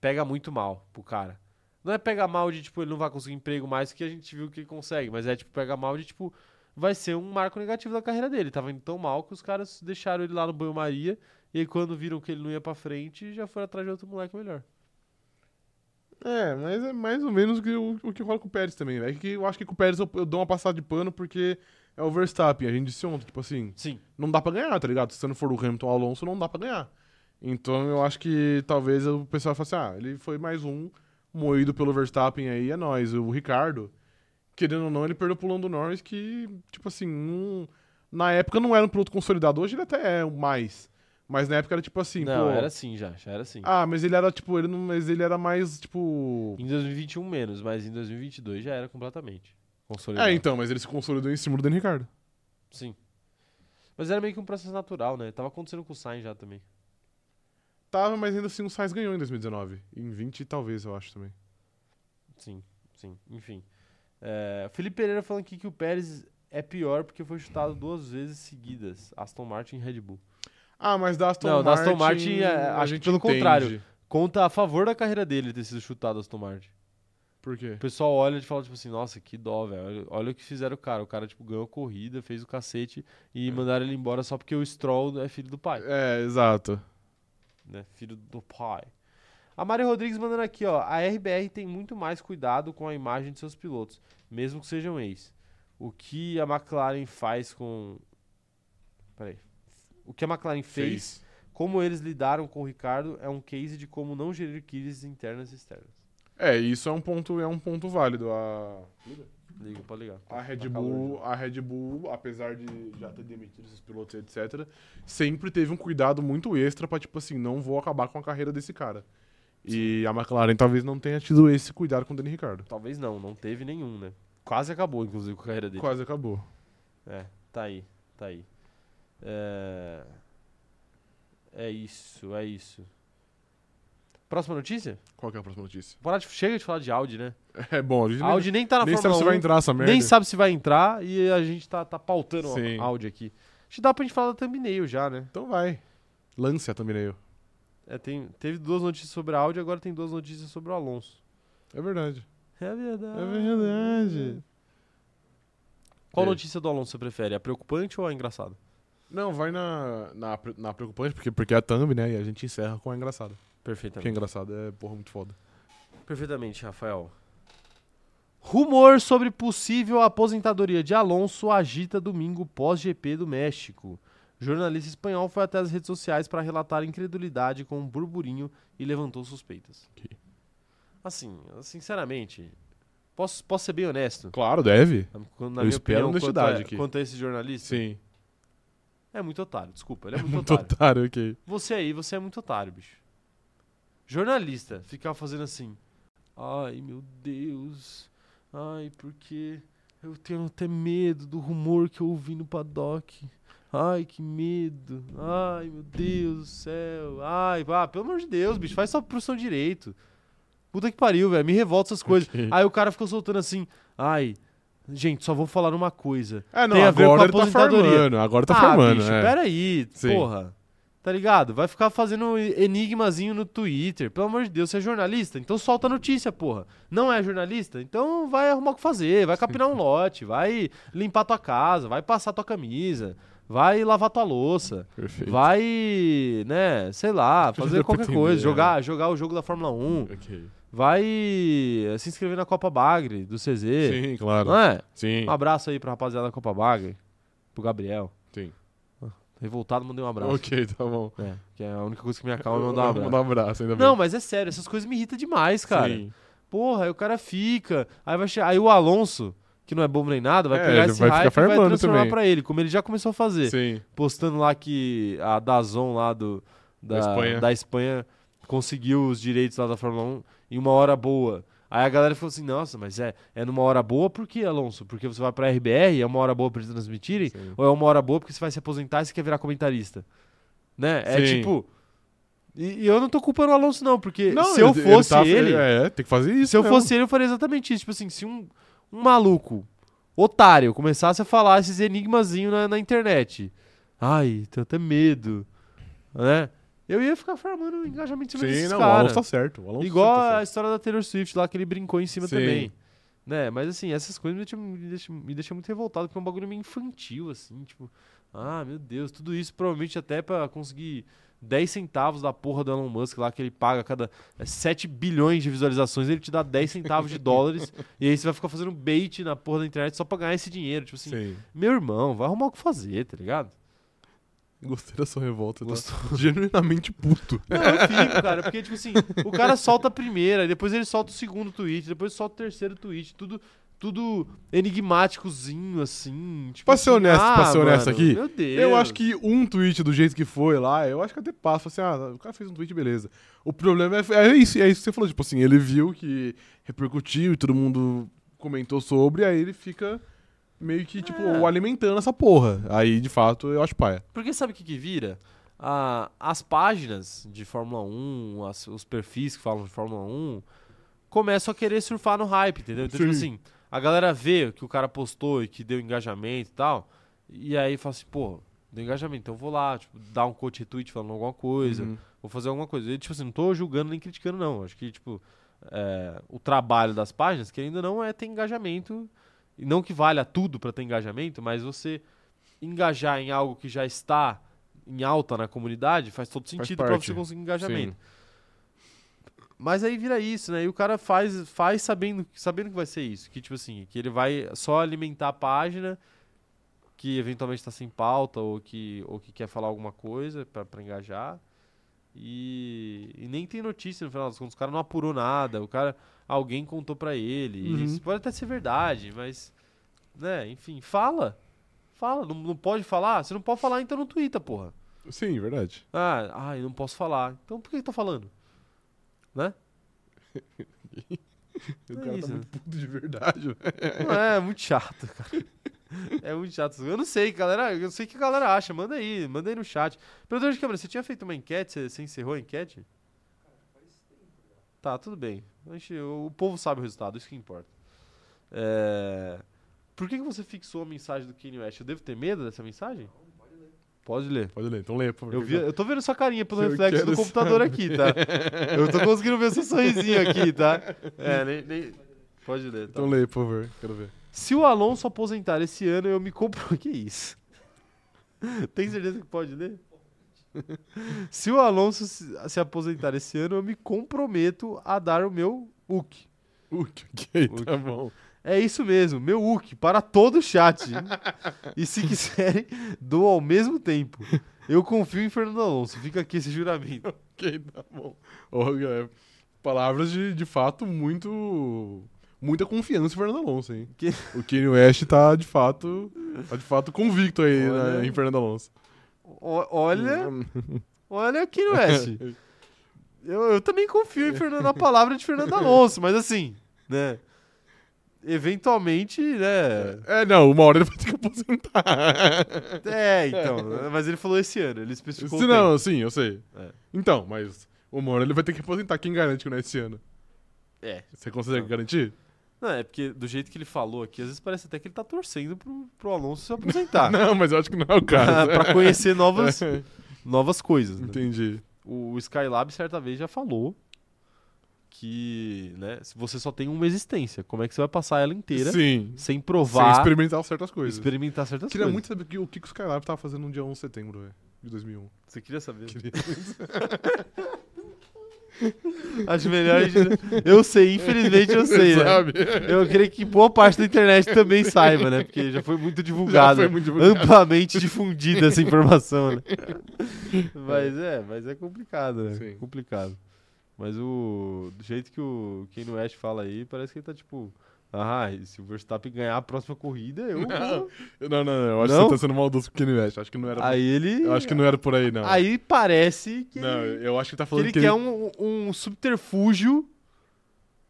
S1: pega muito mal pro cara. Não é pegar mal de, tipo, ele não vai conseguir emprego mais, que a gente viu que ele consegue, mas é, tipo, pegar mal de, tipo, vai ser um marco negativo da carreira dele. Tava indo tão mal que os caras deixaram ele lá no banho-maria, e aí quando viram que ele não ia pra frente, já foram atrás de outro moleque melhor.
S2: É, mas é mais ou menos que o, o que rola com o Pérez também, velho. É que eu acho que com o Pérez eu, eu dou uma passada de pano porque é o Verstappen. A gente disse ontem, tipo assim,
S1: Sim.
S2: não dá pra ganhar, tá ligado? Se você não for o Hamilton ou o Alonso, não dá pra ganhar. Então eu acho que talvez o pessoal fale assim, ah, ele foi mais um moído pelo Verstappen aí, é nóis. O Ricardo, querendo ou não, ele perdeu pro Lando Norris que, tipo assim, não- na época não era um piloto consolidado, hoje ele até é mais. Mas na época era tipo assim,
S1: não,
S2: pô...
S1: era assim já, já era assim.
S2: Ah, mas ele era tipo, ele não, mas ele era mais tipo.
S1: Em 2021 menos, mas em 2022 já era completamente consolidado.
S2: É, então, mas ele se consolidou em cima do Dani Ricardo.
S1: Sim. Mas era meio que um processo natural, né? Tava acontecendo com o Sainz já também.
S2: Tava, mas ainda assim o Sainz ganhou em 2019. Em 20 talvez, eu acho também.
S1: Sim, sim. Enfim. É, Felipe Pereira falando aqui que o Pérez é pior porque foi chutado duas vezes seguidas. Aston Martin e Red Bull.
S2: Ah, mas da Aston
S1: Não, da
S2: Martin.
S1: Aston Martin, é,
S2: a
S1: acho que
S2: gente
S1: pelo
S2: entende.
S1: contrário. Conta a favor da carreira dele ter sido chutado Aston Martin.
S2: Por quê?
S1: O pessoal olha e fala, tipo assim, nossa, que dó, velho. Olha- Olha o que fizeram o cara. O cara, tipo, ganhou a corrida, fez o cacete e mandaram ele embora só porque o Stroll é filho do pai.
S2: É, exato.
S1: né? Filho do pai. A Mari Rodrigues mandando aqui, ó. A RBR tem muito mais cuidado com a imagem de seus pilotos, mesmo que sejam ex. O que a McLaren faz com. Peraí. O que a McLaren fez, como eles lidaram com o Ricardo, é um case de como não gerir crises internas e externas.
S2: É, isso é um ponto, é um ponto válido. A,
S1: Liga, pode ligar.
S2: a Red
S1: Tá calor
S2: Bull, a Red Bull, apesar de já ter demitido esses pilotos, etc, sempre teve um cuidado muito extra pra, tipo assim, não vou acabar com a carreira desse cara. E a McLaren talvez não tenha tido esse cuidado com o Dani Ricardo.
S1: Talvez não, não teve nenhum, né? Quase acabou, inclusive, com a carreira dele.
S2: Quase acabou.
S1: É, tá aí, tá aí. É, é isso, é isso. Próxima notícia?
S2: Qual que é a próxima notícia?
S1: Parar de- Chega de falar de Audi, né?
S2: É bom, a gente nem-
S1: Audi nem tá na
S2: nem sabe
S1: Fórmula
S2: se vai
S1: 1,
S2: entrar essa merda.
S1: nem sabe se vai entrar e a gente tá, tá pautando
S2: Sim.
S1: a Audi aqui. Acho que dá pra gente falar da thumbnail já, né?
S2: Então vai. Lance né, a thumbnail.
S1: É, tem, teve duas notícias sobre a Audi, agora tem duas notícias sobre o Alonso.
S2: É verdade.
S1: É verdade.
S2: É verdade.
S1: Qual
S2: É.
S1: notícia do Alonso você prefere? A preocupante ou é a engraçada?
S2: Não, vai na, na, pre- na preocupante, porque, porque é a thumb, né? E a gente encerra com a engraçada. Porque a
S1: Perfeitamente.
S2: engraçada é, porra, muito foda.
S1: Perfeitamente, Rafael. Rumor sobre possível aposentadoria de Alonso agita domingo pós-GP do México. Jornalista espanhol foi até as redes sociais para relatar incredulidade com um burburinho e levantou suspeitas.
S2: Ok.
S1: Assim, sinceramente, posso, posso ser bem honesto?
S2: Claro, deve.
S1: Quando- Na
S2: Eu espero
S1: quanto
S2: honestidade
S1: a,
S2: aqui.
S1: quanto a esse jornalista,
S2: Sim.
S1: é muito otário. Desculpa, ele é, muito,
S2: Muito
S1: otário.
S2: otário, ok.
S1: Você aí, você é muito otário, bicho. Jornalista ficar fazendo assim. Ai, meu Deus. Ai, porque eu tenho até medo do rumor que eu ouvi no paddock. Ai, que medo. Ai, meu Deus do céu. Ai, pá, pelo amor de Deus, bicho, faz sua profissão direito. Puta que pariu, velho. Me revolta essas coisas.
S2: Ok.
S1: Aí o cara ficou soltando assim. Ai, gente, só vou falar uma coisa.
S2: É, não,
S1: Tem a ver
S2: agora ele
S1: com a
S2: tá
S1: aposentadoria.
S2: formando. Agora tá
S1: ah,
S2: formando,
S1: bicho,
S2: é.
S1: peraí,
S2: Sim.
S1: porra. Tá ligado? Vai ficar fazendo enigmazinho no Twitter. Pelo amor de Deus, você é jornalista? Então solta a notícia, porra. Não é jornalista? Então vai arrumar o que fazer. Vai capinar um lote. Vai limpar tua casa. Vai passar tua camisa. Vai lavar tua louça.
S2: Perfeito.
S1: Vai, né, sei lá, fazer
S2: deu pra
S1: qualquer
S2: entender,
S1: coisa.
S2: é.
S1: Jogar, jogar o jogo da Fórmula 1.
S2: Ok.
S1: Vai se inscrever na Copa Bagre do CZ.
S2: Sim, claro.
S1: Não é?
S2: Sim.
S1: Um abraço aí pra rapaziada da Copa Bagre. Pro Gabriel. Ah,
S2: Sim.
S1: Revoltado, mandei um abraço.
S2: Ok, tá bom.
S1: É, que é a única coisa que me acalma é mandar um abraço.
S2: Mandar um abraço, ainda bem.
S1: Não, mas é sério, essas coisas me irritam demais, cara.
S2: Sim.
S1: Porra, aí o cara fica. Aí, vai che- aí o Alonso, que não é bobo nem nada, vai
S2: É,
S1: pegar
S2: ele
S1: esse
S2: vai ficar
S1: hype e vai
S2: farmando
S1: transformar
S2: também.
S1: pra ele, como ele já começou a fazer.
S2: Sim.
S1: Postando lá que a Dazon lá do, da,
S2: Da Espanha.
S1: da Espanha conseguiu os direitos lá da Fórmula 1 em uma hora boa. Aí a galera falou assim: nossa, mas é, é numa hora boa por quê, Alonso? Porque você vai pra RBR, é uma hora boa pra eles transmitirem?
S2: Sim.
S1: Ou é uma hora boa porque você vai se aposentar e você quer virar comentarista. Né? É
S2: Sim.
S1: tipo. E, e eu não tô culpando o Alonso, não, porque
S2: Não,
S1: se eu fosse
S2: tá-
S1: ele.
S2: É, tem que fazer isso.
S1: se eu
S2: mesmo.
S1: fosse ele, eu faria exatamente isso. Tipo assim, se um, um maluco, otário, começasse a falar esses enigmazinhos na, na internet. Ai, tenho até medo. Né? Eu ia ficar farmando engajamento em cima
S2: Sim,
S1: tipo desses
S2: não, o
S1: caras.
S2: Alonso tá certo. O Alonso
S1: Igual
S2: tá
S1: a
S2: certo.
S1: história da Taylor Swift lá, que ele brincou em cima
S2: Sim.
S1: também. Né? Mas assim, essas coisas me deixam, me, deixam, me deixam muito revoltado, porque é um bagulho meio infantil, assim, tipo, ah, meu Deus, tudo isso provavelmente até pra conseguir 10 centavos da porra do Elon Musk lá, que ele paga a cada é, 7 bilhões de visualizações, ele te dá 10 centavos de dólares, e aí você vai ficar fazendo bait na porra da internet só pra ganhar esse dinheiro. Tipo assim,
S2: Sim.
S1: meu irmão, vai arrumar o que fazer, tá ligado?
S2: Gostei da sua revolta. eu tô
S1: Gostou?
S2: Genuinamente puto.
S1: Não, eu fico, cara, porque, tipo assim, o cara solta a primeira, aí depois ele solta o segundo tweet, depois solta o terceiro tweet, tudo, tudo enigmáticozinho, assim. Tipo,
S2: Pra ser
S1: assim,
S2: honesto-
S1: ah,
S2: pra ser honesto
S1: mano,
S2: aqui,
S1: meu Deus.
S2: Eu acho que um tweet do jeito que foi lá, eu acho que até passa. Assim, ah, o cara fez um tweet, beleza. O problema é, é isso, é isso que você falou. Tipo assim, ele viu que repercutiu e todo mundo comentou sobre, aí ele fica meio que, tipo,
S1: É.
S2: alimentando essa porra. Aí, de fato, eu acho paia.
S1: Porque sabe o que, que vira? Ah, as páginas de Fórmula 1, as- os perfis que falam de Fórmula 1, começam a querer surfar no hype, entendeu? Então, tipo
S2: Sim.
S1: assim, a galera vê o que o cara postou e que deu engajamento e tal, e aí fala assim, pô, deu engajamento, então eu vou lá, tipo, dar um coach retweet falando alguma coisa,
S2: Uhum.
S1: vou fazer alguma coisa. E, tipo assim, não tô julgando nem criticando, não. Acho que, tipo, é, o trabalho das páginas, que ainda não é ter engajamento, e não que valha tudo pra ter engajamento, mas você engajar em algo que já está em alta na comunidade faz todo sentido pra
S2: parte.
S1: você conseguir engajamento. Mas aí vira isso, né? E o cara faz, faz sabendo, sabendo que vai ser isso. Que, tipo assim, que ele vai só alimentar a página que eventualmente tá sem pauta ou que, ou que quer falar alguma coisa pra pra engajar. E, e nem tem notícia no final das contas. O cara não apurou nada. O cara... Alguém contou pra ele.
S2: Uhum.
S1: Isso pode até ser verdade, mas... Né? Enfim, fala. Fala. Não, não pode falar? Você não pode falar, então não twitta, porra.
S2: Sim, verdade.
S1: Ah, ai, não posso falar. Então por que que tá falando?
S2: O
S1: É
S2: cara
S1: isso.
S2: tá muito puto de verdade. velho.
S1: Não é, é muito chato, cara. É muito chato. Eu não sei, galera. Eu não sei o que a galera acha. Manda aí, manda aí no chat. Operador de câmera, você tinha feito uma enquete? Você, você encerrou a enquete? Tá, tudo bem. A gente- o, o povo sabe o resultado, isso que importa. É, Por que, que você fixou a mensagem do Kanye West? Eu devo ter medo dessa mensagem? Pode ler.
S2: Pode ler, então lê, por favor.
S1: Eu, vi- eu tô vendo sua carinha pelo
S2: Eu
S1: reflexo do
S2: quero
S1: computador aqui, tá? Eu tô conseguindo ver seu sorrisinho aqui, tá? É, nem. nem- Pode ler, tá?
S2: Então lê, por favor. Quero ver.
S1: Se o Alonso aposentar esse ano, eu me compro. Que isso? Tem certeza que pode ler? Se o Alonso se, se aposentar esse ano, eu me comprometo a dar o meu UC.
S2: Uh, que- ok,
S1: Uk.
S2: tá bom.
S1: É isso mesmo, meu UC para todo o chat. e se quiserem, dou ao mesmo tempo. Eu confio em Fernando Alonso. Fica aqui esse juramento.
S2: Ok, tá bom. Ó, é, palavras de, de fato muito. Muita confiança em Fernando Alonso, hein?
S1: Que-
S2: O Kanye West tá de fato. Tá de fato convicto aí né,
S1: Olha.
S2: em Fernando Alonso.
S1: O-
S2: Hum.
S1: olha, olha aqui no West. Eu, eu também confio em Fernando, na palavra de Fernando Alonso, mas assim, né? Eventualmente, né?
S2: É, não, uma hora ele vai ter que aposentar.
S1: É, então. né, Mas ele falou esse ano, ele especificou.
S2: Se
S1: o tempo.
S2: não, sim, eu sei.
S1: É.
S2: Então, mas uma hora ele vai ter que aposentar. Quem garante que não é esse ano?
S1: É.
S2: Você consegue
S1: Tá.
S2: garantir?
S1: Não, é porque do jeito que ele falou aqui, às vezes parece até que ele tá torcendo pro, pro Alonso se aposentar.
S2: Não, mas eu acho que não é o
S1: pra,
S2: caso.
S1: pra conhecer novas, novas coisas. né?
S2: Entendi.
S1: O, o Skylab, certa vez, já falou que, né? Se você só tem uma existência, como é que você vai passar ela inteira
S2: Sim.
S1: sem
S2: Sem
S1: provar,
S2: experimentar certas coisas.
S1: Então experimentar certas
S2: Queria
S1: coisas?
S2: muito saber o que- o que que o Skylab tava fazendo no dia 11 de setembro, velho, de 2001.
S1: Você queria saber?
S2: Queria.
S1: Acho melhor a gente... Eu sei, infelizmente eu sei, né?
S2: Sabe?
S1: Eu creio que boa parte da internet também saiba, né? Porque já foi muito divulgada,
S2: foi muito divulgado.
S1: amplamente difundida essa informação, né? Mas é, mas é complicado, né?
S2: Sim.
S1: Complicado. Mas o do jeito que o Kanye West fala aí, parece que ele tá tipo, ah, e se o Verstappen ganhar a próxima corrida, eu vou."
S2: Não, não, não, não. Eu acho
S1: Não?
S2: que você tá sendo maldoso com o Kanye West. Acho que não era.
S1: Aí ele
S2: Eu acho que não era por aí, não.
S1: aí parece que
S2: Não,
S1: ele,
S2: eu acho que tá
S1: que
S2: falando
S1: ele
S2: que
S1: quer um, um subterfúgio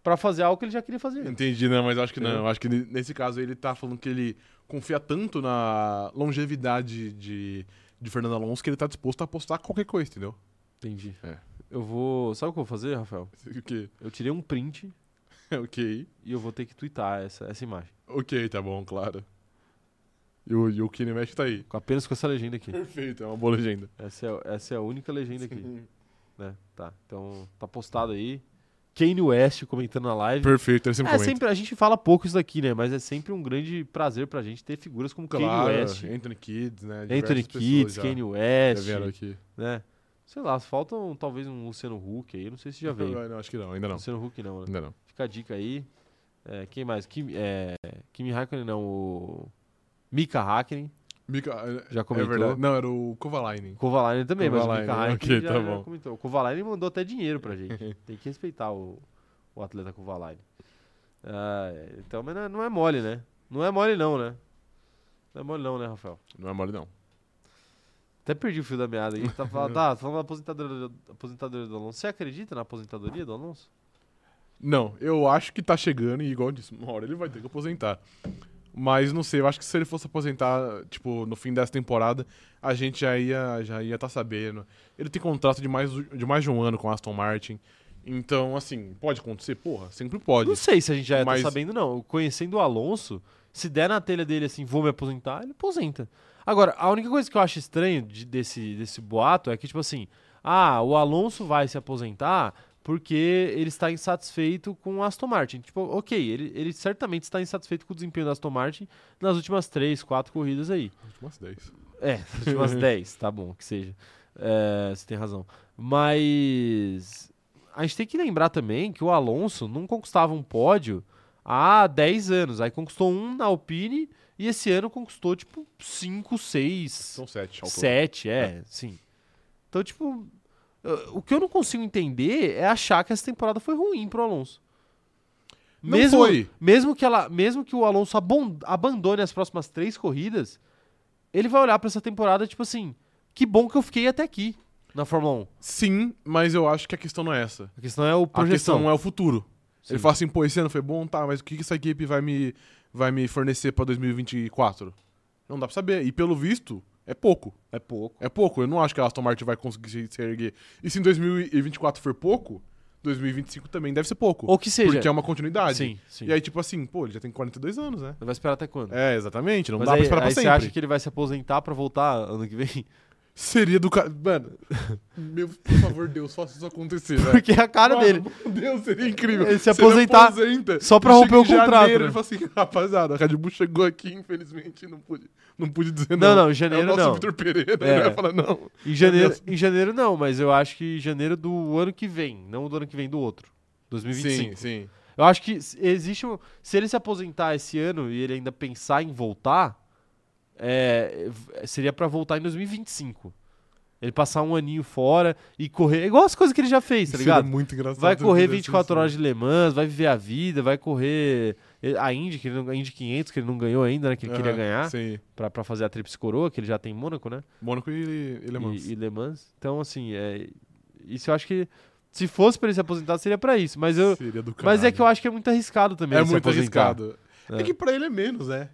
S1: pra fazer algo que ele já queria fazer. antes.
S2: Entendi, não, mas eu acho que não.
S1: Entendeu?
S2: Eu acho que ne- nesse caso ele tá falando que ele confia tanto na longevidade de, de Fernando Alonso que ele tá disposto a apostar qualquer coisa, entendeu?
S1: Entendi.
S2: É.
S1: Eu vou. Sabe o que eu vou fazer, Rafael?
S2: O quê?
S1: Eu tirei um print
S2: ok.
S1: e eu vou ter que twittar essa, essa imagem.
S2: Ok, tá bom, claro. E o, e o Kanye West tá aí.
S1: Com- Apenas com essa legenda aqui.
S2: Perfeito, é uma boa legenda.
S1: Essa é, essa é a única legenda aqui. Né? Tá. Então, tá postado aí. Kanye West comentando na live.
S2: Perfeito, ele sempre
S1: É,
S2: comenta.
S1: sempre, a gente fala pouco isso daqui, né? Mas é sempre um grande prazer pra gente ter figuras como
S2: Claro,
S1: Kanye West,
S2: Anthony Kids, né?
S1: Anthony
S2: diversas pessoas
S1: Kidd,
S2: já-
S1: Kanye
S2: já
S1: West,
S2: vieram aqui.
S1: né? Sei lá, faltam talvez um Luciano Huck aí, não sei se já veio.
S2: Não, acho que não, ainda não.
S1: Luciano Huck não, né?
S2: Ainda não.
S1: Fica a dica aí. É, quem mais? Kim, é, Kimi Raikkonen, não. O Mika Hakkinen.
S2: Mika- é-
S1: Já comentou?
S2: É verdade. Não, era o Kovalainen.
S1: Kovalainen também,
S2: Kovalainen,
S1: mas o Mika
S2: ok,
S1: já,
S2: tá
S1: já
S2: bom.
S1: comentou. O Kovalainen mandou até dinheiro pra gente. Tem que respeitar o, o atleta Kovalainen. Ah, então, mas não é, não é mole, né? Não é mole não, né? Não é mole não, né, Rafael?
S2: Não é mole, não.
S1: Até perdi o fio da meada aí. Tá falando, tá, falando da aposentadoria, aposentadoria do Alonso. Você acredita na aposentadoria do Alonso?
S2: Não, eu acho que tá chegando e igual eu disse, uma hora ele vai ter que aposentar. Mas não sei, eu acho que se ele fosse aposentar, tipo, no fim dessa temporada, a gente já ia já ia tá sabendo. Ele tem contrato de mais, de mais de um ano com a Aston Martin. Então, assim, pode acontecer? Porra, sempre pode.
S1: Não sei se a gente já
S2: Mas-
S1: tá sabendo, não. Conhecendo o Alonso, se der na telha dele assim, vou me aposentar, ele aposenta. Agora, a única coisa que eu acho estranho de- desse, desse boato é que, tipo assim, ah, o Alonso vai se aposentar porque ele está insatisfeito com a Aston Martin. Tipo, ok, ele, ele certamente está insatisfeito com o desempenho da Aston Martin nas últimas três, quatro corridas aí.
S2: Últimas 10.
S1: É, de umas 10, tá bom, que seja. É, você tem razão. Mas a gente tem que lembrar também que o Alonso não conquistava um pódio há 10 anos. Aí conquistou um na Alpine e esse ano conquistou, tipo, 5, 6,
S2: São sete ao todo.
S1: 7, é, sim. Então, tipo, eu- o que eu não consigo entender é achar que essa temporada foi ruim pro Alonso.
S2: Não
S1: mesmo,
S2: foi.
S1: mesmo que ela, mesmo que o Alonso abon- abandone as próximas três corridas, ele vai olhar pra essa temporada tipo assim, que bom que eu fiquei até aqui na Fórmula 1.
S2: Sim, mas eu acho que a questão não é essa.
S1: A questão é o
S2: A
S1: projeção.
S2: questão é o futuro.
S1: Sim.
S2: Ele fala assim, pô, esse ano foi bom, tá, mas o que que essa equipe vai me, vai me fornecer pra 2024? Não dá pra saber. E pelo visto, é pouco.
S1: é pouco.
S2: É pouco. Eu não acho que a Aston Martin vai conseguir se, se erguer. E se em 2024 for pouco, 2025 também deve ser pouco.
S1: Ou que seja.
S2: Porque é uma continuidade.
S1: Sim, sim.
S2: E aí, tipo assim, pô, ele já tem 42 anos, né?
S1: Vai esperar até quando?
S2: É, exatamente. Não
S1: Mas
S2: dá
S1: aí,
S2: pra esperar pra
S1: aí
S2: sempre.
S1: você acha que ele vai se aposentar pra voltar ano que vem?
S2: Seria do cara... Mano, meu, por favor, Deus, faça isso acontecer, né?
S1: Porque é a cara
S2: Mano,
S1: dele.
S2: Meu Deus, seria incrível.
S1: Ele se
S2: Se ele
S1: aposentar
S2: aposenta,
S1: só pra
S2: ele
S1: romper o
S2: chega em janeiro,
S1: contrato, né?
S2: Ele fala assim, rapaziada, a Red Bull chegou aqui, infelizmente, não pude, não pude dizer
S1: Não,
S2: não.
S1: não, em janeiro
S2: é o nosso
S1: não.
S2: Vitor Pereira, né?
S1: É.
S2: ele vai falar não.
S1: Em janeiro,
S2: Deus.
S1: em janeiro não, mas eu acho que em janeiro do ano que vem, não do ano que vem, do outro. 2025.
S2: Sim, sim.
S1: Eu acho que s- existe um. Se ele se aposentar esse ano e ele ainda pensar em voltar, é, v- seria pra voltar em 2025. Ele passar um aninho fora e correr. é Igual as coisas que ele já fez, tá
S2: Seria
S1: ligado?
S2: muito engraçado.
S1: Vai
S2: se
S1: correr
S2: ele fizesse
S1: 24
S2: isso.
S1: horas de Le Mans, vai viver a vida, vai correr eh, a Indy, que ele não, a Indy 500, que ele não ganhou ainda, né? Que ele queria
S2: Aham,
S1: ganhar
S2: Sim.
S1: pra, pra fazer a Tríplice Coroa, que ele já tem em Mônaco, né?
S2: Mônaco e, é e Le Mans.
S1: E, e Le Mans. Então, assim, é, isso eu acho que se fosse pra ele se aposentar, seria pra isso. Mas, eu,
S2: Seria do
S1: mas é
S2: caralho.
S1: que eu acho que é muito arriscado também.
S2: É
S1: ele se
S2: muito
S1: aposentar.
S2: arriscado. É.
S1: É.
S2: que pra ele é menos, é.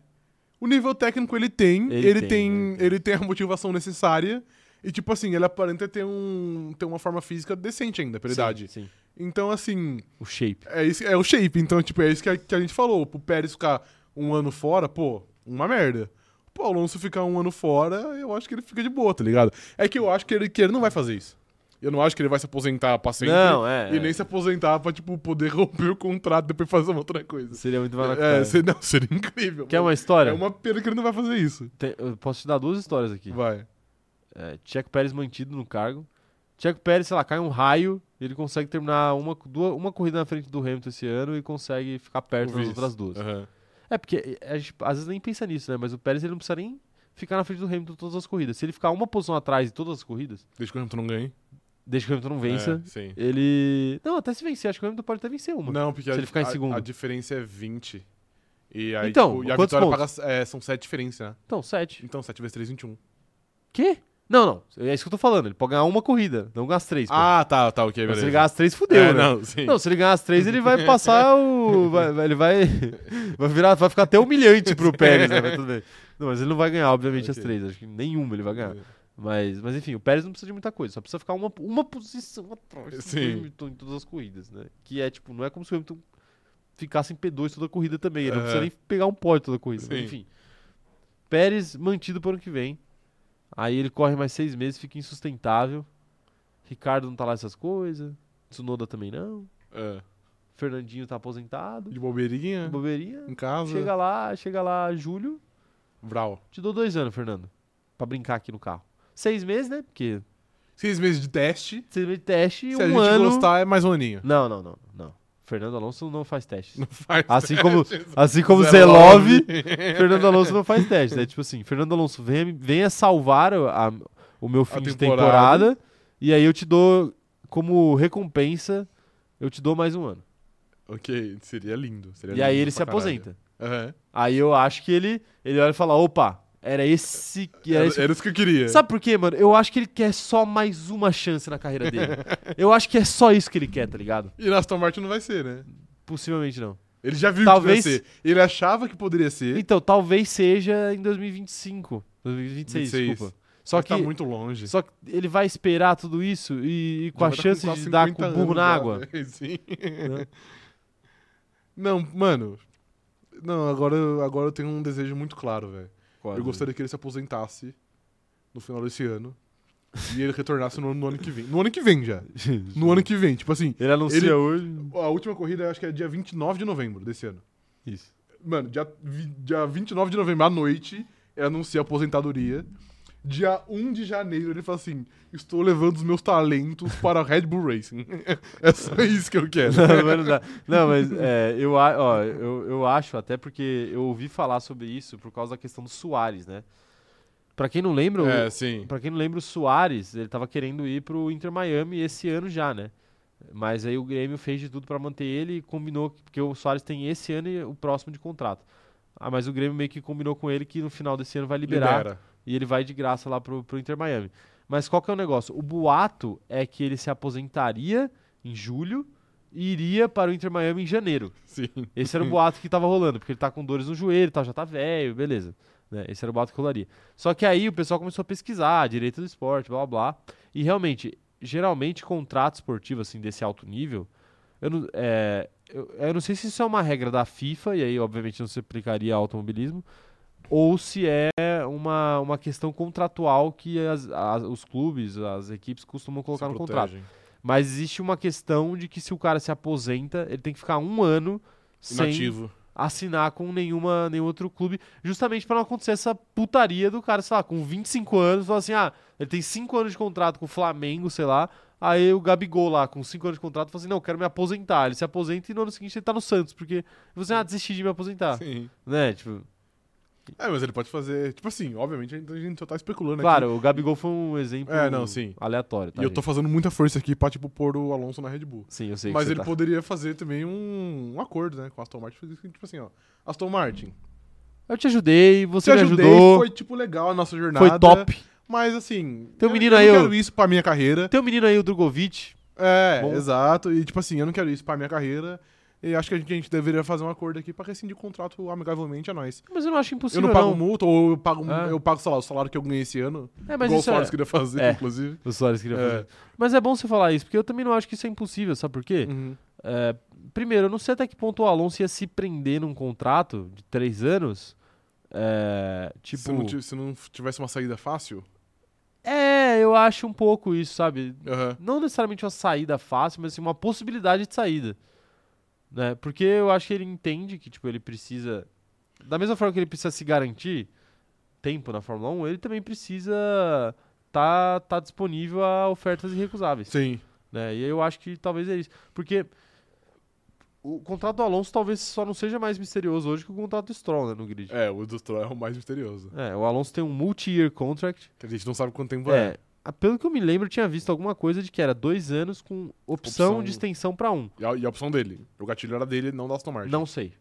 S2: O nível técnico ele tem,
S1: Ele
S2: ele,
S1: tem,
S2: tem,
S1: ele tem.
S2: ele tem a motivação necessária. E, tipo assim, ele aparenta ter, um, ter uma forma física decente ainda, pela idade.
S1: Sim, sim.
S2: Então, assim,
S1: O shape.
S2: é, isso, é o shape. Então, tipo, é isso que a, que a gente falou. Pro Pérez ficar um ano fora, pô, uma merda. Pro Alonso ficar um ano fora, eu acho que ele fica de boa, tá ligado? É que eu acho que ele, que ele não vai fazer isso. Eu não acho que ele vai se aposentar pra sempre.
S1: Não, é,
S2: E
S1: é.
S2: nem se aposentar pra, tipo, poder romper o contrato e depois fazer uma outra coisa.
S1: Seria muito mais
S2: É, se- não, seria incrível.
S1: Quer uma história?
S2: É uma pena que ele não vai fazer isso.
S1: Tem- eu posso te dar duas histórias aqui.
S2: Vai.
S1: É, Tcheco Pérez mantido no cargo. Tcheco Pérez, sei lá, cai um raio. Ele consegue terminar uma, duas- uma corrida na frente do Hamilton esse ano e consegue ficar perto
S2: O
S1: das
S2: vice.
S1: outras duas.
S2: Aham.
S1: É, porque a gente às vezes nem pensa nisso, né? Mas o Pérez ele não precisa nem ficar na frente do Hamilton todas as corridas. Se ele ficar uma posição atrás de todas as corridas,
S2: Deixa que o Hamilton não ganhe.
S1: desde que o Hamilton não vença,
S2: É, sim.
S1: ele. Não, até se vencer, acho que o Hamilton pode até vencer uma.
S2: Não, porque
S1: Se
S2: a,
S1: ele ficar em
S2: a-
S1: segundo.
S2: a diferença é 20. E aí,
S1: Então,
S2: tipo, e a
S1: quantos
S2: vitória paga, é, são 7 diferenças, né?
S1: Então, sete.
S2: Então, 7 vezes 3, 21.
S1: Quê? Não, não. É isso que eu tô falando. Ele pode ganhar uma corrida, não ganhar as três. pô.
S2: Ah, tá, tá, ok,
S1: Mas
S2: beleza.
S1: se ele ganhar as três, fudeu,
S2: É,
S1: né?
S2: não, sim.
S1: Não, se ele ganhar as três, ele vai passar o. vai- vai- ele vai. Vai, virar, vai ficar até humilhante pro Pérez, né? Mas tudo bem. Não, mas ele não vai ganhar, obviamente, as
S2: Ok.
S1: três. Acho que nenhuma ele vai ganhar.
S2: É.
S1: Mas, mas enfim, o Pérez não precisa de muita coisa, só precisa ficar uma, uma posição atrás do
S2: Sim.
S1: Hamilton em todas as corridas, né? Que é tipo, não é como se o Hamilton ficasse em P2 toda a corrida também. Ele não precisa
S2: Aham.
S1: nem pegar um pódio toda a corrida. Mas,
S2: É. Sim.
S1: enfim. Pérez mantido pro ano que vem. Aí ele corre mais seis meses, fica insustentável. Ricardo não tá lá essas coisas. Tsunoda também não.
S2: É.
S1: Fernandinho tá aposentado.
S2: De bobeirinha,
S1: Bobeirinha.
S2: em casa.
S1: Chega lá, chega lá, julho.
S2: Vral.
S1: Te dou dois anos, Fernando. Pra brincar aqui no carro. Seis meses, né? Porque
S2: Seis meses de teste.
S1: seis meses de teste e
S2: Se a
S1: um
S2: gente
S1: ano.
S2: gostar, é mais um aninho.
S1: Não, não, não, não. Fernando Alonso não faz testes.
S2: Faz
S1: Assim
S2: testes.
S1: como, assim como Zelov, Fernando Alonso não faz testes. É tipo assim, Fernando Alonso, venha, venha salvar a- a- o meu fim de
S2: temporada.
S1: temporada e aí eu te dou, como recompensa, eu te dou mais um ano.
S2: Ok, seria lindo. seria
S1: E aí
S2: lindo
S1: ele
S2: pra
S1: se
S2: caralho.
S1: aposenta.
S2: Aham.
S1: Aí eu acho que ele, ele olha e fala, opa, era esse que era
S2: Era,
S1: esse
S2: era isso que eu queria.
S1: Sabe por quê, mano? Eu acho que ele quer só mais uma chance na carreira dele. Eu acho que é só isso que ele quer, tá ligado?
S2: E na Aston Martin não vai ser, né?
S1: Possivelmente não.
S2: Ele já viu
S1: Talvez-
S2: que não ia ser. Ele achava que poderia ser.
S1: Então, talvez seja em 2025. 2026,
S2: 26.
S1: desculpa. Só
S2: mas
S1: que,
S2: tá muito longe.
S1: só que ele vai esperar tudo isso e, e com
S2: Já
S1: a
S2: vai tá
S1: chance
S2: quase
S1: de dar com
S2: 50
S1: o burro
S2: anos
S1: na
S2: já,
S1: água.
S2: né? Sim.
S1: Né?
S2: Não, mano. Não, agora, eu- agora eu tenho um desejo muito claro, velho. Eu gostaria que ele se aposentasse no final desse ano. e ele retornasse no, ano- no ano que vem. No ano que vem já. No ano que vem. Tipo assim,
S1: Ele anuncia
S2: Ele-
S1: hoje.
S2: a última corrida eu acho que é dia 29 de novembro desse ano.
S1: Isso.
S2: Mano, dia, vi- dia 29 de novembro à noite, ele anuncia a aposentadoria. Dia 1 de janeiro, ele fala assim: Estou levando os meus talentos para a Red Bull Racing. é só isso que eu quero.
S1: Não, mas, não dá. Não, mas, é, eu, a- ó, eu, eu acho, até porque eu ouvi falar sobre isso por causa da questão do Soares, né? Pra quem não lembra, o-
S2: É, sim.
S1: Pra quem não lembra, o Soares, ele tava querendo ir pro Inter Miami esse ano já, né? Mas aí o Grêmio fez de tudo pra manter ele e combinou, que- porque o Soares tem esse ano e o próximo de contrato. Ah, mas o Grêmio meio que combinou com ele que no final desse ano vai liberar
S2: Libera.
S1: e ele vai de graça lá pro, pro Inter Miami. Mas qual que é o negócio? O boato é que ele se aposentaria em julho e iria para o Inter Miami em janeiro.
S2: Sim.
S1: Esse era o boato que tava rolando, porque ele tá com dores no joelho, e tal, já tá velho, beleza. né? Esse era o boato que rolaria. Só que aí o pessoal começou a pesquisar, direito do esporte, blá blá blá. E realmente, geralmente contrato esportivo assim desse alto nível, eu não, é, eu, eu não sei se isso é uma regra da FIFA, e aí obviamente não se aplicaria ao automobilismo, ou se é uma, uma questão contratual que as- as- os clubes, as equipes costumam colocar
S2: Se
S1: no contrato.
S2: protegem.
S1: Mas existe uma questão de que se o cara se aposenta, ele tem que ficar um ano sem
S2: Inativo.
S1: assinar com nenhuma, nenhum outro clube, justamente pra não acontecer essa putaria do cara, sei lá, com 25 anos, falar assim, ah, ele tem 5 anos de contrato com o Flamengo, sei lá, aí o Gabigol lá, com 5 anos de contrato, fala assim, não, eu quero me aposentar, ele se aposenta e no ano seguinte ele tá no Santos, porque você, ah, desisti de me aposentar,
S2: Sim.
S1: né, tipo,
S2: É, mas ele pode fazer. Tipo assim, obviamente a gente, a gente só tá especulando aqui.
S1: claro, o Gabigol foi um exemplo
S2: É, não, sim.
S1: aleatório, tá,
S2: E eu tô
S1: gente?
S2: fazendo muita força aqui pra, tipo, pôr o Alonso na Red Bull.
S1: Sim, eu sei
S2: Mas
S1: que você
S2: ele
S1: tá...
S2: poderia fazer também um, um acordo, né? Com a Aston Martin. fazer assim, Tipo assim, ó. Aston Martin.
S1: Eu te ajudei, você
S2: te
S1: me
S2: ajudei,
S1: ajudou,
S2: foi, tipo, legal a nossa jornada.
S1: foi top.
S2: Mas assim.
S1: Tem um
S2: eu-
S1: menino
S2: eu
S1: aí,
S2: não
S1: ó.
S2: quero isso pra minha carreira.
S1: Tem um menino aí, o Drogovic.
S2: É,
S1: Bom.
S2: exato. E tipo assim, eu não quero isso pra minha carreira. E acho que a gente, a gente deveria fazer um acordo aqui pra rescindir o contrato amigavelmente a nós.
S1: Mas eu não acho
S2: Eu
S1: impossível,
S2: não pago multa, ou eu pago,
S1: Ah.
S2: eu pago sei lá, o salário que eu ganhei esse ano.
S1: É, mas
S2: igual o
S1: isso é...
S2: Soares queria fazer,
S1: É.
S2: inclusive.
S1: O Soares queria
S2: É.
S1: fazer. Mas é bom você falar isso, porque eu também não acho que isso é impossível, sabe por quê?
S2: Uhum.
S1: É, primeiro, eu não sei até que ponto o Alonso ia se prender num contrato de três anos. É, tipo.
S2: se, não, ti- se não tivesse uma saída fácil.
S1: É, eu acho um pouco isso, sabe?
S2: Aham.
S1: Não necessariamente uma saída fácil, mas assim, uma possibilidade de saída. Né? Porque eu acho que ele entende que tipo, ele precisa. Da mesma forma que ele precisa se garantir tempo na Fórmula 1, ele também precisa estar tá disponível a ofertas irrecusáveis.
S2: Sim.
S1: né? E eu acho que talvez é isso. Porque o contrato do Alonso talvez só não seja mais misterioso hoje que o contrato do Stroll, né, no grid.
S2: É, o do Stroll é o mais misterioso.
S1: É, o Alonso tem um multi-year contract.
S2: Que a gente não sabe quanto tempo é.
S1: É, a- pelo que eu me lembro, eu tinha visto alguma coisa de que era dois anos com opção,
S2: Opção.
S1: de extensão pra um.
S2: E a, e a opção dele. O gatilho era dele, não da Aston Martin.
S1: Não sei,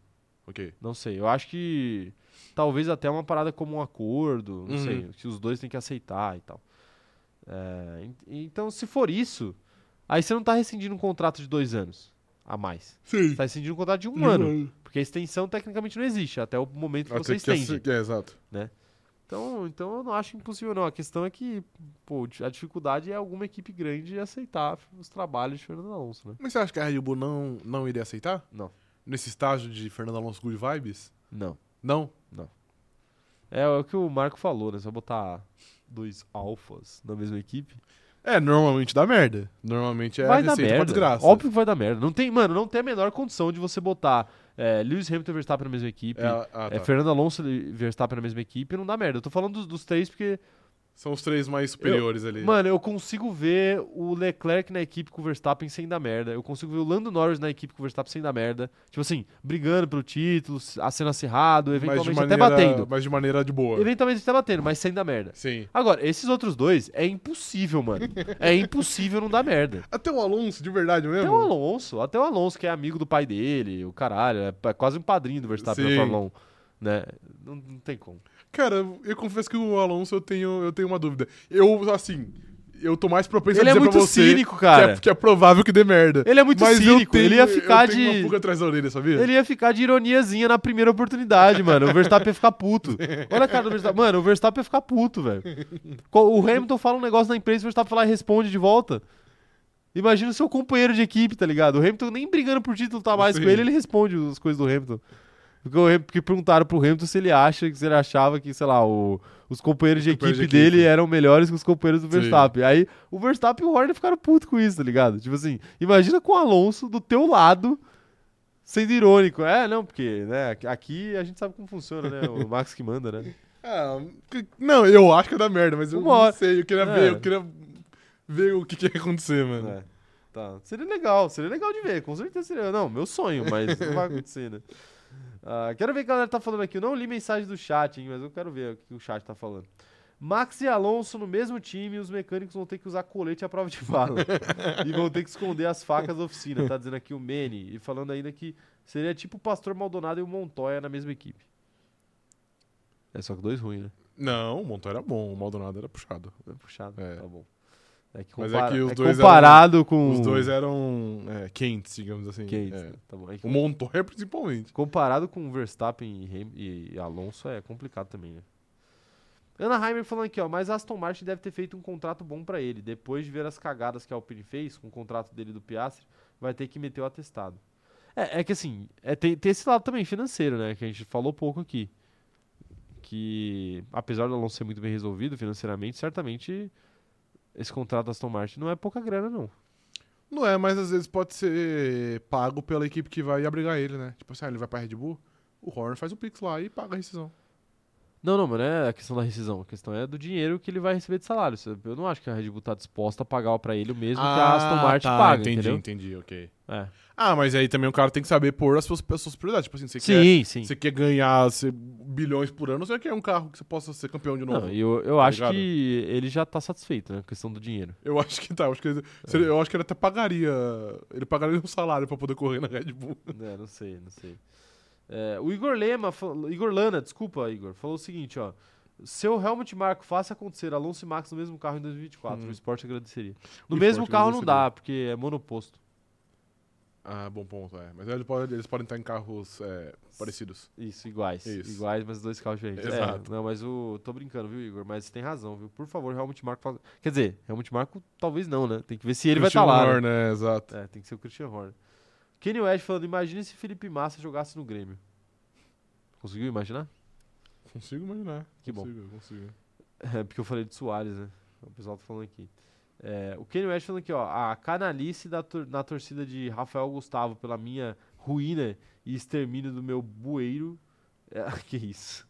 S2: Ok.
S1: não sei. Eu acho que talvez até uma parada como um acordo, não
S2: Uhum.
S1: sei, que os dois têm que aceitar e tal. É, en- então, se for isso, aí você não tá rescindindo um contrato de dois anos a mais.
S2: Sim.
S1: Você tá rescindindo um contrato de um ano. Porque a extensão tecnicamente não existe, até o momento que você estende.
S2: É, exato.
S1: Então, então eu não acho impossível, não. A questão é que, pô, a dificuldade é alguma equipe grande aceitar os trabalhos de Fernando Alonso, né?
S2: Mas você acha que a Red Bull não, não iria aceitar?
S1: Não.
S2: Nesse estágio de Fernando Alonso Good Vibes?
S1: Não.
S2: Não.
S1: É, o que o Marco falou, né? Só botar dois alfas na mesma equipe.
S2: É, normalmente dá merda. Normalmente é
S1: vai dar
S2: receita
S1: merda.
S2: pra desgraça.
S1: Óbvio que vai dar merda. Não tem, mano, não tem a menor condição de você botar é, Lewis Hamilton e Verstappen na mesma equipe.
S2: É, ah, tá.
S1: É Fernando Alonso e Verstappen na mesma equipe, não dá merda. Eu tô falando dos, dos três porque
S2: São os três mais superiores ali.
S1: Mano, eu consigo ver o Leclerc na equipe com o Verstappen sem dar merda. Eu consigo ver o Lando Norris na equipe com o Verstappen sem dar merda. Tipo assim, brigando pelo título, a cena acirrado,
S2: mas de
S1: eventualmente
S2: maneira,
S1: até batendo.
S2: Mas de maneira de boa.
S1: Eventualmente até batendo, mas sem dar merda.
S2: Sim.
S1: Agora, esses outros dois, é impossível, mano. É impossível não dar merda.
S2: Até o Alonso, de verdade mesmo.
S1: Até o Alonso, até o Alonso que é amigo do pai dele, o caralho, é é quase um padrinho do Verstappen
S2: Sim.
S1: na Fórmula 1, né? Não, não tem como.
S2: Cara, eu confesso que o Alonso eu tenho, eu tenho uma dúvida. Eu, assim, eu tô mais propenso
S1: Ele é
S2: a dizer pra
S1: muito
S2: você
S1: cínico,
S2: que é-
S1: cara.
S2: Que, é, provável que dê merda.
S1: Ele é muito
S2: Mas eu
S1: cínico,
S2: tenho-
S1: ele ia ficar
S2: eu tenho uma
S1: de-
S2: pulga atrás da orelha, sabia?
S1: Ele ia ficar de ironiazinha na primeira oportunidade, mano. O Verstappen ia ficar puto. Olha a cara do Verstappen. Mano, o Verstappen ia ficar puto, velho. Co- O Hamilton fala um negócio na imprensa, o Verstappen fala e responde de volta. Imagina o seu companheiro de equipe, tá ligado? O Hamilton nem brigando por título tá mais
S2: Sim.
S1: com ele, ele responde as coisas do Hamilton. Porque, o Ham- porque perguntaram pro Hamilton se ele acha que se ele achava que, sei lá, o- os companheiros de equipe
S2: companheiros de equipe.
S1: dele eram melhores que os companheiros do
S2: Sim.
S1: Verstappen. Aí o Verstappen e o Horner ficaram putos com isso, tá ligado? Tipo assim, imagina com o Alonso do teu lado Sendo irônico, é, não, porque, né, aqui- aqui a gente sabe como funciona, né, o Max que manda, né.
S2: Ah, que- não, eu acho que dá merda, mas eu
S1: Uma hora.
S2: não sei. Eu queria
S1: É.
S2: ver, eu queria ver o que, que ia acontecer, mano.
S1: É, tá. Seria legal, seria legal de ver, com certeza seria, não, meu sonho, mas não vai acontecer, né. Ah, quero ver o que a galera tá falando aqui, eu não li mensagem do chat, hein, mas eu quero ver o que o chat tá falando. Max e Alonso no mesmo time, os mecânicos vão ter que usar colete à prova de bala. e vão ter que esconder as facas da oficina, tá dizendo aqui o Manny. E falando ainda que seria tipo o Pastor Maldonado e o Montoya na mesma equipe. É só que dois ruins, né?
S2: Não, o Montoya era bom, o Maldonado era puxado.
S1: É puxado,
S2: É.
S1: tá bom. É que,
S2: Mas
S1: compara-
S2: é que os
S1: é
S2: dois
S1: comparado com...
S2: Os dois eram é, quentes, digamos assim.
S1: Gates,
S2: É.
S1: né? tá bom. É que
S2: O Montoya, principalmente.
S1: Comparado com o Verstappen e, Ham- e- e Alonso, é complicado também, né? Ana Heimer falando aqui, ó, mas Aston Martin deve ter feito um contrato bom pra ele. Depois de ver as cagadas que a Alpine fez com o contrato dele do Piastri, vai ter que meter o atestado. É, é que assim, é, tem, tem esse lado também financeiro, né? Que a gente falou pouco aqui. Que apesar do Alonso ser muito bem resolvido financeiramente, certamente esse contrato da Aston Martin não é pouca grana, não.
S2: Não é, mas às vezes pode ser pago pela equipe que vai abrigar ele, né? Tipo assim, ah, ele vai pra Red Bull, o Horner faz o Pix lá e paga a rescisão.
S1: Não, não, mas não é a questão da rescisão. A questão é do dinheiro que ele vai receber de salário. Isso- Eu não acho que a Red Bull tá disposta a pagar pra ele o mesmo que a Aston Martin paga,
S2: Ah, tá, entendi,
S1: entendeu?
S2: entendi, ok.
S1: É.
S2: Ah, mas aí também o cara tem que saber pôr as suas, as suas prioridades. Tipo assim, você quer
S1: Sim, sim.
S2: Você quer ganhar você- bilhões por ano, você quer um carro que você possa ser campeão de novo.
S1: Não, eu, eu
S2: tá
S1: acho
S2: ligado?
S1: que ele já tá satisfeito, né? com A questão do dinheiro.
S2: Eu acho que tá. Eu acho que, ele,
S1: É.
S2: se ele- eu acho que ele até pagaria. Ele pagaria um salário pra poder correr na Red Bull.
S1: É, não sei, não sei. É, o Igor Lema, falou- Igor Lana, desculpa, Igor, falou o seguinte, ó. Se o Helmut Marko faça acontecer Alonso e Max no mesmo carro em 2024,
S2: Hum.
S1: o esporte agradeceria.
S2: O
S1: No
S2: esporte
S1: mesmo carro não
S2: agradeceria.
S1: dá, porque é monoposto.
S2: Ah, bom ponto, é. Mas eles podem, eles podem estar em carros é, parecidos.
S1: Isso, iguais.
S2: Isso.
S1: Iguais, mas dois carros diferentes. É,
S2: Exato.
S1: não, mas o. Tô brincando, viu, Igor? Mas você tem razão, viu? Por favor, Helmut Marco. Faz... Quer dizer, Helmut Marco talvez não, né? Tem que ver se ele
S2: Christian
S1: vai estar lá.
S2: Horner,
S1: né?
S2: né? Exato.
S1: É, tem que ser o Christian Horner. Kenny West falando: imagina se Felipe Massa jogasse no Grêmio. Conseguiu imaginar?
S2: Consigo imaginar.
S1: Que bom.
S2: Consigo, consigo.
S1: É, porque eu falei de Soares, né? O pessoal tá falando aqui. É, o Kenny West falando aqui, ó. A canalice da tor- na torcida de Rafael Gustavo pela minha ruína e extermínio do meu bueiro. É, que isso.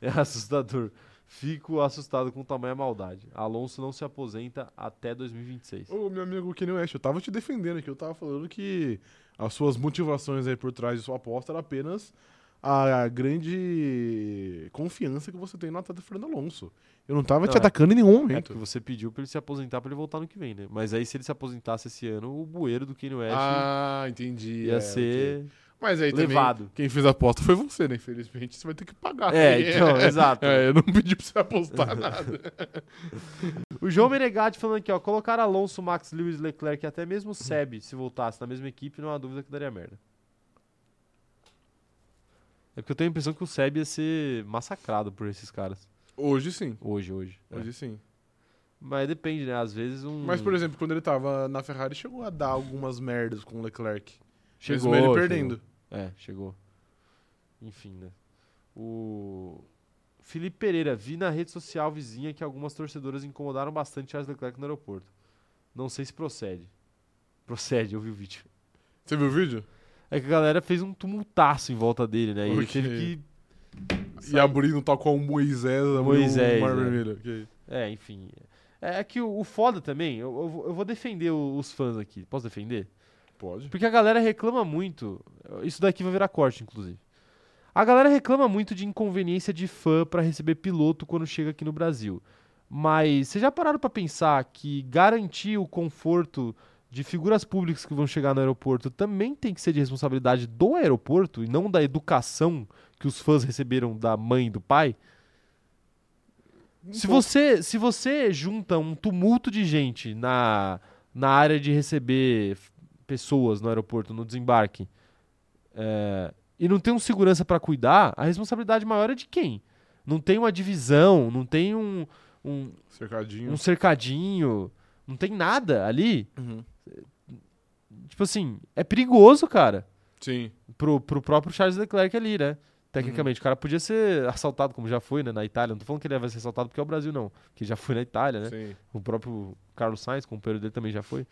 S1: É assustador. Fico assustado com tamanha maldade. Alonso não se aposenta até 2026.
S2: Ô, meu amigo Kenny West, eu tava te defendendo aqui. Eu tava falando que as suas motivações aí por trás de sua aposta era apenas a grande confiança que você tem no atleta Fernando Alonso. Eu não tava
S1: Não,
S2: te
S1: é.
S2: atacando em nenhum
S1: É
S2: momento.
S1: porque você pediu pra ele se aposentar pra ele voltar no que vem, né? Mas aí se ele se aposentasse esse ano, o bueiro do Kenny West
S2: Ah, entendi.
S1: ia
S2: é, ok.
S1: ser
S2: Mas aí
S1: levado.
S2: também, quem fez a aposta foi você, né? Infelizmente, você vai ter que pagar.
S1: É,
S2: né?
S1: então, exato.
S2: É, eu não pedi pra você apostar nada.
S1: O João Menegatti falando aqui, ó. Colocar Alonso, Max, Lewis, Leclerc e até mesmo o Seb, se voltasse na mesma equipe, não há dúvida que daria merda. É porque eu tenho a impressão que o Seb ia ser massacrado por esses caras.
S2: Hoje sim.
S1: Hoje, hoje. é.
S2: Hoje sim.
S1: Mas depende, né? Às vezes um.
S2: Mas, por exemplo, quando ele tava na Ferrari, chegou a dar algumas merdas com o Leclerc.
S1: chegou,
S2: Mesmo ele
S1: chegou.
S2: perdendo.
S1: É, chegou. Enfim, né? O. Felipe Pereira, vi na rede social vizinha que algumas torcedoras incomodaram bastante Charles Leclerc no aeroporto. Não sei se procede. Procede, eu vi o vídeo.
S2: Você viu o vídeo?
S1: É que a galera fez um tumultaço em volta dele, né? E ele
S2: Ok.
S1: teve que.
S2: E abrindo tal qual o tá Moisés, abriu
S1: Moisés,
S2: o Mar
S1: é.
S2: Vermelho. ok.
S1: É, enfim. É, é que o, o foda também, eu, eu vou- eu vou defender o- os fãs aqui. Posso defender?
S2: Pode.
S1: Porque a galera reclama muito. Isso daqui vai virar corte, inclusive. A galera reclama muito de inconveniência de fã pra receber piloto quando chega aqui no Brasil. Mas vocês já pararam pra pensar que garantir o conforto de figuras públicas que vão chegar no aeroporto também tem que ser de responsabilidade do aeroporto e não da educação que os fãs receberam da mãe e do pai?
S2: Um
S1: Se você, se você junta um tumulto de gente na, na área de receber f- pessoas no aeroporto, no desembarque, é, e não tem um segurança pra cuidar, a responsabilidade maior é de quem? Não tem uma divisão, não tem um, um,
S2: Cercadinho.
S1: um cercadinho, não tem nada ali.
S2: Uhum.
S1: Tipo assim, é perigoso, cara,
S2: Sim.
S1: pro, pro próprio Charles Leclerc ali, né? Tecnicamente, o cara podia ser assaltado, como já foi, né, na Itália. Não tô falando que ele vai ser assaltado porque é o Brasil, não. Que já foi na Itália, né?
S2: Sim.
S1: O próprio Carlos Sainz, companheiro dele, também já foi.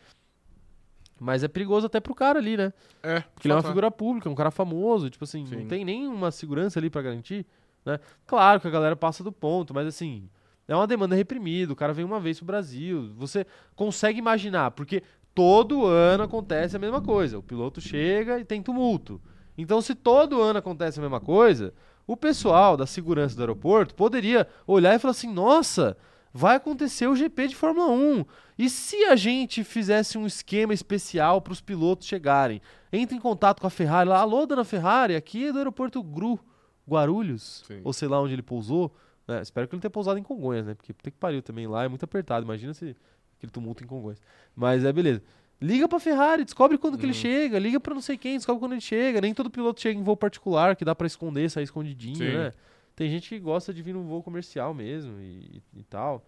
S1: Mas é perigoso até pro cara ali, né?
S2: É.
S1: Porque ele é uma
S2: fatal.
S1: figura pública, um cara famoso, tipo assim, não
S2: Sim.
S1: tem nenhuma segurança ali pra garantir, né? Claro que a galera passa do ponto, mas assim, é uma demanda reprimida, o cara vem uma vez pro Brasil, você consegue imaginar, porque todo ano acontece a mesma coisa, o piloto chega e tem tumulto. Então se todo ano acontece a mesma coisa, o pessoal da segurança do aeroporto poderia olhar e falar assim: "Nossa, vai acontecer o GP de Fórmula 1. E se a gente fizesse um esquema especial para os pilotos chegarem? entra em contato com a Ferrari lá, alô, dona Ferrari, aqui é do aeroporto Gru, Guarulhos,
S2: Sim.
S1: ou sei lá onde ele pousou. né? Espero que ele não tenha pousado em Congonhas, né? Porque tem que pariu também lá, é muito apertado. Imagina se aquele tumulto em Congonhas. Mas é beleza. Liga pra Ferrari, descobre quando
S2: Hum.
S1: que ele chega, liga pra não sei quem, descobre quando ele chega. Nem todo piloto chega em voo particular, que dá pra esconder, sair escondidinho,
S2: Sim.
S1: né? Tem gente que gosta de vir num voo comercial mesmo e, e tal.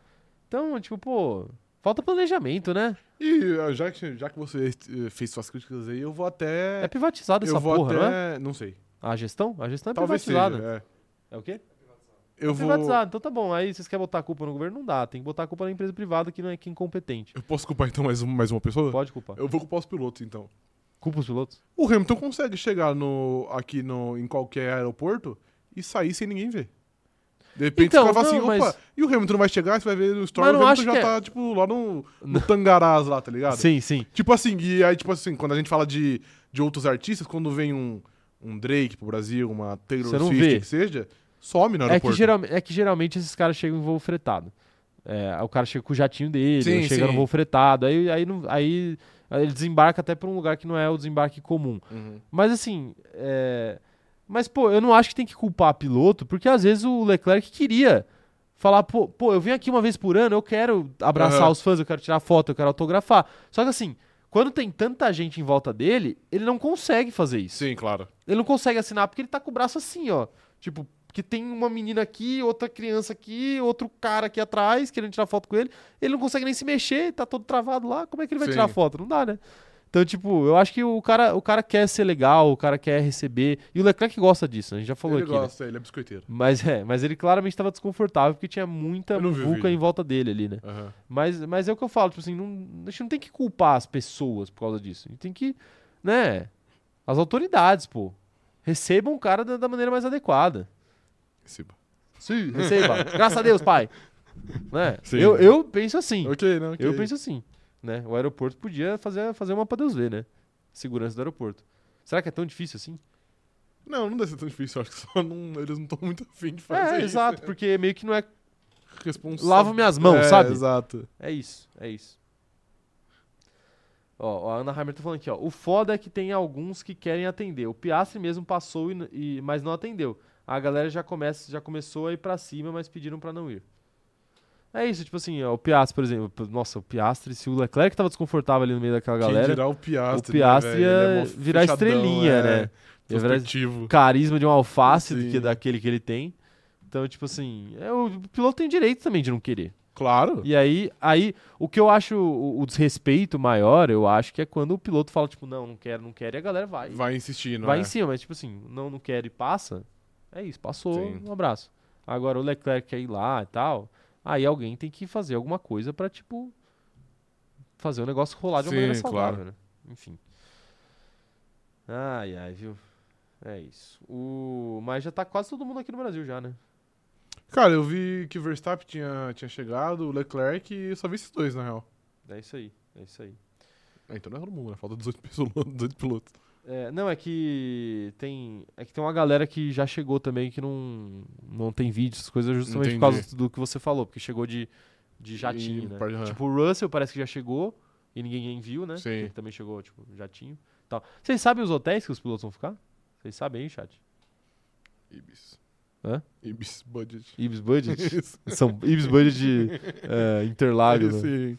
S1: Então, tipo, pô, falta planejamento, né?
S2: E ah, já que, já que você eh, fez suas críticas aí, eu vou até.
S1: É privatizado essa
S2: eu vou
S1: porra,
S2: até.
S1: não é?
S2: Não sei.
S1: A gestão? A gestão é
S2: Talvez
S1: privatizada.
S2: seja. é.
S1: É o quê?
S2: Eu vou.
S1: Privatizado, então tá bom. Aí vocês querem botar a culpa no governo? Não dá. Tem que botar a culpa na empresa privada que não é que é incompetente.
S2: Eu posso culpar então mais, um- mais uma pessoa?
S1: Pode culpar.
S2: Eu vou culpar os pilotos então.
S1: Culpa os pilotos?
S2: O Hamilton consegue chegar no, aqui no, em qualquer aeroporto e sair sem ninguém ver. De repente
S1: Então,
S2: os caras
S1: não,
S2: falam assim,
S1: mas-
S2: opa, e o Hamilton não vai chegar, você vai ver no story,
S1: Mas
S2: o
S1: não
S2: Hamilton
S1: acho
S2: já
S1: que é-
S2: tá, tipo, lá no, no Tangarás lá, tá ligado?
S1: Sim, sim.
S2: Tipo assim, e aí, tipo assim, quando a gente fala de, de outros artistas, quando vem um, um Drake pro Brasil, uma Taylor
S1: Você não
S2: Swift,
S1: vê.
S2: que seja, some no
S1: É
S2: aeroporto.
S1: que, geral- é que geralmente esses caras chegam em voo fretado. É, o cara chega com o jatinho dele,
S2: Sim,
S1: ou chega
S2: sim.
S1: no voo fretado. Aí, aí, não- aí, aí ele desembarca até pra um lugar que não é o desembarque comum.
S2: Uhum.
S1: Mas assim, é... mas pô, eu não acho que tem que culpar piloto, porque às vezes o Leclerc queria falar, pô, pô eu venho aqui uma vez por ano, eu quero abraçar
S2: Aham.
S1: os fãs, eu quero tirar foto, eu quero autografar. Só que assim, quando tem tanta gente em volta dele, ele não consegue fazer isso.
S2: Sim, claro.
S1: Ele não consegue assinar porque ele tá com o braço assim, ó. Tipo, que tem uma menina aqui, outra criança aqui, outro cara aqui atrás querendo tirar foto com ele. Ele não consegue nem se mexer, tá todo travado lá. Como é que ele vai
S2: Sim.
S1: tirar foto? Não dá, né? Então, tipo, eu acho que o cara, o cara quer ser legal, o cara quer receber. E o Leclerc gosta disso, a gente já falou
S2: ele
S1: aqui. né?
S2: gosta, ele é biscoiteiro.
S1: Mas é, mas ele claramente tava desconfortável porque tinha muita
S2: Eu não vi o
S1: vulca
S2: vídeo.
S1: em volta dele ali, né?
S2: Aham.
S1: Mas, mas é o que eu falo, tipo assim, não, a gente não tem que culpar as pessoas por causa disso. A gente tem que, né, as autoridades, pô. Recebam o cara da, da maneira mais adequada.
S2: Siba.
S1: Sim. Receba. Graças a Deus, pai. Né?
S2: Sim.
S1: Eu, eu penso assim.
S2: Ok, não, ok.
S1: Eu penso assim, né? O aeroporto podia fazer, fazer uma pra Deus ver, né? Segurança do aeroporto. Será que é tão difícil assim?
S2: Não, não deve ser tão difícil, eu acho que só não- eles não estão muito afim de fazer
S1: É,
S2: isso.
S1: exato, porque meio que não é.
S2: Responsa-
S1: Lavo minhas mãos,
S2: É,
S1: sabe?
S2: Exato.
S1: É isso, é isso. Ó, a Ana Heimer tá falando aqui, ó. O foda é que tem alguns que querem atender. O Piastri mesmo passou, e, n- e- mas não atendeu. A galera já, começa, já começou a ir pra cima, mas pediram pra não ir. É isso, tipo assim, ó, o Piastri, por exemplo. p- Nossa, o Piastri, se o Leclerc tava desconfortável ali no meio daquela
S2: Quem
S1: galera,
S2: dirá o Piastri,
S1: o Piastri
S2: né, velho? Ele
S1: ia
S2: é mó
S1: virar
S2: fechadão,
S1: estrelinha,
S2: é,
S1: né? Ia virar
S2: Introspectivo.
S1: o carisma de um alface do
S2: Sim.
S1: que daquele que ele tem. Então, tipo assim, é, o piloto tem direito também de não querer.
S2: Claro.
S1: E aí, aí, o que eu acho o, o desrespeito maior, eu acho que é quando o piloto fala, tipo, não, não quero, não quero, e a galera vai. Vai,
S2: Vai insistindo, é.
S1: em cima, mas tipo assim, não, não quero e passa. É isso, passou,
S2: Sim.
S1: um abraço. Agora o Leclerc quer ir lá e tal. Aí alguém tem que fazer alguma coisa pra, tipo, fazer o negócio rolar de uma
S2: Sim,
S1: maneira
S2: claro.
S1: saudável, né? Enfim. Ai, ai, viu? É isso. O... Mas já tá quase todo mundo aqui no Brasil já, né?
S2: Cara, eu vi que o Verstappen tinha, tinha chegado, o Leclerc, e eu só vi esses dois, na real.
S1: É isso aí, é isso aí.
S2: É, então não é todo mundo, né? Falta 18 pilotos. 18 pilotos.
S1: É, não, é que tem. É que tem uma galera que já chegou também que não, não tem vídeo, essas coisas, justamente por causa
S2: Entendi.
S1: do que você falou, porque chegou de, de jatinho,
S2: E
S1: né?
S2: par- aham.
S1: Tipo, o Russell parece que já chegou e ninguém viu, né?
S2: Sim.
S1: Ele também chegou, tipo, jatinho e tal. Vocês sabem os hotéis que os pilotos vão ficar? Vocês sabem aí, chat?
S2: Ibis.
S1: Hã?
S2: Ibis Budget.
S1: Ibis Budget?
S2: Isso.
S1: São Ibis Budget de é, Interlagos. né?
S2: Esse-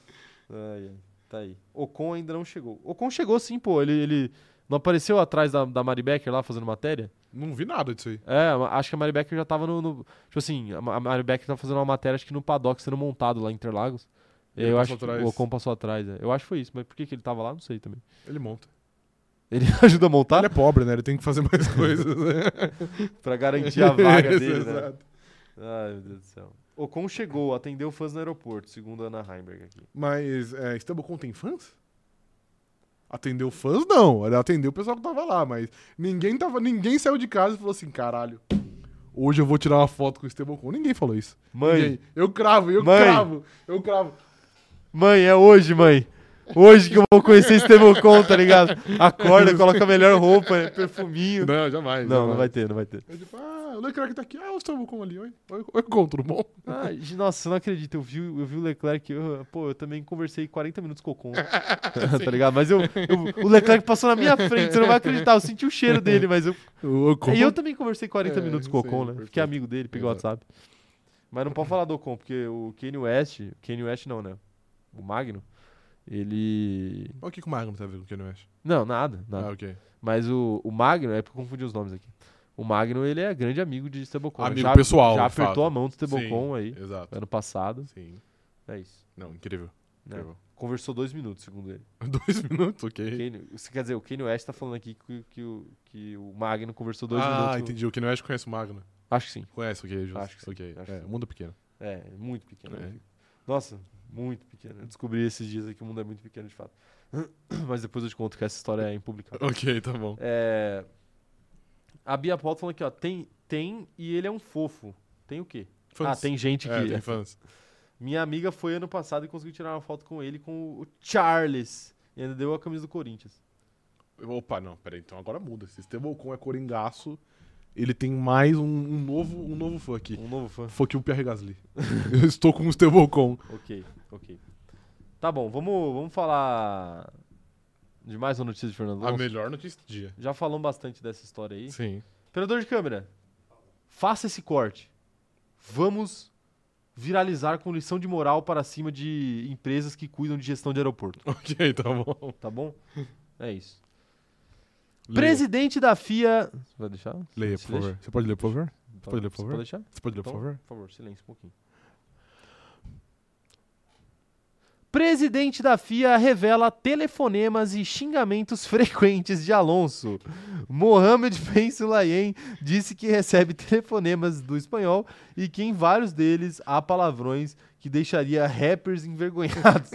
S1: Ai, ai, tá aí. Ocon ainda não chegou. Ocon chegou sim, pô. Ele, ele não apareceu atrás da, da Mari Becker lá fazendo matéria?
S2: Não vi nada disso aí.
S1: É, acho que a Mari Becker já tava no. no- tipo assim, a Ma- a Mari Becker tava fazendo uma matéria, acho que no paddock sendo montado lá em Interlagos.
S2: Ele
S1: eu acho
S2: passou
S1: que
S2: atrás.
S1: o Ocon passou atrás. é. Eu acho que foi isso, mas por que, que ele tava lá? Não sei também.
S2: Ele monta.
S1: Ele ajuda a montar
S2: Ele é pobre, né? Ele tem que fazer mais coisas. né?
S1: pra garantir a vaga
S2: Isso,
S1: dele, né?
S2: exato.
S1: Ai, meu Deus do céu. Ocon chegou, atendeu fãs no aeroporto, segundo a Ana Heimberg aqui.
S2: Mas é, Estambul tem fãs? Atendeu fãs? Não. Ele atendeu o pessoal que tava lá, mas ninguém, tava, ninguém saiu de casa e falou assim, caralho, hoje eu vou tirar uma foto com o Estebão. Ninguém falou isso.
S1: Mãe,
S2: Ninguém. Eu cravo, eu
S1: Mãe.
S2: cravo, eu cravo.
S1: mãe, é hoje, mãe. Hoje que eu vou conhecer Estevam Ocon, tá ligado? Acorda, coloca a melhor roupa, né? perfuminho.
S2: Não, jamais.
S1: Não, não
S2: jamais.
S1: vai ter, não vai ter.
S2: Eu, tipo, ah, o Leclerc tá aqui. Ah, o Estebão ali. Oi, oi, oi, Gon, tudo bom?
S1: Ah, gente, nossa, eu não acredito. Eu vi, eu vi o Leclerc. eu- pô, eu também conversei 40 minutos com o Ocon. tá ligado? Mas eu, eu- o Leclerc passou na minha frente. Você não vai acreditar. Eu senti o cheiro dele, mas eu.
S2: O Ocon.
S1: E eu também conversei 40
S2: É,
S1: minutos com o
S2: sim,
S1: Ocon, né? Fiquei
S2: perfeito.
S1: amigo dele, peguei o
S2: Exato.
S1: WhatsApp. Mas não pode falar do Ocon, porque o Kanye West. Kanye West não, né? O Magno. Ele.
S2: Olha o que que o Magno tá vendo com o Kanye West.
S1: Não, nada, nada.
S2: Ah, ok.
S1: Mas o, o Magno, é porque eu confundi os nomes aqui. O Magno, ele é grande amigo de Stebocon.
S2: Amigo pessoal,
S1: Já
S2: de fato.
S1: apertou a mão do Stebocon aí,
S2: Exato.
S1: ano passado.
S2: Sim.
S1: É isso.
S2: Não, incrível.
S1: né?
S2: incrível.
S1: Conversou dois minutos, segundo ele.
S2: Dois minutos, ok.
S1: Kanye, você quer dizer, o Kanye West tá falando aqui que, que o, que o Magno conversou dois
S2: ah,
S1: minutos.
S2: entendi. O Kanye West conhece o Magno.
S1: Acho que sim.
S2: Conhece, ok. Justo.
S1: Acho que sim,
S2: Ok.
S1: acho
S2: é,
S1: que sim.
S2: mundo pequeno.
S1: É, muito pequeno.
S2: É.
S1: Nossa, muito pequeno. Eu descobri esses dias aí que o mundo é muito pequeno, de fato. Mas depois eu te conto que essa história é impublicável.
S2: Ok, tá bom.
S1: É, a Bia Paul tá falando aqui, ó. Tem, tem e ele é um fofo. Tem o quê? Ah,
S2: Fãs.
S1: tem gente
S2: É,
S1: que...
S2: tem fãs.
S1: Minha amiga foi ano passado e conseguiu tirar uma foto com ele, com o Charles. E ainda deu a camisa do Corinthians.
S2: Opa, não, peraí, então agora muda. Se Estevão Ocon é coringaço, ele tem mais um, um novo, um novo fã aqui.
S1: Um novo fã.
S2: Foi que o Pierre Gasly. Eu estou com o Estevão Ocon.
S1: Ok, ok. Tá bom, vamos, vamos falar de mais uma notícia de Fernando
S2: A
S1: Alonso.
S2: melhor notícia do dia.
S1: Já falamos bastante dessa história aí.
S2: Sim.
S1: Operador de câmera, faça esse corte. Vamos viralizar com lição de moral para cima de empresas que cuidam de gestão de aeroporto,
S2: Ok, tá bom.
S1: tá bom? É isso.
S2: Leia.
S1: Presidente da FIA... Você vai deixar?
S2: Leia, por
S1: Silêncio.
S2: favor. Você pode ler, por favor?
S1: Tá,
S2: Pode ler, por
S1: você
S2: favor?
S1: Pode deixar?
S2: Você pode ler, por
S1: Então,
S2: favor?
S1: Por favor, silêncio um pouquinho. Presidente da FIA revela telefonemas e xingamentos frequentes de Alonso. Mohamed Ben Sulayem disse que recebe telefonemas do espanhol e que em vários deles há palavrões que deixaria rappers envergonhados.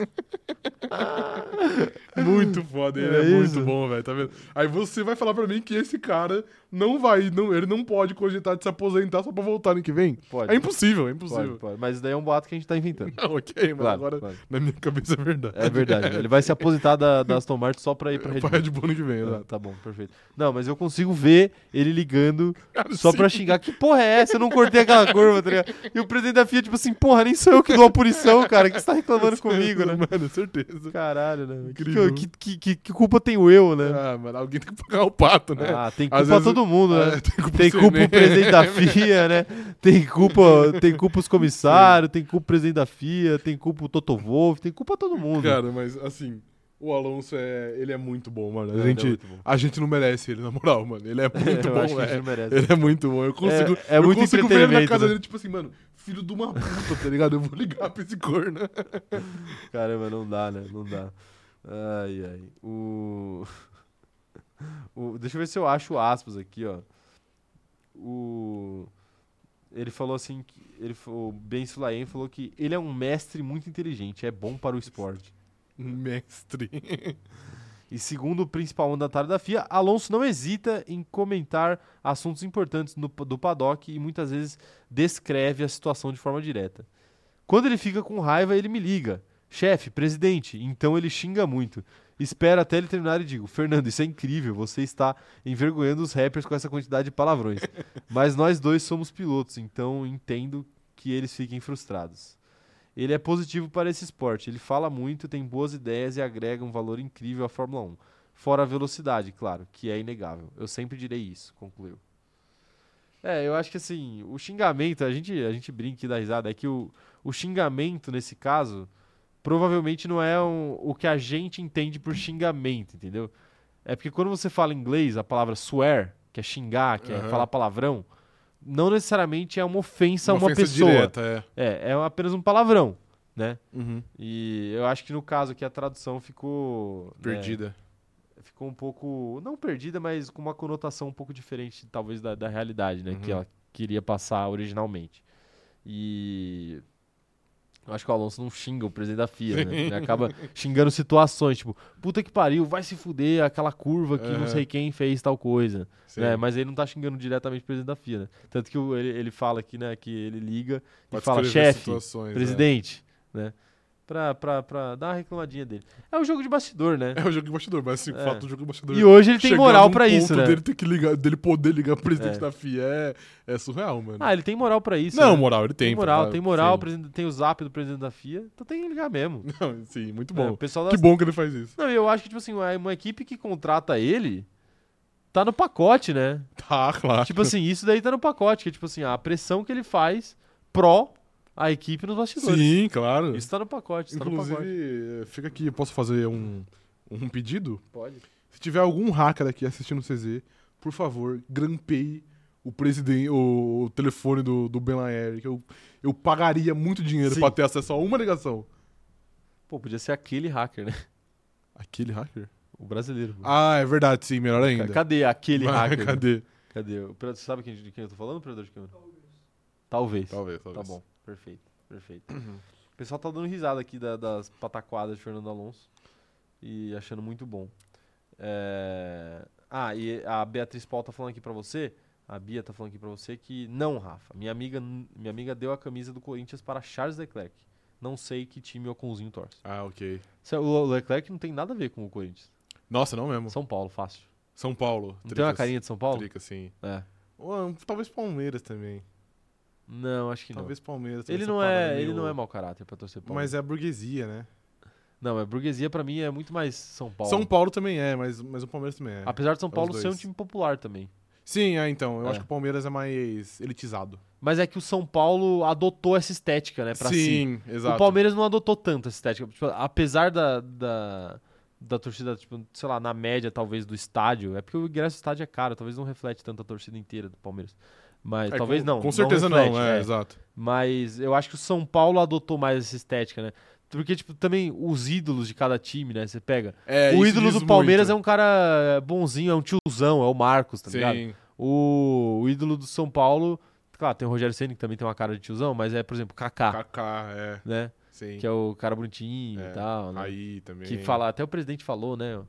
S2: Muito foda, ele
S1: É
S2: é,
S1: isso.
S2: muito bom, velho, tá vendo? Aí você vai falar pra mim que esse cara não vai, não, ele não pode cogitar de se aposentar só pra voltar ano que vem?
S1: Pode,
S2: É impossível, é
S1: pode,
S2: impossível.
S1: pode. Mas isso daí é um boato que a gente tá inventando.
S2: Não, ok, mas
S1: Claro,
S2: agora
S1: claro.
S2: na minha cabeça é verdade.
S1: É verdade. Ele vai se aposentar da, da Aston Martin só pra ir pra Red
S2: Pra
S1: Bull.
S2: Red Bull é ano que vem,
S1: Ah,
S2: exato.
S1: Tá bom, perfeito. Não, mas eu consigo ver ele ligando
S2: Cara,
S1: só pra xingar. Que porra é essa? Eu não cortei aquela curva, tá ligado? E o presidente da FIA, tipo assim, porra, nem sou eu que dou a punição, cara. Que você tá reclamando comigo, né?
S2: Mano, certeza.
S1: Caralho, né? Que-
S2: Incrível.
S1: Que, que, que, que culpa tenho eu, né?
S2: Ah, mano, alguém tem que pagar o pato, né?
S1: Ah, tem
S2: Às
S1: culpa
S2: vezes-
S1: todo mundo,
S2: Ah,
S1: né?
S2: tem culpa
S1: Tem
S2: você,
S1: culpa
S2: né?
S1: o presidente da FIA, né? Tem culpa, tem culpa os comissários, tem culpa o presidente da FIA, tem culpa o Toto Wolff, tem culpa todo mundo.
S2: Cara, mas assim, o Alonso é. Ele é muito bom, mano.
S1: Ele
S2: A
S1: é
S2: gente,
S1: muito bom.
S2: a gente não merece ele, na moral, mano. Ele é muito
S1: eu acho
S2: bom,
S1: que a gente
S2: velho.
S1: não merece.
S2: Ele é muito bom. Eu consigo,
S1: É- é
S2: eu
S1: muito
S2: consigo ver ele na
S1: entretenimento,
S2: casa
S1: né?
S2: dele, tipo assim, mano, filho de uma puta, tá ligado? Eu vou ligar pra esse corno.
S1: Caramba, não dá, né? Não dá. Ai, ai. O... o- Deixa eu ver se eu acho o aspas aqui, ó. O... Ele falou assim, que ele, fa- o Ben Sulaim falou que ele é um mestre muito inteligente, é bom para o esporte.
S2: Um mestre.
S1: E segundo o principal mandatário da FIA, Alonso não hesita em comentar assuntos importantes no- do paddock e muitas vezes descreve a situação de forma direta. Quando ele fica com raiva, ele me liga. Chefe, presidente, então ele xinga muito. Espera até ele terminar e digo: Fernando, isso é incrível, você está envergonhando os rappers com essa quantidade de palavrões. Mas nós dois somos pilotos, então entendo que eles fiquem frustrados. Ele é positivo para esse esporte. Ele fala muito, tem boas ideias e agrega um valor incrível à Fórmula 1. Fora a velocidade, claro, que é inegável. Eu sempre direi isso, concluiu. É, eu acho que assim, o xingamento, a gente, a gente brinca e dá risada, é que o, o xingamento nesse caso provavelmente não é um- o que a gente entende por xingamento, entendeu? É porque quando você fala em inglês a palavra swear, que é xingar, que é
S2: Aham.
S1: falar palavrão, não necessariamente é uma ofensa a uma
S2: ofensa
S1: pessoa.
S2: direta, é.
S1: É, é apenas um palavrão, né?
S2: Uhum.
S1: E eu acho que no caso aqui a tradução ficou. né,
S2: Perdida.
S1: ficou um pouco. Não perdida, mas com uma conotação um pouco diferente, talvez, da, da realidade, né? Que
S2: Uhum.
S1: ela queria passar originalmente. E. Eu acho que o Alonso não xinga o presidente da FIA, né? Ele acaba xingando situações, tipo, puta que pariu, vai se fuder aquela curva que não
S2: Aham.
S1: sei quem fez tal coisa
S2: Sim.
S1: né? Mas ele não tá xingando diretamente o presidente da FIA, né? Tanto que o- ele, ele fala aqui, né, que ele liga e
S2: Pode
S1: fala,
S2: escrever as
S1: chefe,
S2: situações, é.
S1: presidente, né? Pra, pra, pra dar uma reclamadinha dele. É um jogo de bastidor, né?
S2: É. é o jogo de bastidor, mas assim, o
S1: É.
S2: fato do jogo de bastidor.
S1: E hoje ele tem
S2: chegando
S1: moral
S2: num
S1: pra isso,
S2: ponto
S1: né?
S2: Dele, ter que ligar, dele poder ligar pro presidente
S1: É.
S2: da FIA é, é surreal, mano.
S1: Ah, ele tem moral pra isso.
S2: não,
S1: né?
S2: moral, ele tem.
S1: tem moral,
S2: pra-
S1: tem moral, o
S2: sim.
S1: presidente- tem o zap do presidente da FIA, então tem que ligar mesmo.
S2: Não, sim, muito
S1: É,
S2: bom.
S1: o pessoal da
S2: Que bom que ele faz isso.
S1: Não, eu acho que tipo assim, uma, uma equipe que contrata ele tá no pacote, né?
S2: Tá, claro.
S1: Tipo assim, isso daí tá no pacote, que é tipo assim, a pressão que ele faz pró a equipe nos bastidores.
S2: Sim, claro.
S1: Isso tá no pacote, isso tá no pacote.
S2: Inclusive, eh, fica aqui, eu posso fazer um, um pedido?
S1: Pode.
S2: Se tiver algum hacker aqui assistindo o CZ, por favor, grampeie o presidente, o, o telefone do, do Ben Laer, que eu, eu pagaria muito dinheiro
S1: Sim.
S2: pra ter acesso a uma ligação.
S1: Pô, podia ser aquele hacker, né?
S2: Aquele hacker?
S1: O brasileiro. pô.
S2: Ah, é verdade, sim, melhor
S1: Ca-
S2: ainda.
S1: Cadê aquele
S2: Mas
S1: hacker? Cadê?
S2: Cadê?
S1: O operador- Você sabe quem, de quem eu tô falando, operador de câmera? Talvez.
S2: Talvez, talvez.
S1: Tá bom, perfeito, perfeito. O pessoal tá dando risada aqui da- das pataquadas de Fernando Alonso e achando muito bom. É, Ah, e a Beatriz Paul tá falando aqui pra você, a Bia tá falando aqui pra você que não, Rafa. Minha amiga, minha amiga deu a camisa do Corinthians para Charles Leclerc. Não sei que time o Conzinho torce.
S2: Ah, ok.
S1: O Leclerc não tem nada a ver com o Corinthians.
S2: Nossa, não mesmo.
S1: São Paulo, fácil.
S2: São Paulo.
S1: Não tem
S2: tricas.
S1: uma carinha de São Paulo?
S2: Trica, sim.
S1: É.
S2: Ou, talvez Palmeiras também.
S1: Não, acho que
S2: talvez Palmeiras.
S1: não. Ele
S2: essa
S1: não
S2: parada
S1: é, ele
S2: meio-
S1: não é mau caráter pra torcer Paulo.
S2: Mas é a burguesia, né?
S1: Não, é burguesia pra mim é muito mais São Paulo.
S2: São Paulo também é, mas, mas o Palmeiras também é.
S1: Apesar de São
S2: os
S1: Paulo ser um
S2: dois.
S1: time popular também.
S2: Sim, é, então. Eu
S1: É.
S2: acho que o Palmeiras é mais elitizado.
S1: Mas é que o São Paulo adotou essa estética, né, pra si.
S2: Sim, exato.
S1: O Palmeiras não adotou tanto essa estética. Tipo, apesar da, da, da torcida, tipo, sei lá, na média talvez do estádio, é porque o ingresso do estádio é caro, talvez não reflete tanto a torcida inteira do Palmeiras. Mas
S2: É,
S1: talvez
S2: com-
S1: não.
S2: Com certeza não,
S1: reflete,
S2: é,
S1: é.
S2: exato.
S1: Mas eu acho que o São Paulo adotou mais essa estética, né? Porque, tipo, também os ídolos de cada time, né? Você pega.
S2: É,
S1: o
S2: isso
S1: ídolo
S2: diz
S1: do Palmeiras é
S2: muito.
S1: um cara bonzinho, é um tiozão, é o Marcos, tá ligado?
S2: Sim.
S1: O, o ídolo do São Paulo, claro, tem o Rogério Ceni que também tem uma cara de tiozão, mas é, por exemplo, Kaká,
S2: Kaká, é.
S1: né?
S2: Sim.
S1: Que é o cara bonitinho
S2: É,
S1: e tal, né?
S2: Aí também.
S1: que fala, até o presidente falou, né?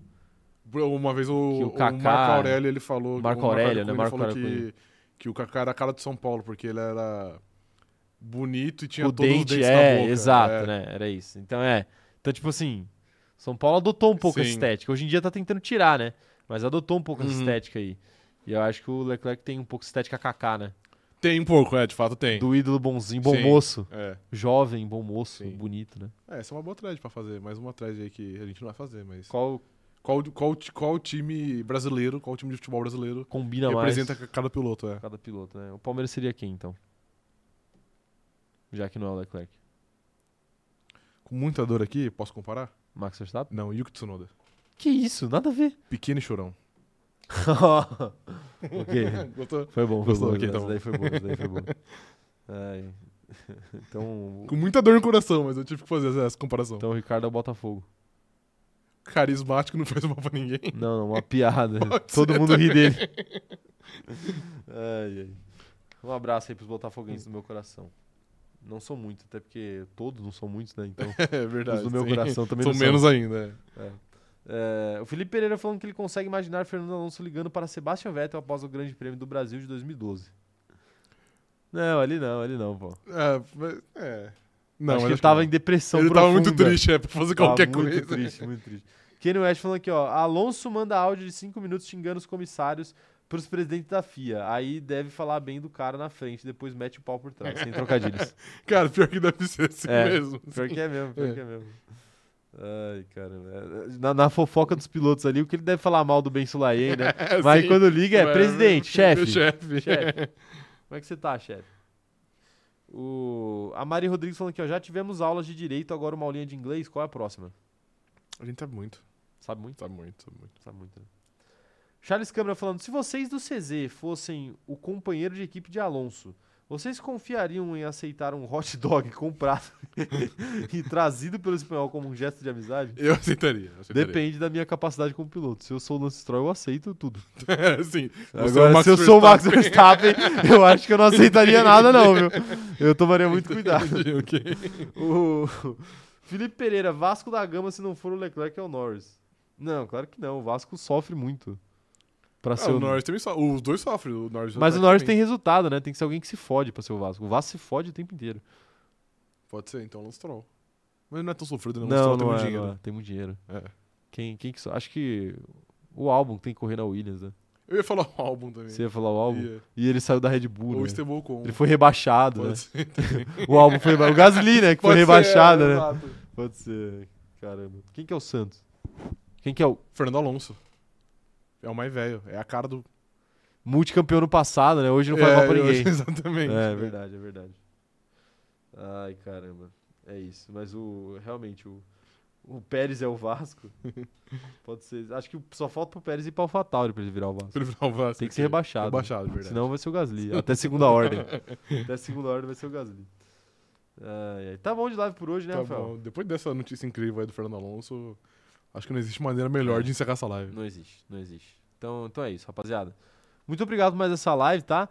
S2: Uma vez o,
S1: Que o
S2: o, Marco
S1: Kaká-
S2: Aurélio, ele falou.
S1: Marco
S2: o
S1: Aurélio, né?
S2: Cunha, ele
S1: Marco
S2: falou
S1: Aurélio
S2: que, que o Kaká era a cara do São Paulo, porque ele era bonito e tinha
S1: o
S2: todos os
S1: dente
S2: dentes
S1: é,
S2: na boca.
S1: exato,
S2: é.
S1: né? Era isso. Então é. Então, tipo assim, São Paulo adotou um pouco essa
S2: Sim.
S1: estética. Hoje em dia tá tentando tirar, né? Mas adotou um pouco essa
S2: Uhum.
S1: estética aí. E eu acho que o Leclerc tem um pouco estética Kaká, né?
S2: Tem um pouco, é, de fato tem.
S1: Do ídolo bonzinho, bom
S2: Sim.
S1: moço.
S2: É.
S1: Jovem, bom moço,
S2: Sim.
S1: bonito, né?
S2: É, essa é uma boa thread pra fazer. Mais uma thread aí que a gente não vai fazer, mas.
S1: Qual
S2: Qual, qual, ti- qual time brasileiro, qual time de futebol brasileiro
S1: combina mais?
S2: representa ca- cada piloto, é.
S1: Cada piloto, né? O Palmeiras seria quem, então? Já que não é o Leclerc.
S2: Com muita dor aqui, posso comparar?
S1: Max Verstappen?
S2: Não, Yuki Tsunoda.
S1: Que isso? Nada a ver.
S2: Pequeno e chorão.
S1: ok. então.
S2: Gostou?
S1: Foi bom, foi
S2: Gostou?
S1: bom.
S2: Ok,
S1: essa
S2: tá bom.
S1: daí foi bom, essa daí foi bom. Ai. Então,
S2: Com muita dor no coração, mas eu tive que fazer essa, essa comparação.
S1: então o Ricardo é o Botafogo.
S2: Carismático não faz mal pra ninguém.
S1: Não, não, uma piada.
S2: Pode
S1: Todo
S2: ser
S1: mundo ri dele. Ai, ai. Um abraço aí pros botafoguenses do meu coração. Não são muitos, até porque todos não são muitos, né? Então,
S2: É verdade.
S1: os do meu
S2: sim.
S1: coração também
S2: São
S1: não
S2: menos ainda. é.
S1: são. É, o Felipe Pereira falando que ele consegue imaginar Fernando Alonso ligando para Sebastian Vettel após o Grande Prêmio do Brasil de 2012. Não, ali não, ali não, pô.
S2: É, mas-
S1: Não,
S2: é. Não,
S1: acho
S2: mas
S1: que ele tava em depressão
S2: Ele tava muito
S1: profunda.
S2: triste, é, pra fazer
S1: Tava
S2: qualquer
S1: muito
S2: coisa.
S1: triste, muito triste. Kanye West falando aqui, ó. Alonso manda áudio de 5 minutos xingando os comissários pros presidentes da FIA. Aí deve falar bem do cara na frente, depois mete o pau por trás, sem trocadilhos.
S2: Cara, pior que deve ser assim
S1: É.
S2: mesmo.
S1: Pior que é mesmo, pior
S2: É.
S1: que é mesmo. Ai, caramba. É, Na, na fofoca dos pilotos ali, o que ele deve falar mal do Ben Sulayen, né?
S2: É,
S1: Mas
S2: assim,
S1: quando liga é
S2: mas-
S1: presidente, chefe.
S2: Chefe.
S1: Chefe, como é que você tá, chefe? O... A Mari Rodrigues falando aqui, ó. Já tivemos aulas de direito, agora uma aulinha de inglês. Qual é a próxima?
S2: A gente sabe muito,
S1: Sabe muito?
S2: sabe muito, sabe muito.
S1: Sabe muito, né? Charles Câmara falando: se vocês do CZ fossem o companheiro de equipe de Alonso, vocês confiariam em aceitar um hot dog comprado e trazido pelo espanhol como um gesto de amizade?
S2: Eu aceitaria, eu aceitaria.
S1: Depende da minha capacidade como piloto. Se eu sou o Lance Stroll, eu aceito tudo.
S2: É, assim, você é o
S1: Agora,
S2: Max
S1: se eu sou o Max
S2: Verstappen.
S1: Verstappen, eu acho que eu não aceitaria nada, não, viu? Eu tomaria muito cuidado.
S2: Entendi, ok.
S1: O Felipe Pereira, Vasco da Gama, se não for o Leclerc, é o Norris. Não, claro que não. O Vasco sofre muito. Pra
S2: Ah,
S1: ser
S2: o Norris também sofre. Os dois sofrem. O Norris tá
S1: Mas o
S2: Leclerc
S1: Norris tem
S2: também.
S1: resultado, né? Tem que ser alguém que se fode pra ser o Vasco. O Vasco se fode o tempo inteiro.
S2: Pode ser, então Lance Troll. Mas não é tão sofrido, não.
S1: Não,
S2: Lance
S1: não,
S2: Stroll tem muito
S1: é,
S2: dinheiro.
S1: não é. Tem muito dinheiro.
S2: É.
S1: Quem, quem que so... Acho que o álbum tem que correr na Williams, né?
S2: Eu ia falar o álbum também.
S1: Você ia falar o álbum.
S2: Ia.
S1: E ele saiu da Red Bull,
S2: Ou
S1: né?
S2: o Esteban Ocon.
S1: Ele foi rebaixado,
S2: Pode
S1: né?
S2: ser.
S1: O álbum foi rebaixado. O Gasly, né? Que foi
S2: Pode ser,
S1: rebaixado,
S2: é,
S1: né?
S2: exato.
S1: Pode ser. Caramba. Quem que é o Santos? Quem que é o
S2: Fernando Alonso. É o mais velho. É a cara do.
S1: multicampeão no passado, né? Hoje não faz
S2: é,
S1: mal pra
S2: eu-
S1: ninguém.
S2: Exatamente.
S1: É, é verdade, é verdade. Ai, caramba. É isso. Mas o. Realmente, o, o Pérez é o Vasco. Pode ser. Acho que só falta pro Pérez ir pra AlphaTauri pra ele virar o Vasco.
S2: Pra ele virar o Vasco,
S1: Tem que ser
S2: ok.
S1: rebaixado. né?
S2: Rebaixado, verdade.
S1: Senão vai ser o Gasly. Até segunda ordem. Até segunda ordem vai ser o Gasly. Ai, ai. Tá bom de live por hoje, né,
S2: Tá
S1: Rafael?
S2: bom. Depois dessa notícia incrível aí do Fernando Alonso, acho que não existe maneira melhor de encerrar essa live.
S1: É. Não existe, não existe. Então, então é isso, rapaziada. Muito obrigado por mais essa live, tá?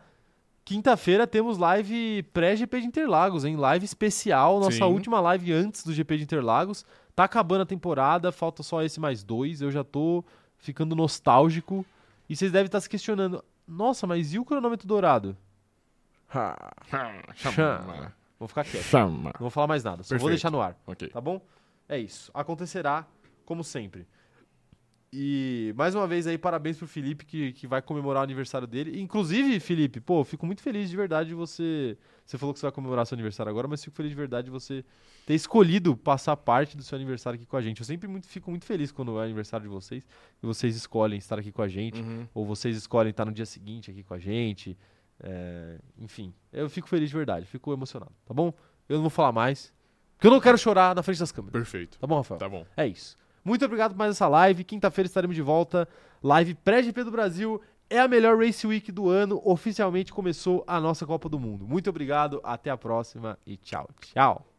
S1: Quinta-feira temos live pré-GP de Interlagos, hein? Live especial, nossa
S2: Sim.
S1: última live antes do GP de Interlagos. Tá acabando a temporada, falta só esse mais dois. Eu já tô ficando nostálgico. E vocês devem estar se questionando: nossa, mas e o cronômetro dourado? Chama. Vou ficar quieto,
S2: Chama.
S1: não vou falar mais nada, só vou
S2: Perfeito.
S1: deixar no ar.
S2: Ok.
S1: Tá bom? É isso. Acontecerá como sempre. E mais uma vez aí, parabéns pro Felipe que, que vai comemorar o aniversário dele. Inclusive, Felipe, pô, fico muito feliz de verdade de você. Você falou que você vai comemorar seu aniversário agora, mas fico feliz de verdade de você ter escolhido passar parte do seu aniversário aqui com a gente. Eu sempre muito, fico muito feliz quando é aniversário de vocês e vocês escolhem estar aqui com a gente
S2: Uhum.
S1: ou vocês escolhem estar no dia seguinte aqui com a gente. É, enfim, eu fico feliz de verdade, fico emocionado, tá bom? Eu não vou falar mais, porque eu não quero chorar na frente das câmeras.
S2: Perfeito.
S1: Tá bom, Rafael?
S2: Tá bom.
S1: É isso. Muito obrigado por mais essa live. Quinta-feira estaremos de volta. Live pré-GP do Brasil. É a melhor Race Week do ano. Oficialmente começou a nossa Copa do Mundo. Muito obrigado, até a próxima e tchau, tchau.